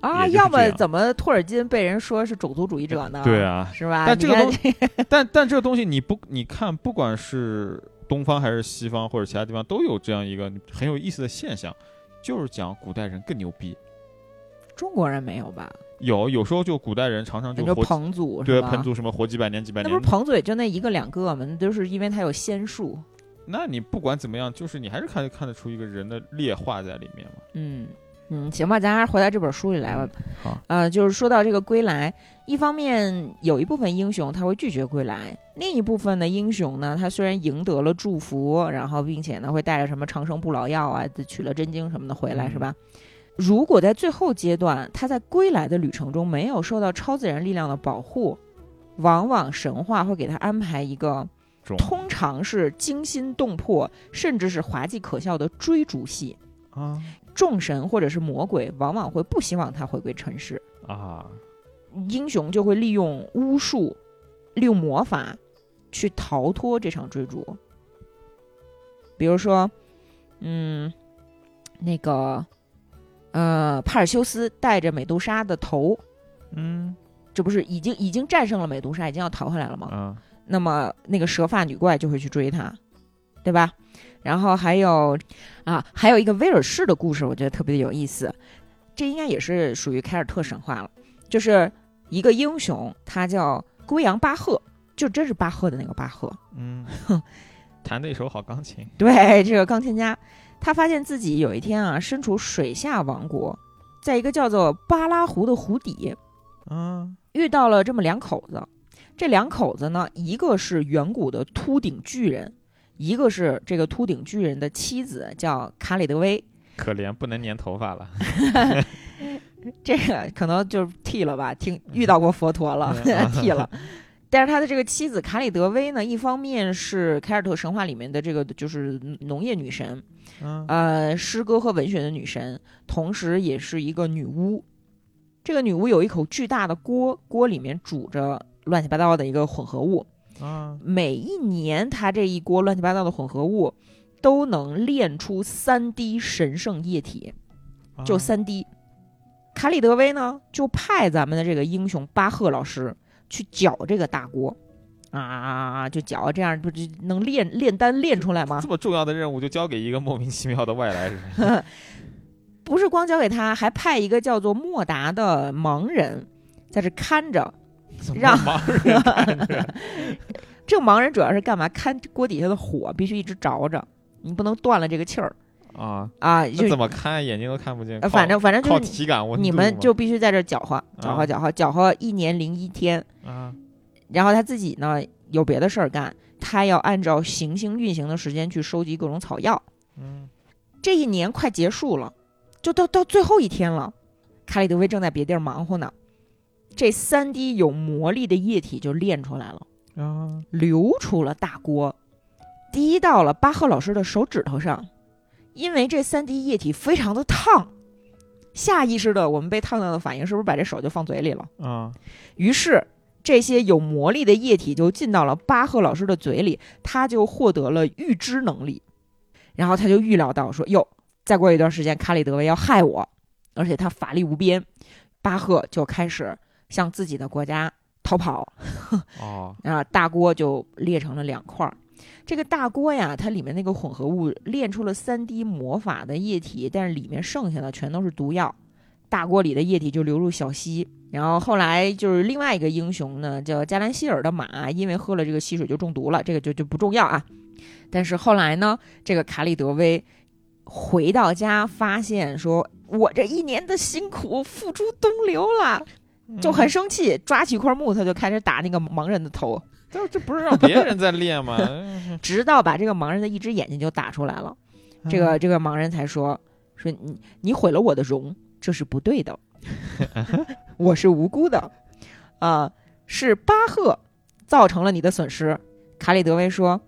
A: 啊，
B: 也就是
A: 要
B: 这
A: 么
B: 样
A: 怎么托尔金被人说是种族主义者呢？
B: 对，啊，
A: 是吧？
B: 但这
A: 你
B: 个
A: 看
B: 东西，但但这个东西你不你看，不管是东方还是西方或者其他地方，都有这样一个很有意思的现象，就是讲古代人更牛逼。
A: 中国人没有吧？
B: 有有时候就古代人常常就
A: 你说
B: 活几
A: 彭祖是
B: 对啊
A: 吧
B: 彭，祖什么活几百年几百
A: 那不是
B: 年，
A: 彭祖也就那一个两个吗？那就是因为他有仙术，
C: 那你不管怎么样，就是你还是看看得出一个人的劣化在里面嘛。
A: 嗯嗯，行吧，咱还是回到这本书里来吧。
C: 好，
A: 呃，就是说到这个归来，一方面有一部分英雄他会拒绝归来，另一部分的英雄呢，他虽然赢得了祝福，然后并且呢会带着什么长生不老药啊、取了真经什么的回来，
C: 嗯
A: 是吧？如果在最后阶段，他在归来的旅程中没有受到超自然力量的保护，往往神话会给他安排一个
C: 中
A: 通常是惊心动魄，甚至是滑稽可笑的追逐戏。
C: 啊
A: 众神或者是魔鬼往往会不希望他回归尘世，
C: 啊，
A: 英雄就会利用巫术、利用魔法去逃脱这场追逐。比如说，嗯，那个，呃，帕尔修斯带着美杜莎的头，
C: 嗯
A: 这不是已经已经战胜了美杜莎，已经要逃回来了吗？
C: 啊，
A: 那么那个蛇发女怪就会去追他，对吧？然后还有啊，还有一个威尔士的故事，我觉得特别有意思。这应该也是属于凯尔特神话了，就是一个英雄，他叫圭阳巴赫，就真是巴赫的那个巴赫，
C: 嗯， 弹的一手好钢琴，
A: 对， 这个钢琴家，他发现自己有一天啊，身处水下王国，在一个叫做巴拉湖的湖底，
C: 啊
A: 遇到了这么两口子，这两口子呢，一个是远古的秃顶巨人，一个是这个秃顶巨人的妻子，叫卡里德薇。
C: 可怜不能粘头发了，
A: 这个可能就是剃了吧，听遇到过佛陀了， 剃了。但是他的这个妻子卡里德薇呢，一方面是凯尔特神话里面的这个就是农业女神，
C: 啊
A: 呃，诗歌和文学的女神，同时也是一个女巫。这个女巫有一口巨大的锅，锅里面煮着乱七八糟的一个混合物。
C: 啊
A: 每一年他这一锅乱七八糟的混合物，都能炼出三滴神圣液体，
C: 啊
A: 就三滴。卡里德威呢，就派咱们的这个英雄巴赫老师去搅这个大锅，啊，就搅，这样不就能炼炼丹炼出来吗
C: 这？么重要的任务就交给一个莫名其妙的外来 人，
A: 不是光交给他，还派一个叫做莫达的盲人在这看着。
C: 怎么
A: 让
C: 盲人 看着
A: 这个盲人主要是干嘛？看锅底下的火，必须一直着着，你不能断了这个气儿
C: 啊？
A: 啊！就
C: 那怎么看眼睛都看不见，靠
A: 呃反正反正就是
C: 靠
A: 你
C: 体感
B: 哦
C: 温度
A: 你们就必须在这儿搅和，搅和，
C: 啊
A: 搅和，搅和一年零一天。
C: 嘛啊
A: 然后他自己呢有别的事儿干，他要按照行星运行的时间去收集各种草药。
C: 嗯
A: 这一年快结束了，就到到最后一天了，卡里德威正在别地儿忙活呢。这三滴有魔力的液体就炼出来了，
C: 啊
A: 流出了大锅，滴到了巴赫老师的手指头上。因为这三滴液体非常的烫，下意识的我们被烫到的反应是不是把这手就放嘴里了？
C: 啊
A: 于是这些有魔力的液体就进到了巴赫老师的嘴里，他就获得了预知能力。然后他就预料到说：“哟，再过一段时间，卡里德维要害我，而且他法力无边。”巴赫就开始向自己的国家逃跑，
C: 哦
A: 啊，大锅就裂成了两块儿。这个大锅呀，它里面那个混合物炼出了三滴魔法的液体，但是里面剩下的全都是毒药。大锅里的液体就流入小溪，然后后来就是另外一个英雄呢，叫加兰希尔的马，因为喝了这个溪水就中毒了，这个就就不重要啊。但是后来呢，这个卡里德威回到家，发现说我这一年的辛苦付诸东流了，
B: 嗯
A: 就很
C: 嗯
A: 生气，抓起一块木头就开始打那个盲人的头。
C: 这这不是让别人在练吗？
A: 直到把这个盲人的一只眼睛就打出来了， 这个这个盲人才说说你你毁了我的容，这是不对的，我是无辜的，啊、是巴赫造成了你的损失。卡里德威说，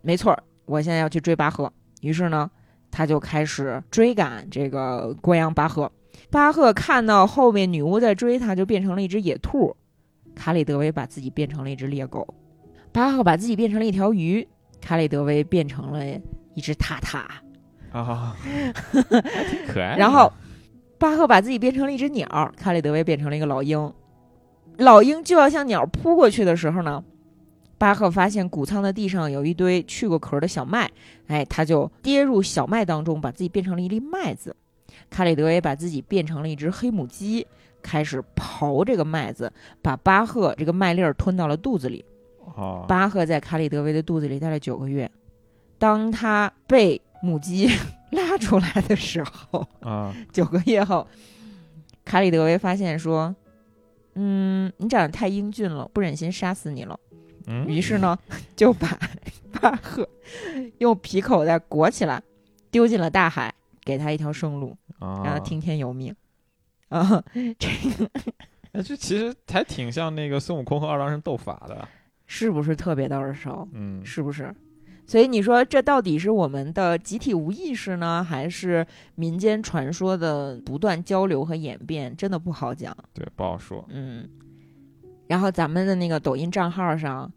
A: 没错儿，我现在要去追巴赫。于是呢，他就开始追赶这个郭阳巴赫。巴赫看到后面女巫在追他，就变成了一只野兔。卡里德威把自己变成了一只猎狗，巴赫把自己变成了一条鱼，卡里德威变成了一只塔塔。
C: 啊，挺可
B: 哎
C: 爱的。
A: 然后巴赫把自己变成了一只鸟，卡里德威变成了一个老鹰。老鹰就要向鸟扑过去的时候呢，巴赫发现谷仓的地上有一堆去过壳的小麦，哎，他就跌入小麦当中，把自己变成了一粒麦子。卡里德威把自己变成了一只黑母鸡，开始刨这个麦子，把巴赫这个麦粒儿吞到了肚子里。
C: 哦，
A: 巴赫在卡里德威的肚子里待了九个月，当他被母鸡 拉出来的时候，
C: 啊，
A: 九个月后，卡里德维发现说：“嗯，你长得太英俊了，不忍心杀死你了。”
C: 嗯
A: 于是呢，就把巴赫用皮口袋裹起来，丢进了大海，给他一条生路，
C: 啊，
A: 让他听天由命。啊，这个
C: 哎，这其实还挺像那个孙悟空和二郎神斗法的，
A: 是不是特别的耳熟？
C: 嗯，
A: 是不是？所以你说这到底是我们的集体无意识呢，还是民间传说的不断交流和演变？真的不好讲。
C: 对，不好说，
A: 嗯，然后咱们的那个抖音账号上，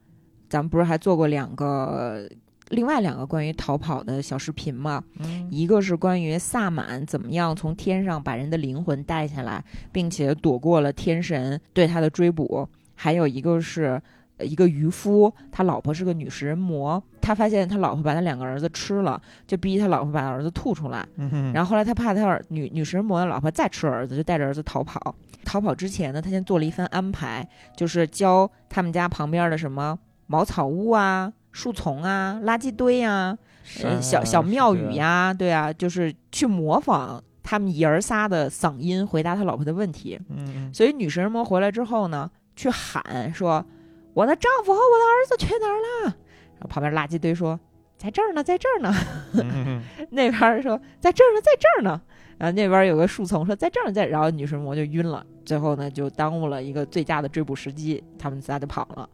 A: 咱们不是还做过两个另外两个关于逃跑的小视频吗？
C: 嗯
A: 一个是关于萨满怎么样从天上把人的灵魂带下来，并且躲过了天神对他的追捕；还有一个是呃一个渔夫，他老婆是个女食人魔，他发现他老婆把他两个儿子吃了，就逼他老婆把儿子吐出来。
C: 嗯
A: 然后后来他怕他儿女女食人魔的老婆再吃儿子，就带着儿子逃跑。逃跑之前呢，他先做了一番安排，就是教他们家旁边的什么茅草屋啊、树丛啊、垃圾堆啊，
C: 哎
A: 呃，小小庙宇呀、对啊，就是去模仿他们爷儿仨的嗓音回答他老婆的问题。
C: 嗯，
A: 所以女神魔回来之后呢，去喊说：“我的丈夫和我的儿子去哪儿了？”然后旁边垃圾堆说：“在这儿呢，在这儿呢。
C: 嗯”
A: 那边儿说：“在这儿呢，在这儿呢。”然后那边有个树丛说：“在这儿呢，在。”然后女神魔就晕了，最后呢就耽误了一个最佳的追捕时机，他们仨就跑了。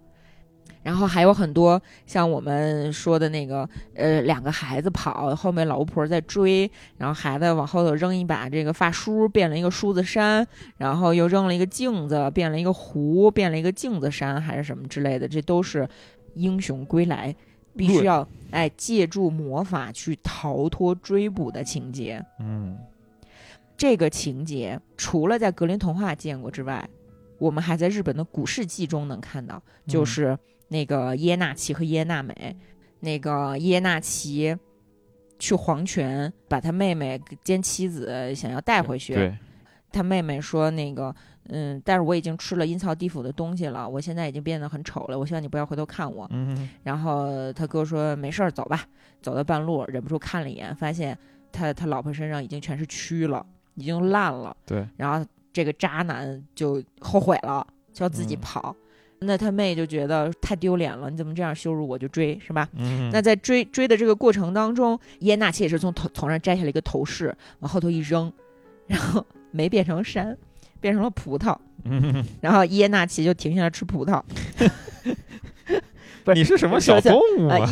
A: 然后还有很多像我们说的那个，呃，两个孩子跑，后面老巫婆在追，然后孩子往后头扔一把这个发梳，变了一个梳子山，然后又扔了一个镜子，变了一个壶，变了一个镜子山，还是什么之类的，这都是英雄归来必须
C: 论
A: 要哎借助魔法去逃脱追捕的情节。
C: 嗯
A: 这个情节除了在格林童话见过之外，我们还在日本的古世纪中能看到，
B: 嗯
A: 就是那个耶纳奇和耶纳美，那个耶纳奇去黄泉把他妹妹兼妻子想要带回去，
B: 对，
A: 他妹妹说那个，嗯，但是我已经吃了阴曹地府的东西了，我现在已经变得很丑了，我希望你不要回头看我。
C: 嗯
A: 然后他哥说没事儿，走吧。走到半路，忍不住看了一眼，发现他他老婆身上已经全是蛆了，已经烂了。
C: 对。
A: 然后这个渣男就后悔了，就要自己
C: 嗯
A: 跑。那他妹就觉得太丢脸了，你怎么这样羞辱我就追是吧？
C: 嗯，
A: 那在追追的这个过程当中，耶纳奇也是从头头上摘下了一个头饰，往后头一扔，然后 没变成山，变成了葡萄。
C: 嗯，
A: 然后耶纳奇就停下来吃葡萄，
C: 你是什么小动
B: 嗯
C: 物
A: 呃，
C: 啊？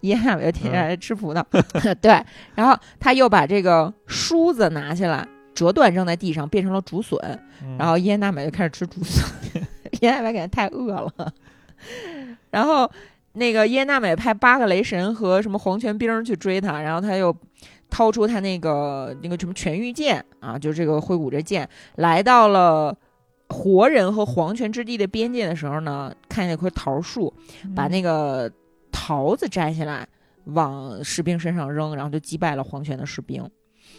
A: 一一 耶纳我就停下来吃葡萄。 对，然后他又把这个梳子拿下来。折断扔在地上，变成了竹笋，
B: 嗯
A: 然后耶纳美就开始吃竹笋，耶纳美感觉太饿了。然后那个耶纳美派八个雷神和什么黄泉兵去追他，然后他又掏出他那个那个什么全玉剑啊，就是这个灰骨这剑，来到了活人和黄泉之地的边界的时候呢，看见一棵桃树，
C: 嗯
B: 嗯
A: 把那个桃子摘下来往士兵身上扔，然后就击败了黄泉的士兵。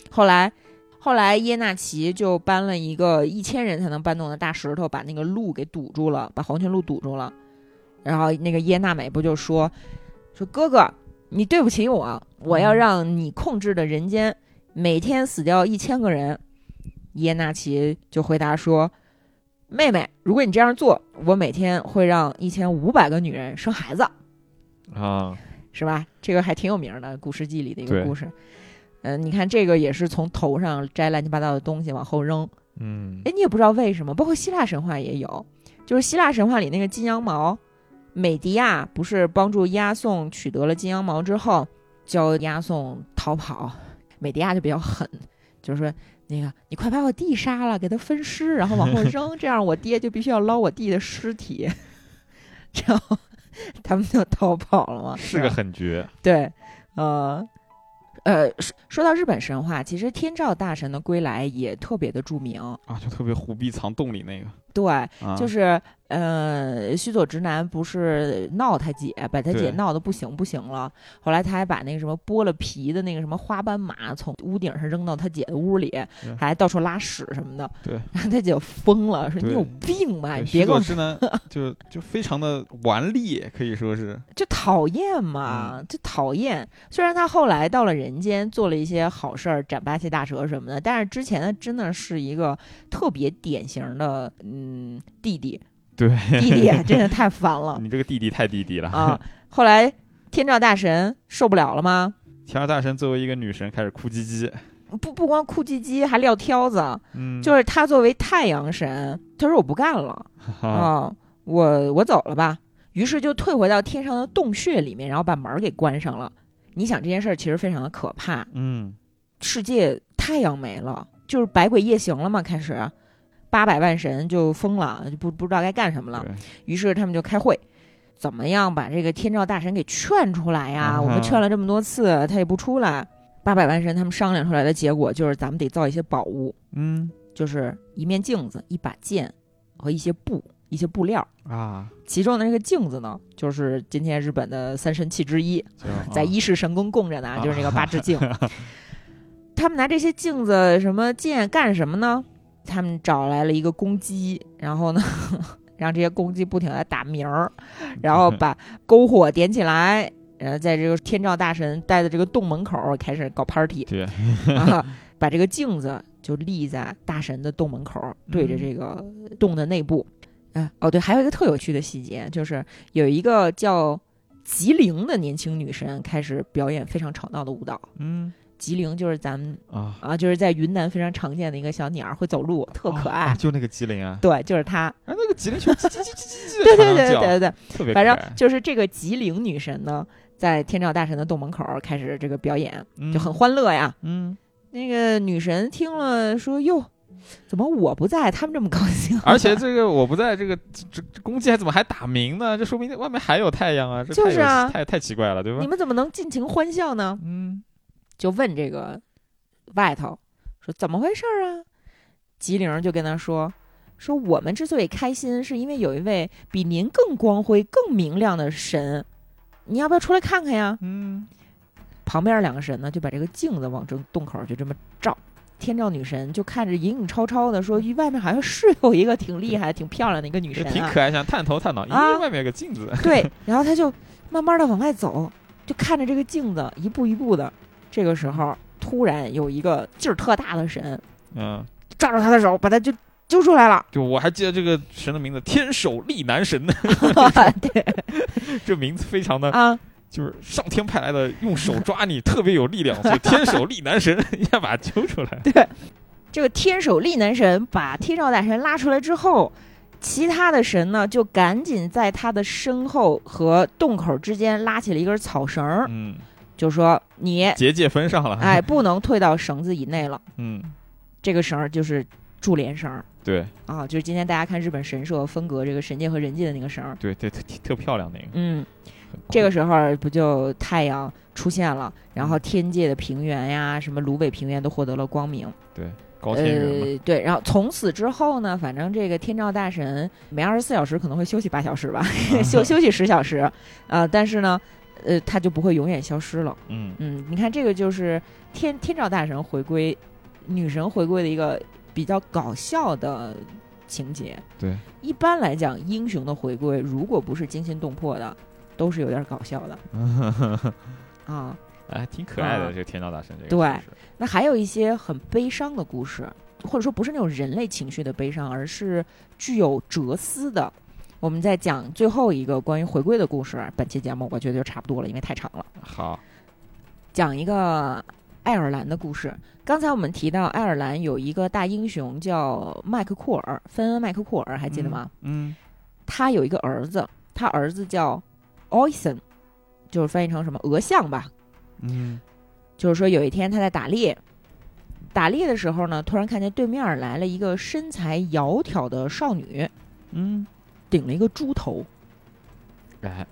A: 后来，后来耶纳奇就搬了一个一千人才能搬动的大石头，把那个路给堵住了，把黄泉路堵住了。然后那个耶纳美不就说说哥哥，你对不起我，我要
C: 嗯
A: 让你控制的人间每天死掉一千个人。耶纳奇就回答说：“妹妹，如果你这样做，我每天会让一千五百个女人生孩子。”
C: 啊，
A: 是吧？这个还挺有名儿的，《古世纪》里的一个
C: 对
A: 故事。嗯、你看这个也是从头上摘乱七八糟的东西往后扔，
C: 嗯
A: 哎，你也不知道为什么。包括希腊神话也有，就是希腊神话里那个金羊毛，美狄亚不是帮助押送取得了金羊毛之后，教押送逃跑，美狄亚就比较狠，就是说那个你快把我弟杀了，给他分尸，然后往后扔，这样我爹就必须要捞我弟的尸体， 然后他们就逃跑了嘛。
C: 是个狠角，
A: 对，呃，呃，说说到日本神话，其实天照大神的归来也特别的著名。
B: 啊，就特别虎逼藏洞里那个，
A: 对，
B: 啊
A: 就是呃，须佐直男不是闹他姐，把他姐
B: 对
A: 闹得不行不行了。后来他还把那个什么剥了皮的那个什么花斑马从屋顶上扔到他姐的屋里，
B: 嗯
A: 还到处拉屎什么的。
B: 对，
A: 然 后他姐疯了，说
B: 对
A: 你有病吧，
B: 对
A: 你
B: 须
A: 哎别跟
B: 佐
A: 我
B: 之男就就非常的顽劣，可以说 是
A: 就讨厌嘛，就讨厌。虽然他后来到了人间做了一些好事儿，斩八戒大蛇什么的，但是之前的真的是一个特别典型的嗯弟弟，
B: 对。
A: 弟弟啊真的太烦了
B: 你这个弟弟太弟弟 了！
A: 啊！后来天照大神受不了了吗？
B: 天二大神作为一个女神开始哭唧唧，
A: 不不光哭唧唧，还撂挑子，
B: 嗯，
A: 就是他作为太阳神，他说我不干了。
B: 哈
A: 啊、我我走了吧。于是就退回到天上的洞穴里面，然后把门儿给关上了。你想这件事儿其实非常的可怕，
B: 嗯，
A: 世界太阳没了，就是百鬼夜行了嘛，开始八百万神就疯了，就不不知道该干什么了。
B: 对
A: 于是他们就开会，怎么样把这个天照大神给劝出来呀？
B: 嗯哼
A: 我们劝了这么多次，他也不出来。八百万神他们商量出来的结果就是，咱们得造一些宝物，
B: 嗯
A: 就是一面镜子、一把剑和一些布、一些布料。
B: 啊，
A: 其中的这个镜子呢，就是今天日本的三神器之一，
B: 就
A: 在
B: 啊
A: 一世神宫供着呢，
B: 啊
A: 就是那个八智 镜。他们拿这些镜子、什么剑干什么呢？他们找来了一个公鸡，然后呢， 让这些公鸡不停的打鸣儿，然后把篝火点起来，然后在这个天照大神待的这个洞门口儿开始搞 party，
B: 对
A: 啊，把这个镜子就立在大神的洞门口儿，对着这个洞的内部。啊，哦对，还有一个特有趣的细节，就是有一个叫吉灵的年轻女神开始表演非常吵闹的舞蹈。
B: 嗯
A: 吉灵就是咱们
B: 啊，
A: 啊，就是在云南非常常见的一个小鸟儿，会走路，特可爱。
B: 啊就那个吉林啊，
A: 对，就是 她。
B: 啊，那个吉林就叽叽叽叽叽，
A: 对对对对，对对，
B: 特别可
A: 反
B: 爱，
A: 正就是这个吉灵女神呢，在天照大神的洞门口儿开始这个表演，
B: 嗯
A: 就很欢乐呀。
B: 嗯，
A: 那个女神听了说：“哟，怎么我不在，他们这么高兴？”
B: 而且这个我不在，这个这这这公鸡还怎么还打鸣呢？这说明外面还有太阳啊，这太
A: 就是啊
B: 有太太奇怪了，对吧
A: 你？们怎么能尽情欢笑呢？
B: 嗯
A: 就问这个外头说：“怎么回事儿啊？”吉灵就跟他说：“说我们之所以开心，是因为有一位比您更光辉、更明亮的神，你要不要出来看看呀？”
B: 嗯，
A: 旁边两个神呢，就把这个镜子往这洞口就这么照。天照女神就看着隐隐绰绰的说：“咦外面好像是有一个挺厉害、挺漂亮的一个女
B: 就
A: 神、啊，
B: 嗯挺可爱，想探头探脑，
A: 啊
B: 咦，外面有个 镜子，
A: 对，然后他就慢慢的往外走，就看着这个镜子一步一步的。这个时候，突然有一个劲儿特大的神
B: 嗯，
A: 抓住他的手，把他就揪出来了。
B: 就我还记得这个神的名字，天手立男神，
A: 对
B: 这名字非常的
A: 啊，
B: 就是上天派来的，用手抓你，特别有力量，所以天手力男神一下把它揪出 来。
A: 这个天手力男神把天照大神拉出来之后，其他的神呢就赶紧在他的身后和洞口之间拉起了一根草绳儿，
B: 嗯，
A: 就说 你
B: 结界分上了。
A: 哎，不能退到绳子以内了。
B: 嗯，
A: 这个绳儿就是柱连绳儿
B: 对
A: 啊，就是今天大家看日本神社分隔这个神界和人界的那个绳儿。
B: 对对，特特漂亮那个。
A: 嗯，这个时候不就太阳出现了，然
B: 嗯
A: 后天界的平原呀，什么芦苇平原都获得了光明。
B: 高天人嘛，
A: 呃，对，然后从此之后呢，反正这个天照大神每二十四小时可能会休息八小时吧， 休休息十小时，啊、但是呢，呃，他就不会永远消失了。
C: 呃
B: 嗯，
A: 嗯，你看这个就是天天照大神回归，女神回归的一个比较搞笑的情节。
B: 对，
A: 一般来讲，英雄的回归如果不是惊心动魄的，都是有点搞笑的啊。
B: 哎，挺可爱
A: 啊
B: 的这个天照大神这个。
A: 对，那还有一些很悲伤的故事，或者说不是那种人类情绪的悲伤，而是具有哲思的。我们在讲最后一个关于回归的故事，本期节目我觉得就差不多了，因为太长了。
B: 好，
A: 讲一个爱尔兰的故事。刚才我们提到爱尔兰有一个大英雄叫麦克库尔，芬恩麦克库尔，还记得吗？
B: 嗯？
A: 他有一个儿子，他儿子叫 Oyson，就是翻译成什么鹅像吧。
B: 嗯
A: 就是说有一天他在打猎，打猎的时候呢，突然看见对面来了一个身材窈窕的少女，
B: 嗯嗯，
A: 顶了一个猪头。
B: 哎，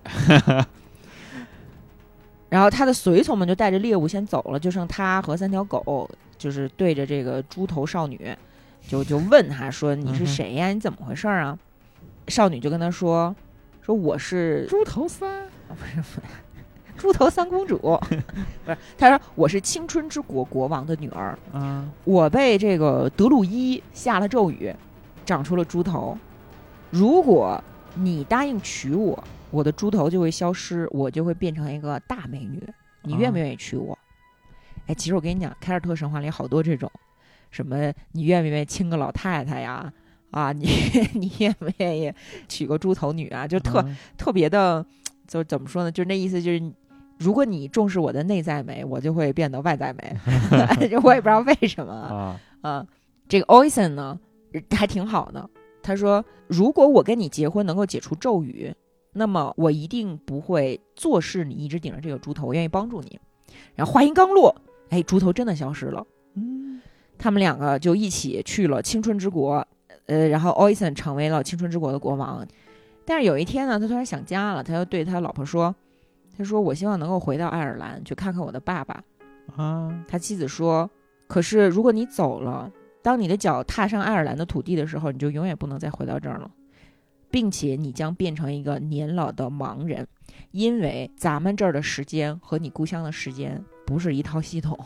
A: 然后他的随从们就带着猎物先走了，就剩他和三条狗，就是对着
C: 嗯
A: 这个猪头少女，就就问他说：“你是谁呀？你怎么回事儿啊？”少女就跟他说：“说我是
C: 猪头三，
A: 啊不是 不是猪头三公主， 不是。”他说：“我是青春之国国王的女儿，
C: 嗯，
A: 我被这个德鲁伊下了咒语，长出了猪头。如果你答应娶我，我的猪头就会消失，我就会变成一个大美女。你愿不愿意娶我？”哎，其实我跟你讲，凯尔特神话里好多这种，什么你愿不愿意亲个老太太呀？啊，你 你愿不愿意娶个猪头女啊？就特、
C: 嗯
A: 特别的，就怎么说呢？就是那意思，就是如果你重视我的内在美，我就会变得外在美。 就我也不知道为什么啊
C: 啊，
A: 啊。这个 Oison 呢，还挺好的。他说，如果我跟你结婚能够解除咒语，那么我一定不会坐视你一直顶着这个猪头，我愿意帮助你。然后话音刚落，哎，猪头真的消失了。
C: 嗯
A: 他们两个就一起去了青春之国，呃，然后 Oison 成为了青春之国的国王。但是有一天呢，他突然想家了，他就对他老婆说：“他说我希望能够回到爱尔兰去看看我的爸爸。
C: 啊”，
A: 他妻子说：“可是如果你走了，当你的脚踏上爱尔兰的土地的时候，你就永远不能再回到这儿了，并且你将变成一个年老的盲人，因为咱们这儿的时间和你故乡的时间不是一套系统。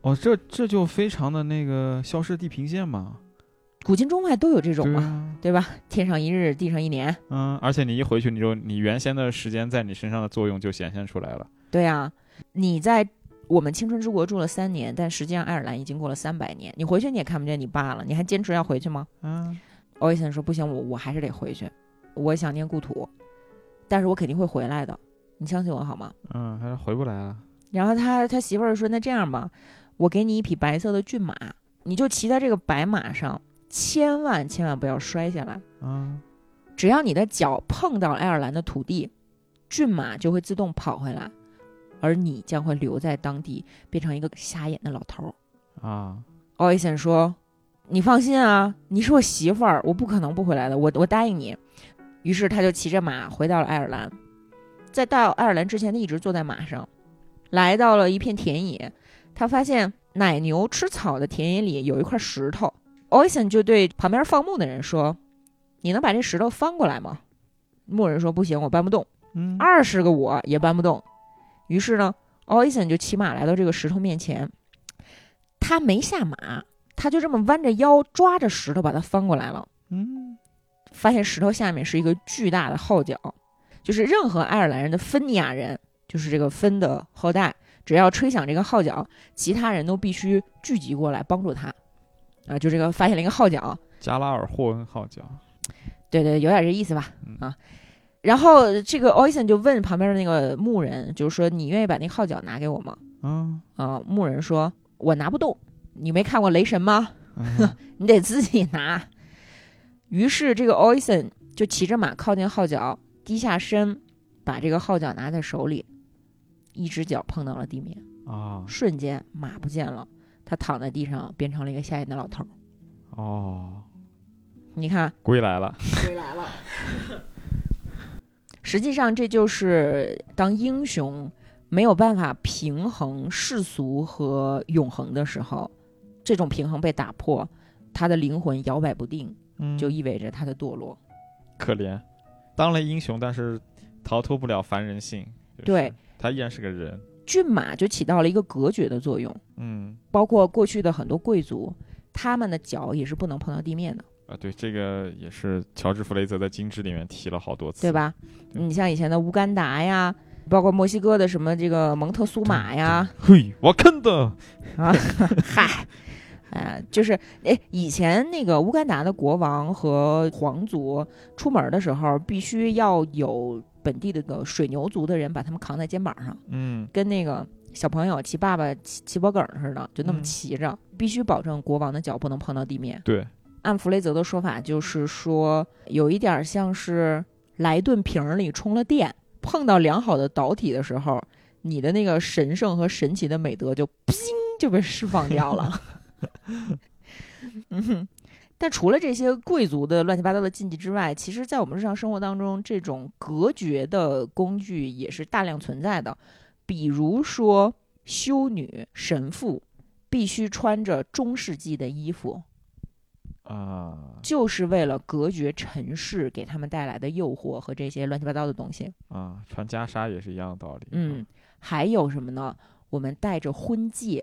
C: 哦，这这就非常的那个消失地平线嘛，
A: 古今中外都有这种
C: 对
A: 嘛，
C: 啊，
A: 对吧？天上一日，地上一年。”
C: 嗯，而且你一回去，你就你原先的时间在你身上的作用就显现出来了，
A: 对啊，你在我们青春之国住了三年，但实际上爱尔兰已经过了三百年。你回去你也看不见你爸了，你还坚持要回去吗
C: 嗯
A: 欧 s o n 说：“不行，我我还是得回去，我想念故土，但是我肯定会回来的，你相信我好吗
C: 嗯，还是回不来了，？”
A: 然后他他媳妇儿说：“那这样吧，我给你一匹白色的骏马，你就骑在这个白马上，千万千万不要摔下来。
C: 嗯
A: 只要你的脚碰到爱尔兰的土地，骏马就会自动跑回来，而你将会留在当地，变成一个瞎眼的老头儿。
C: 啊，
A: 奥伊森说：“你放心啊，你是我媳妇儿，我不可能不回来的，我我答应你。”于是他就骑着马回到了爱尔兰，在到爱尔兰之前，他一直坐在马上，来到了一片田野，他发现奶牛吃草的田野里有一块石头，奥伊森就对旁边放牧的人说：“你能把这石头翻过来吗？”牧人说：“不行，我搬不动。”
C: 嗯
A: 二十个我也搬不动。于是呢 o i s o n 就骑马来到这个石头面前，他没下马，他就这么弯着腰抓着石头把它翻过来了。
C: 嗯
A: 发现石头下面是一个巨大的号角，就是任何爱尔兰人的芬尼亚人，就是这个芬的后代，只要吹响这个号角，其他人都必须聚集过来帮助他。啊，就这个发现了一个号角，
C: 加拉尔霍恩号角，
A: 对对，有点这意思吧
C: 嗯，
A: 啊。然后这个 Oison 就问旁边的那个牧人，就是说你愿意把那个号角拿给我吗？
C: 啊，
A: 啊，牧人说我拿不动，你没看过雷神吗？
C: 嗯
A: 你得自己拿。于是这个 Oison 就骑着马靠近号角，低下身，把这个号角拿在手里，一只脚碰到了地面，
C: 啊，
A: 瞬间马不见了，他躺在地上变成了一个瞎眼的老头儿。
C: 哦，
A: 你看，啊
C: 归来了，
A: 回来了。 实际上，这就是当英雄没有办法平衡世俗和永恒的时候，这种平衡被打破，他的灵魂摇摆不定，
C: 嗯
A: 就意味着他的堕落。
C: 可怜，当了英雄，但是逃脱不了凡人性，就是
A: 对，
C: 他依然是个人，
A: 骏马就起到了一个隔绝的作用，
C: 嗯。
A: 包括过去的很多贵族，他们的脚也是不能碰到地面的，
C: 啊，对，这个也是乔治·弗雷泽在《金枝》里面提了好多次，
A: 对？吧？
C: 对
A: 你像以前的乌干达呀，包括墨西哥的什么这个蒙特苏马呀，
C: 嘿，我看的，
A: 啊，嗨，哎，就是哎，以前那个乌干达的国王和皇族出门的时候，必须要有本地的个水牛族的人把他们扛在肩膀上，
C: 嗯
A: 跟那个小朋友骑爸爸骑骑脖梗儿似的，就那么
C: 嗯
A: 骑着，必须保证国王的脚不能碰到地面。
C: 对，
A: 按弗雷泽的说法，就是说有一点儿像是莱顿瓶儿里充了电，碰到良好的导体的时候，你的那个神圣和神奇的美德就“噗”就被释放掉了。 嗯哼，但除了这些贵族的乱七八糟的禁忌之外，其实，在我们日常生活当中，这种隔绝的工具也是大量存在的，比如说修女、神父必须穿着中世纪的衣服。
B: 啊
A: 就是为了隔绝尘世给他们带来的诱惑和这些乱七八糟的东西。
B: 啊，穿袈裟也是一样的道理。
A: 嗯，还有什么呢？我们戴着婚戒，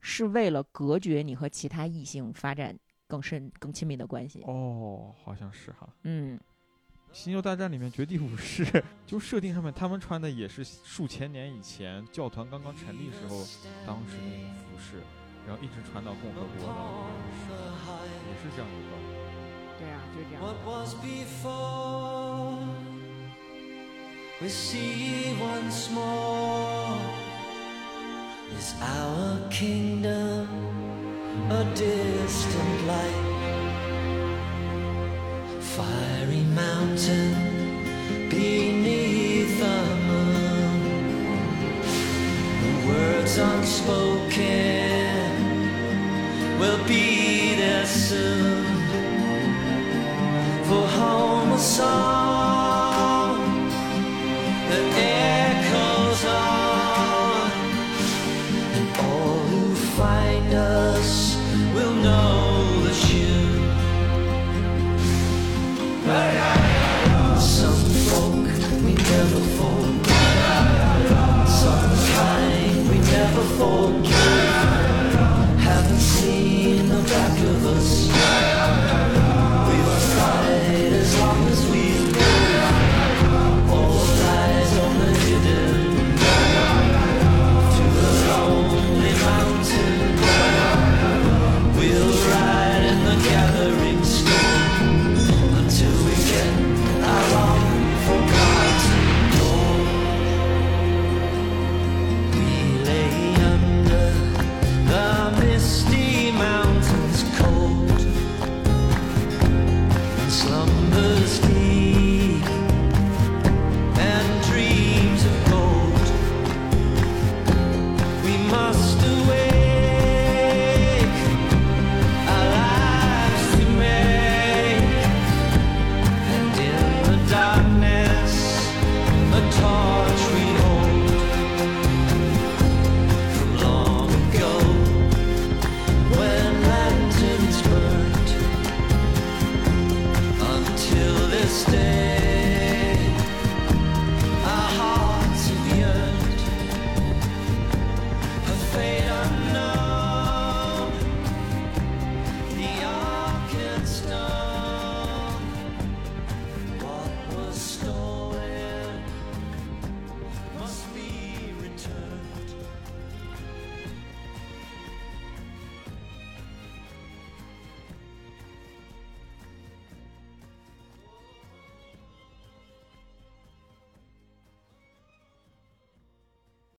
A: 是为了隔绝你和其他异性发展更深、更亲密的关系。
B: 哦，好像是哈，
A: 嗯，
B: 《星球大战》里面绝地武士就设定上面，他们穿的也是数千年以前教团刚刚成立时候当时那种服饰，然后一直传到共和国的，也是这样一个道理。
A: 对啊，就这
F: What was before, we see once more. Is our kingdom a distant light? Fiery mountain beneath the moon. The words unspoken will be there soon for home a song that echoes on, and all who find us will know the tune. Some folk we never forget, some kind we never forgive. Haven't seen the back of us.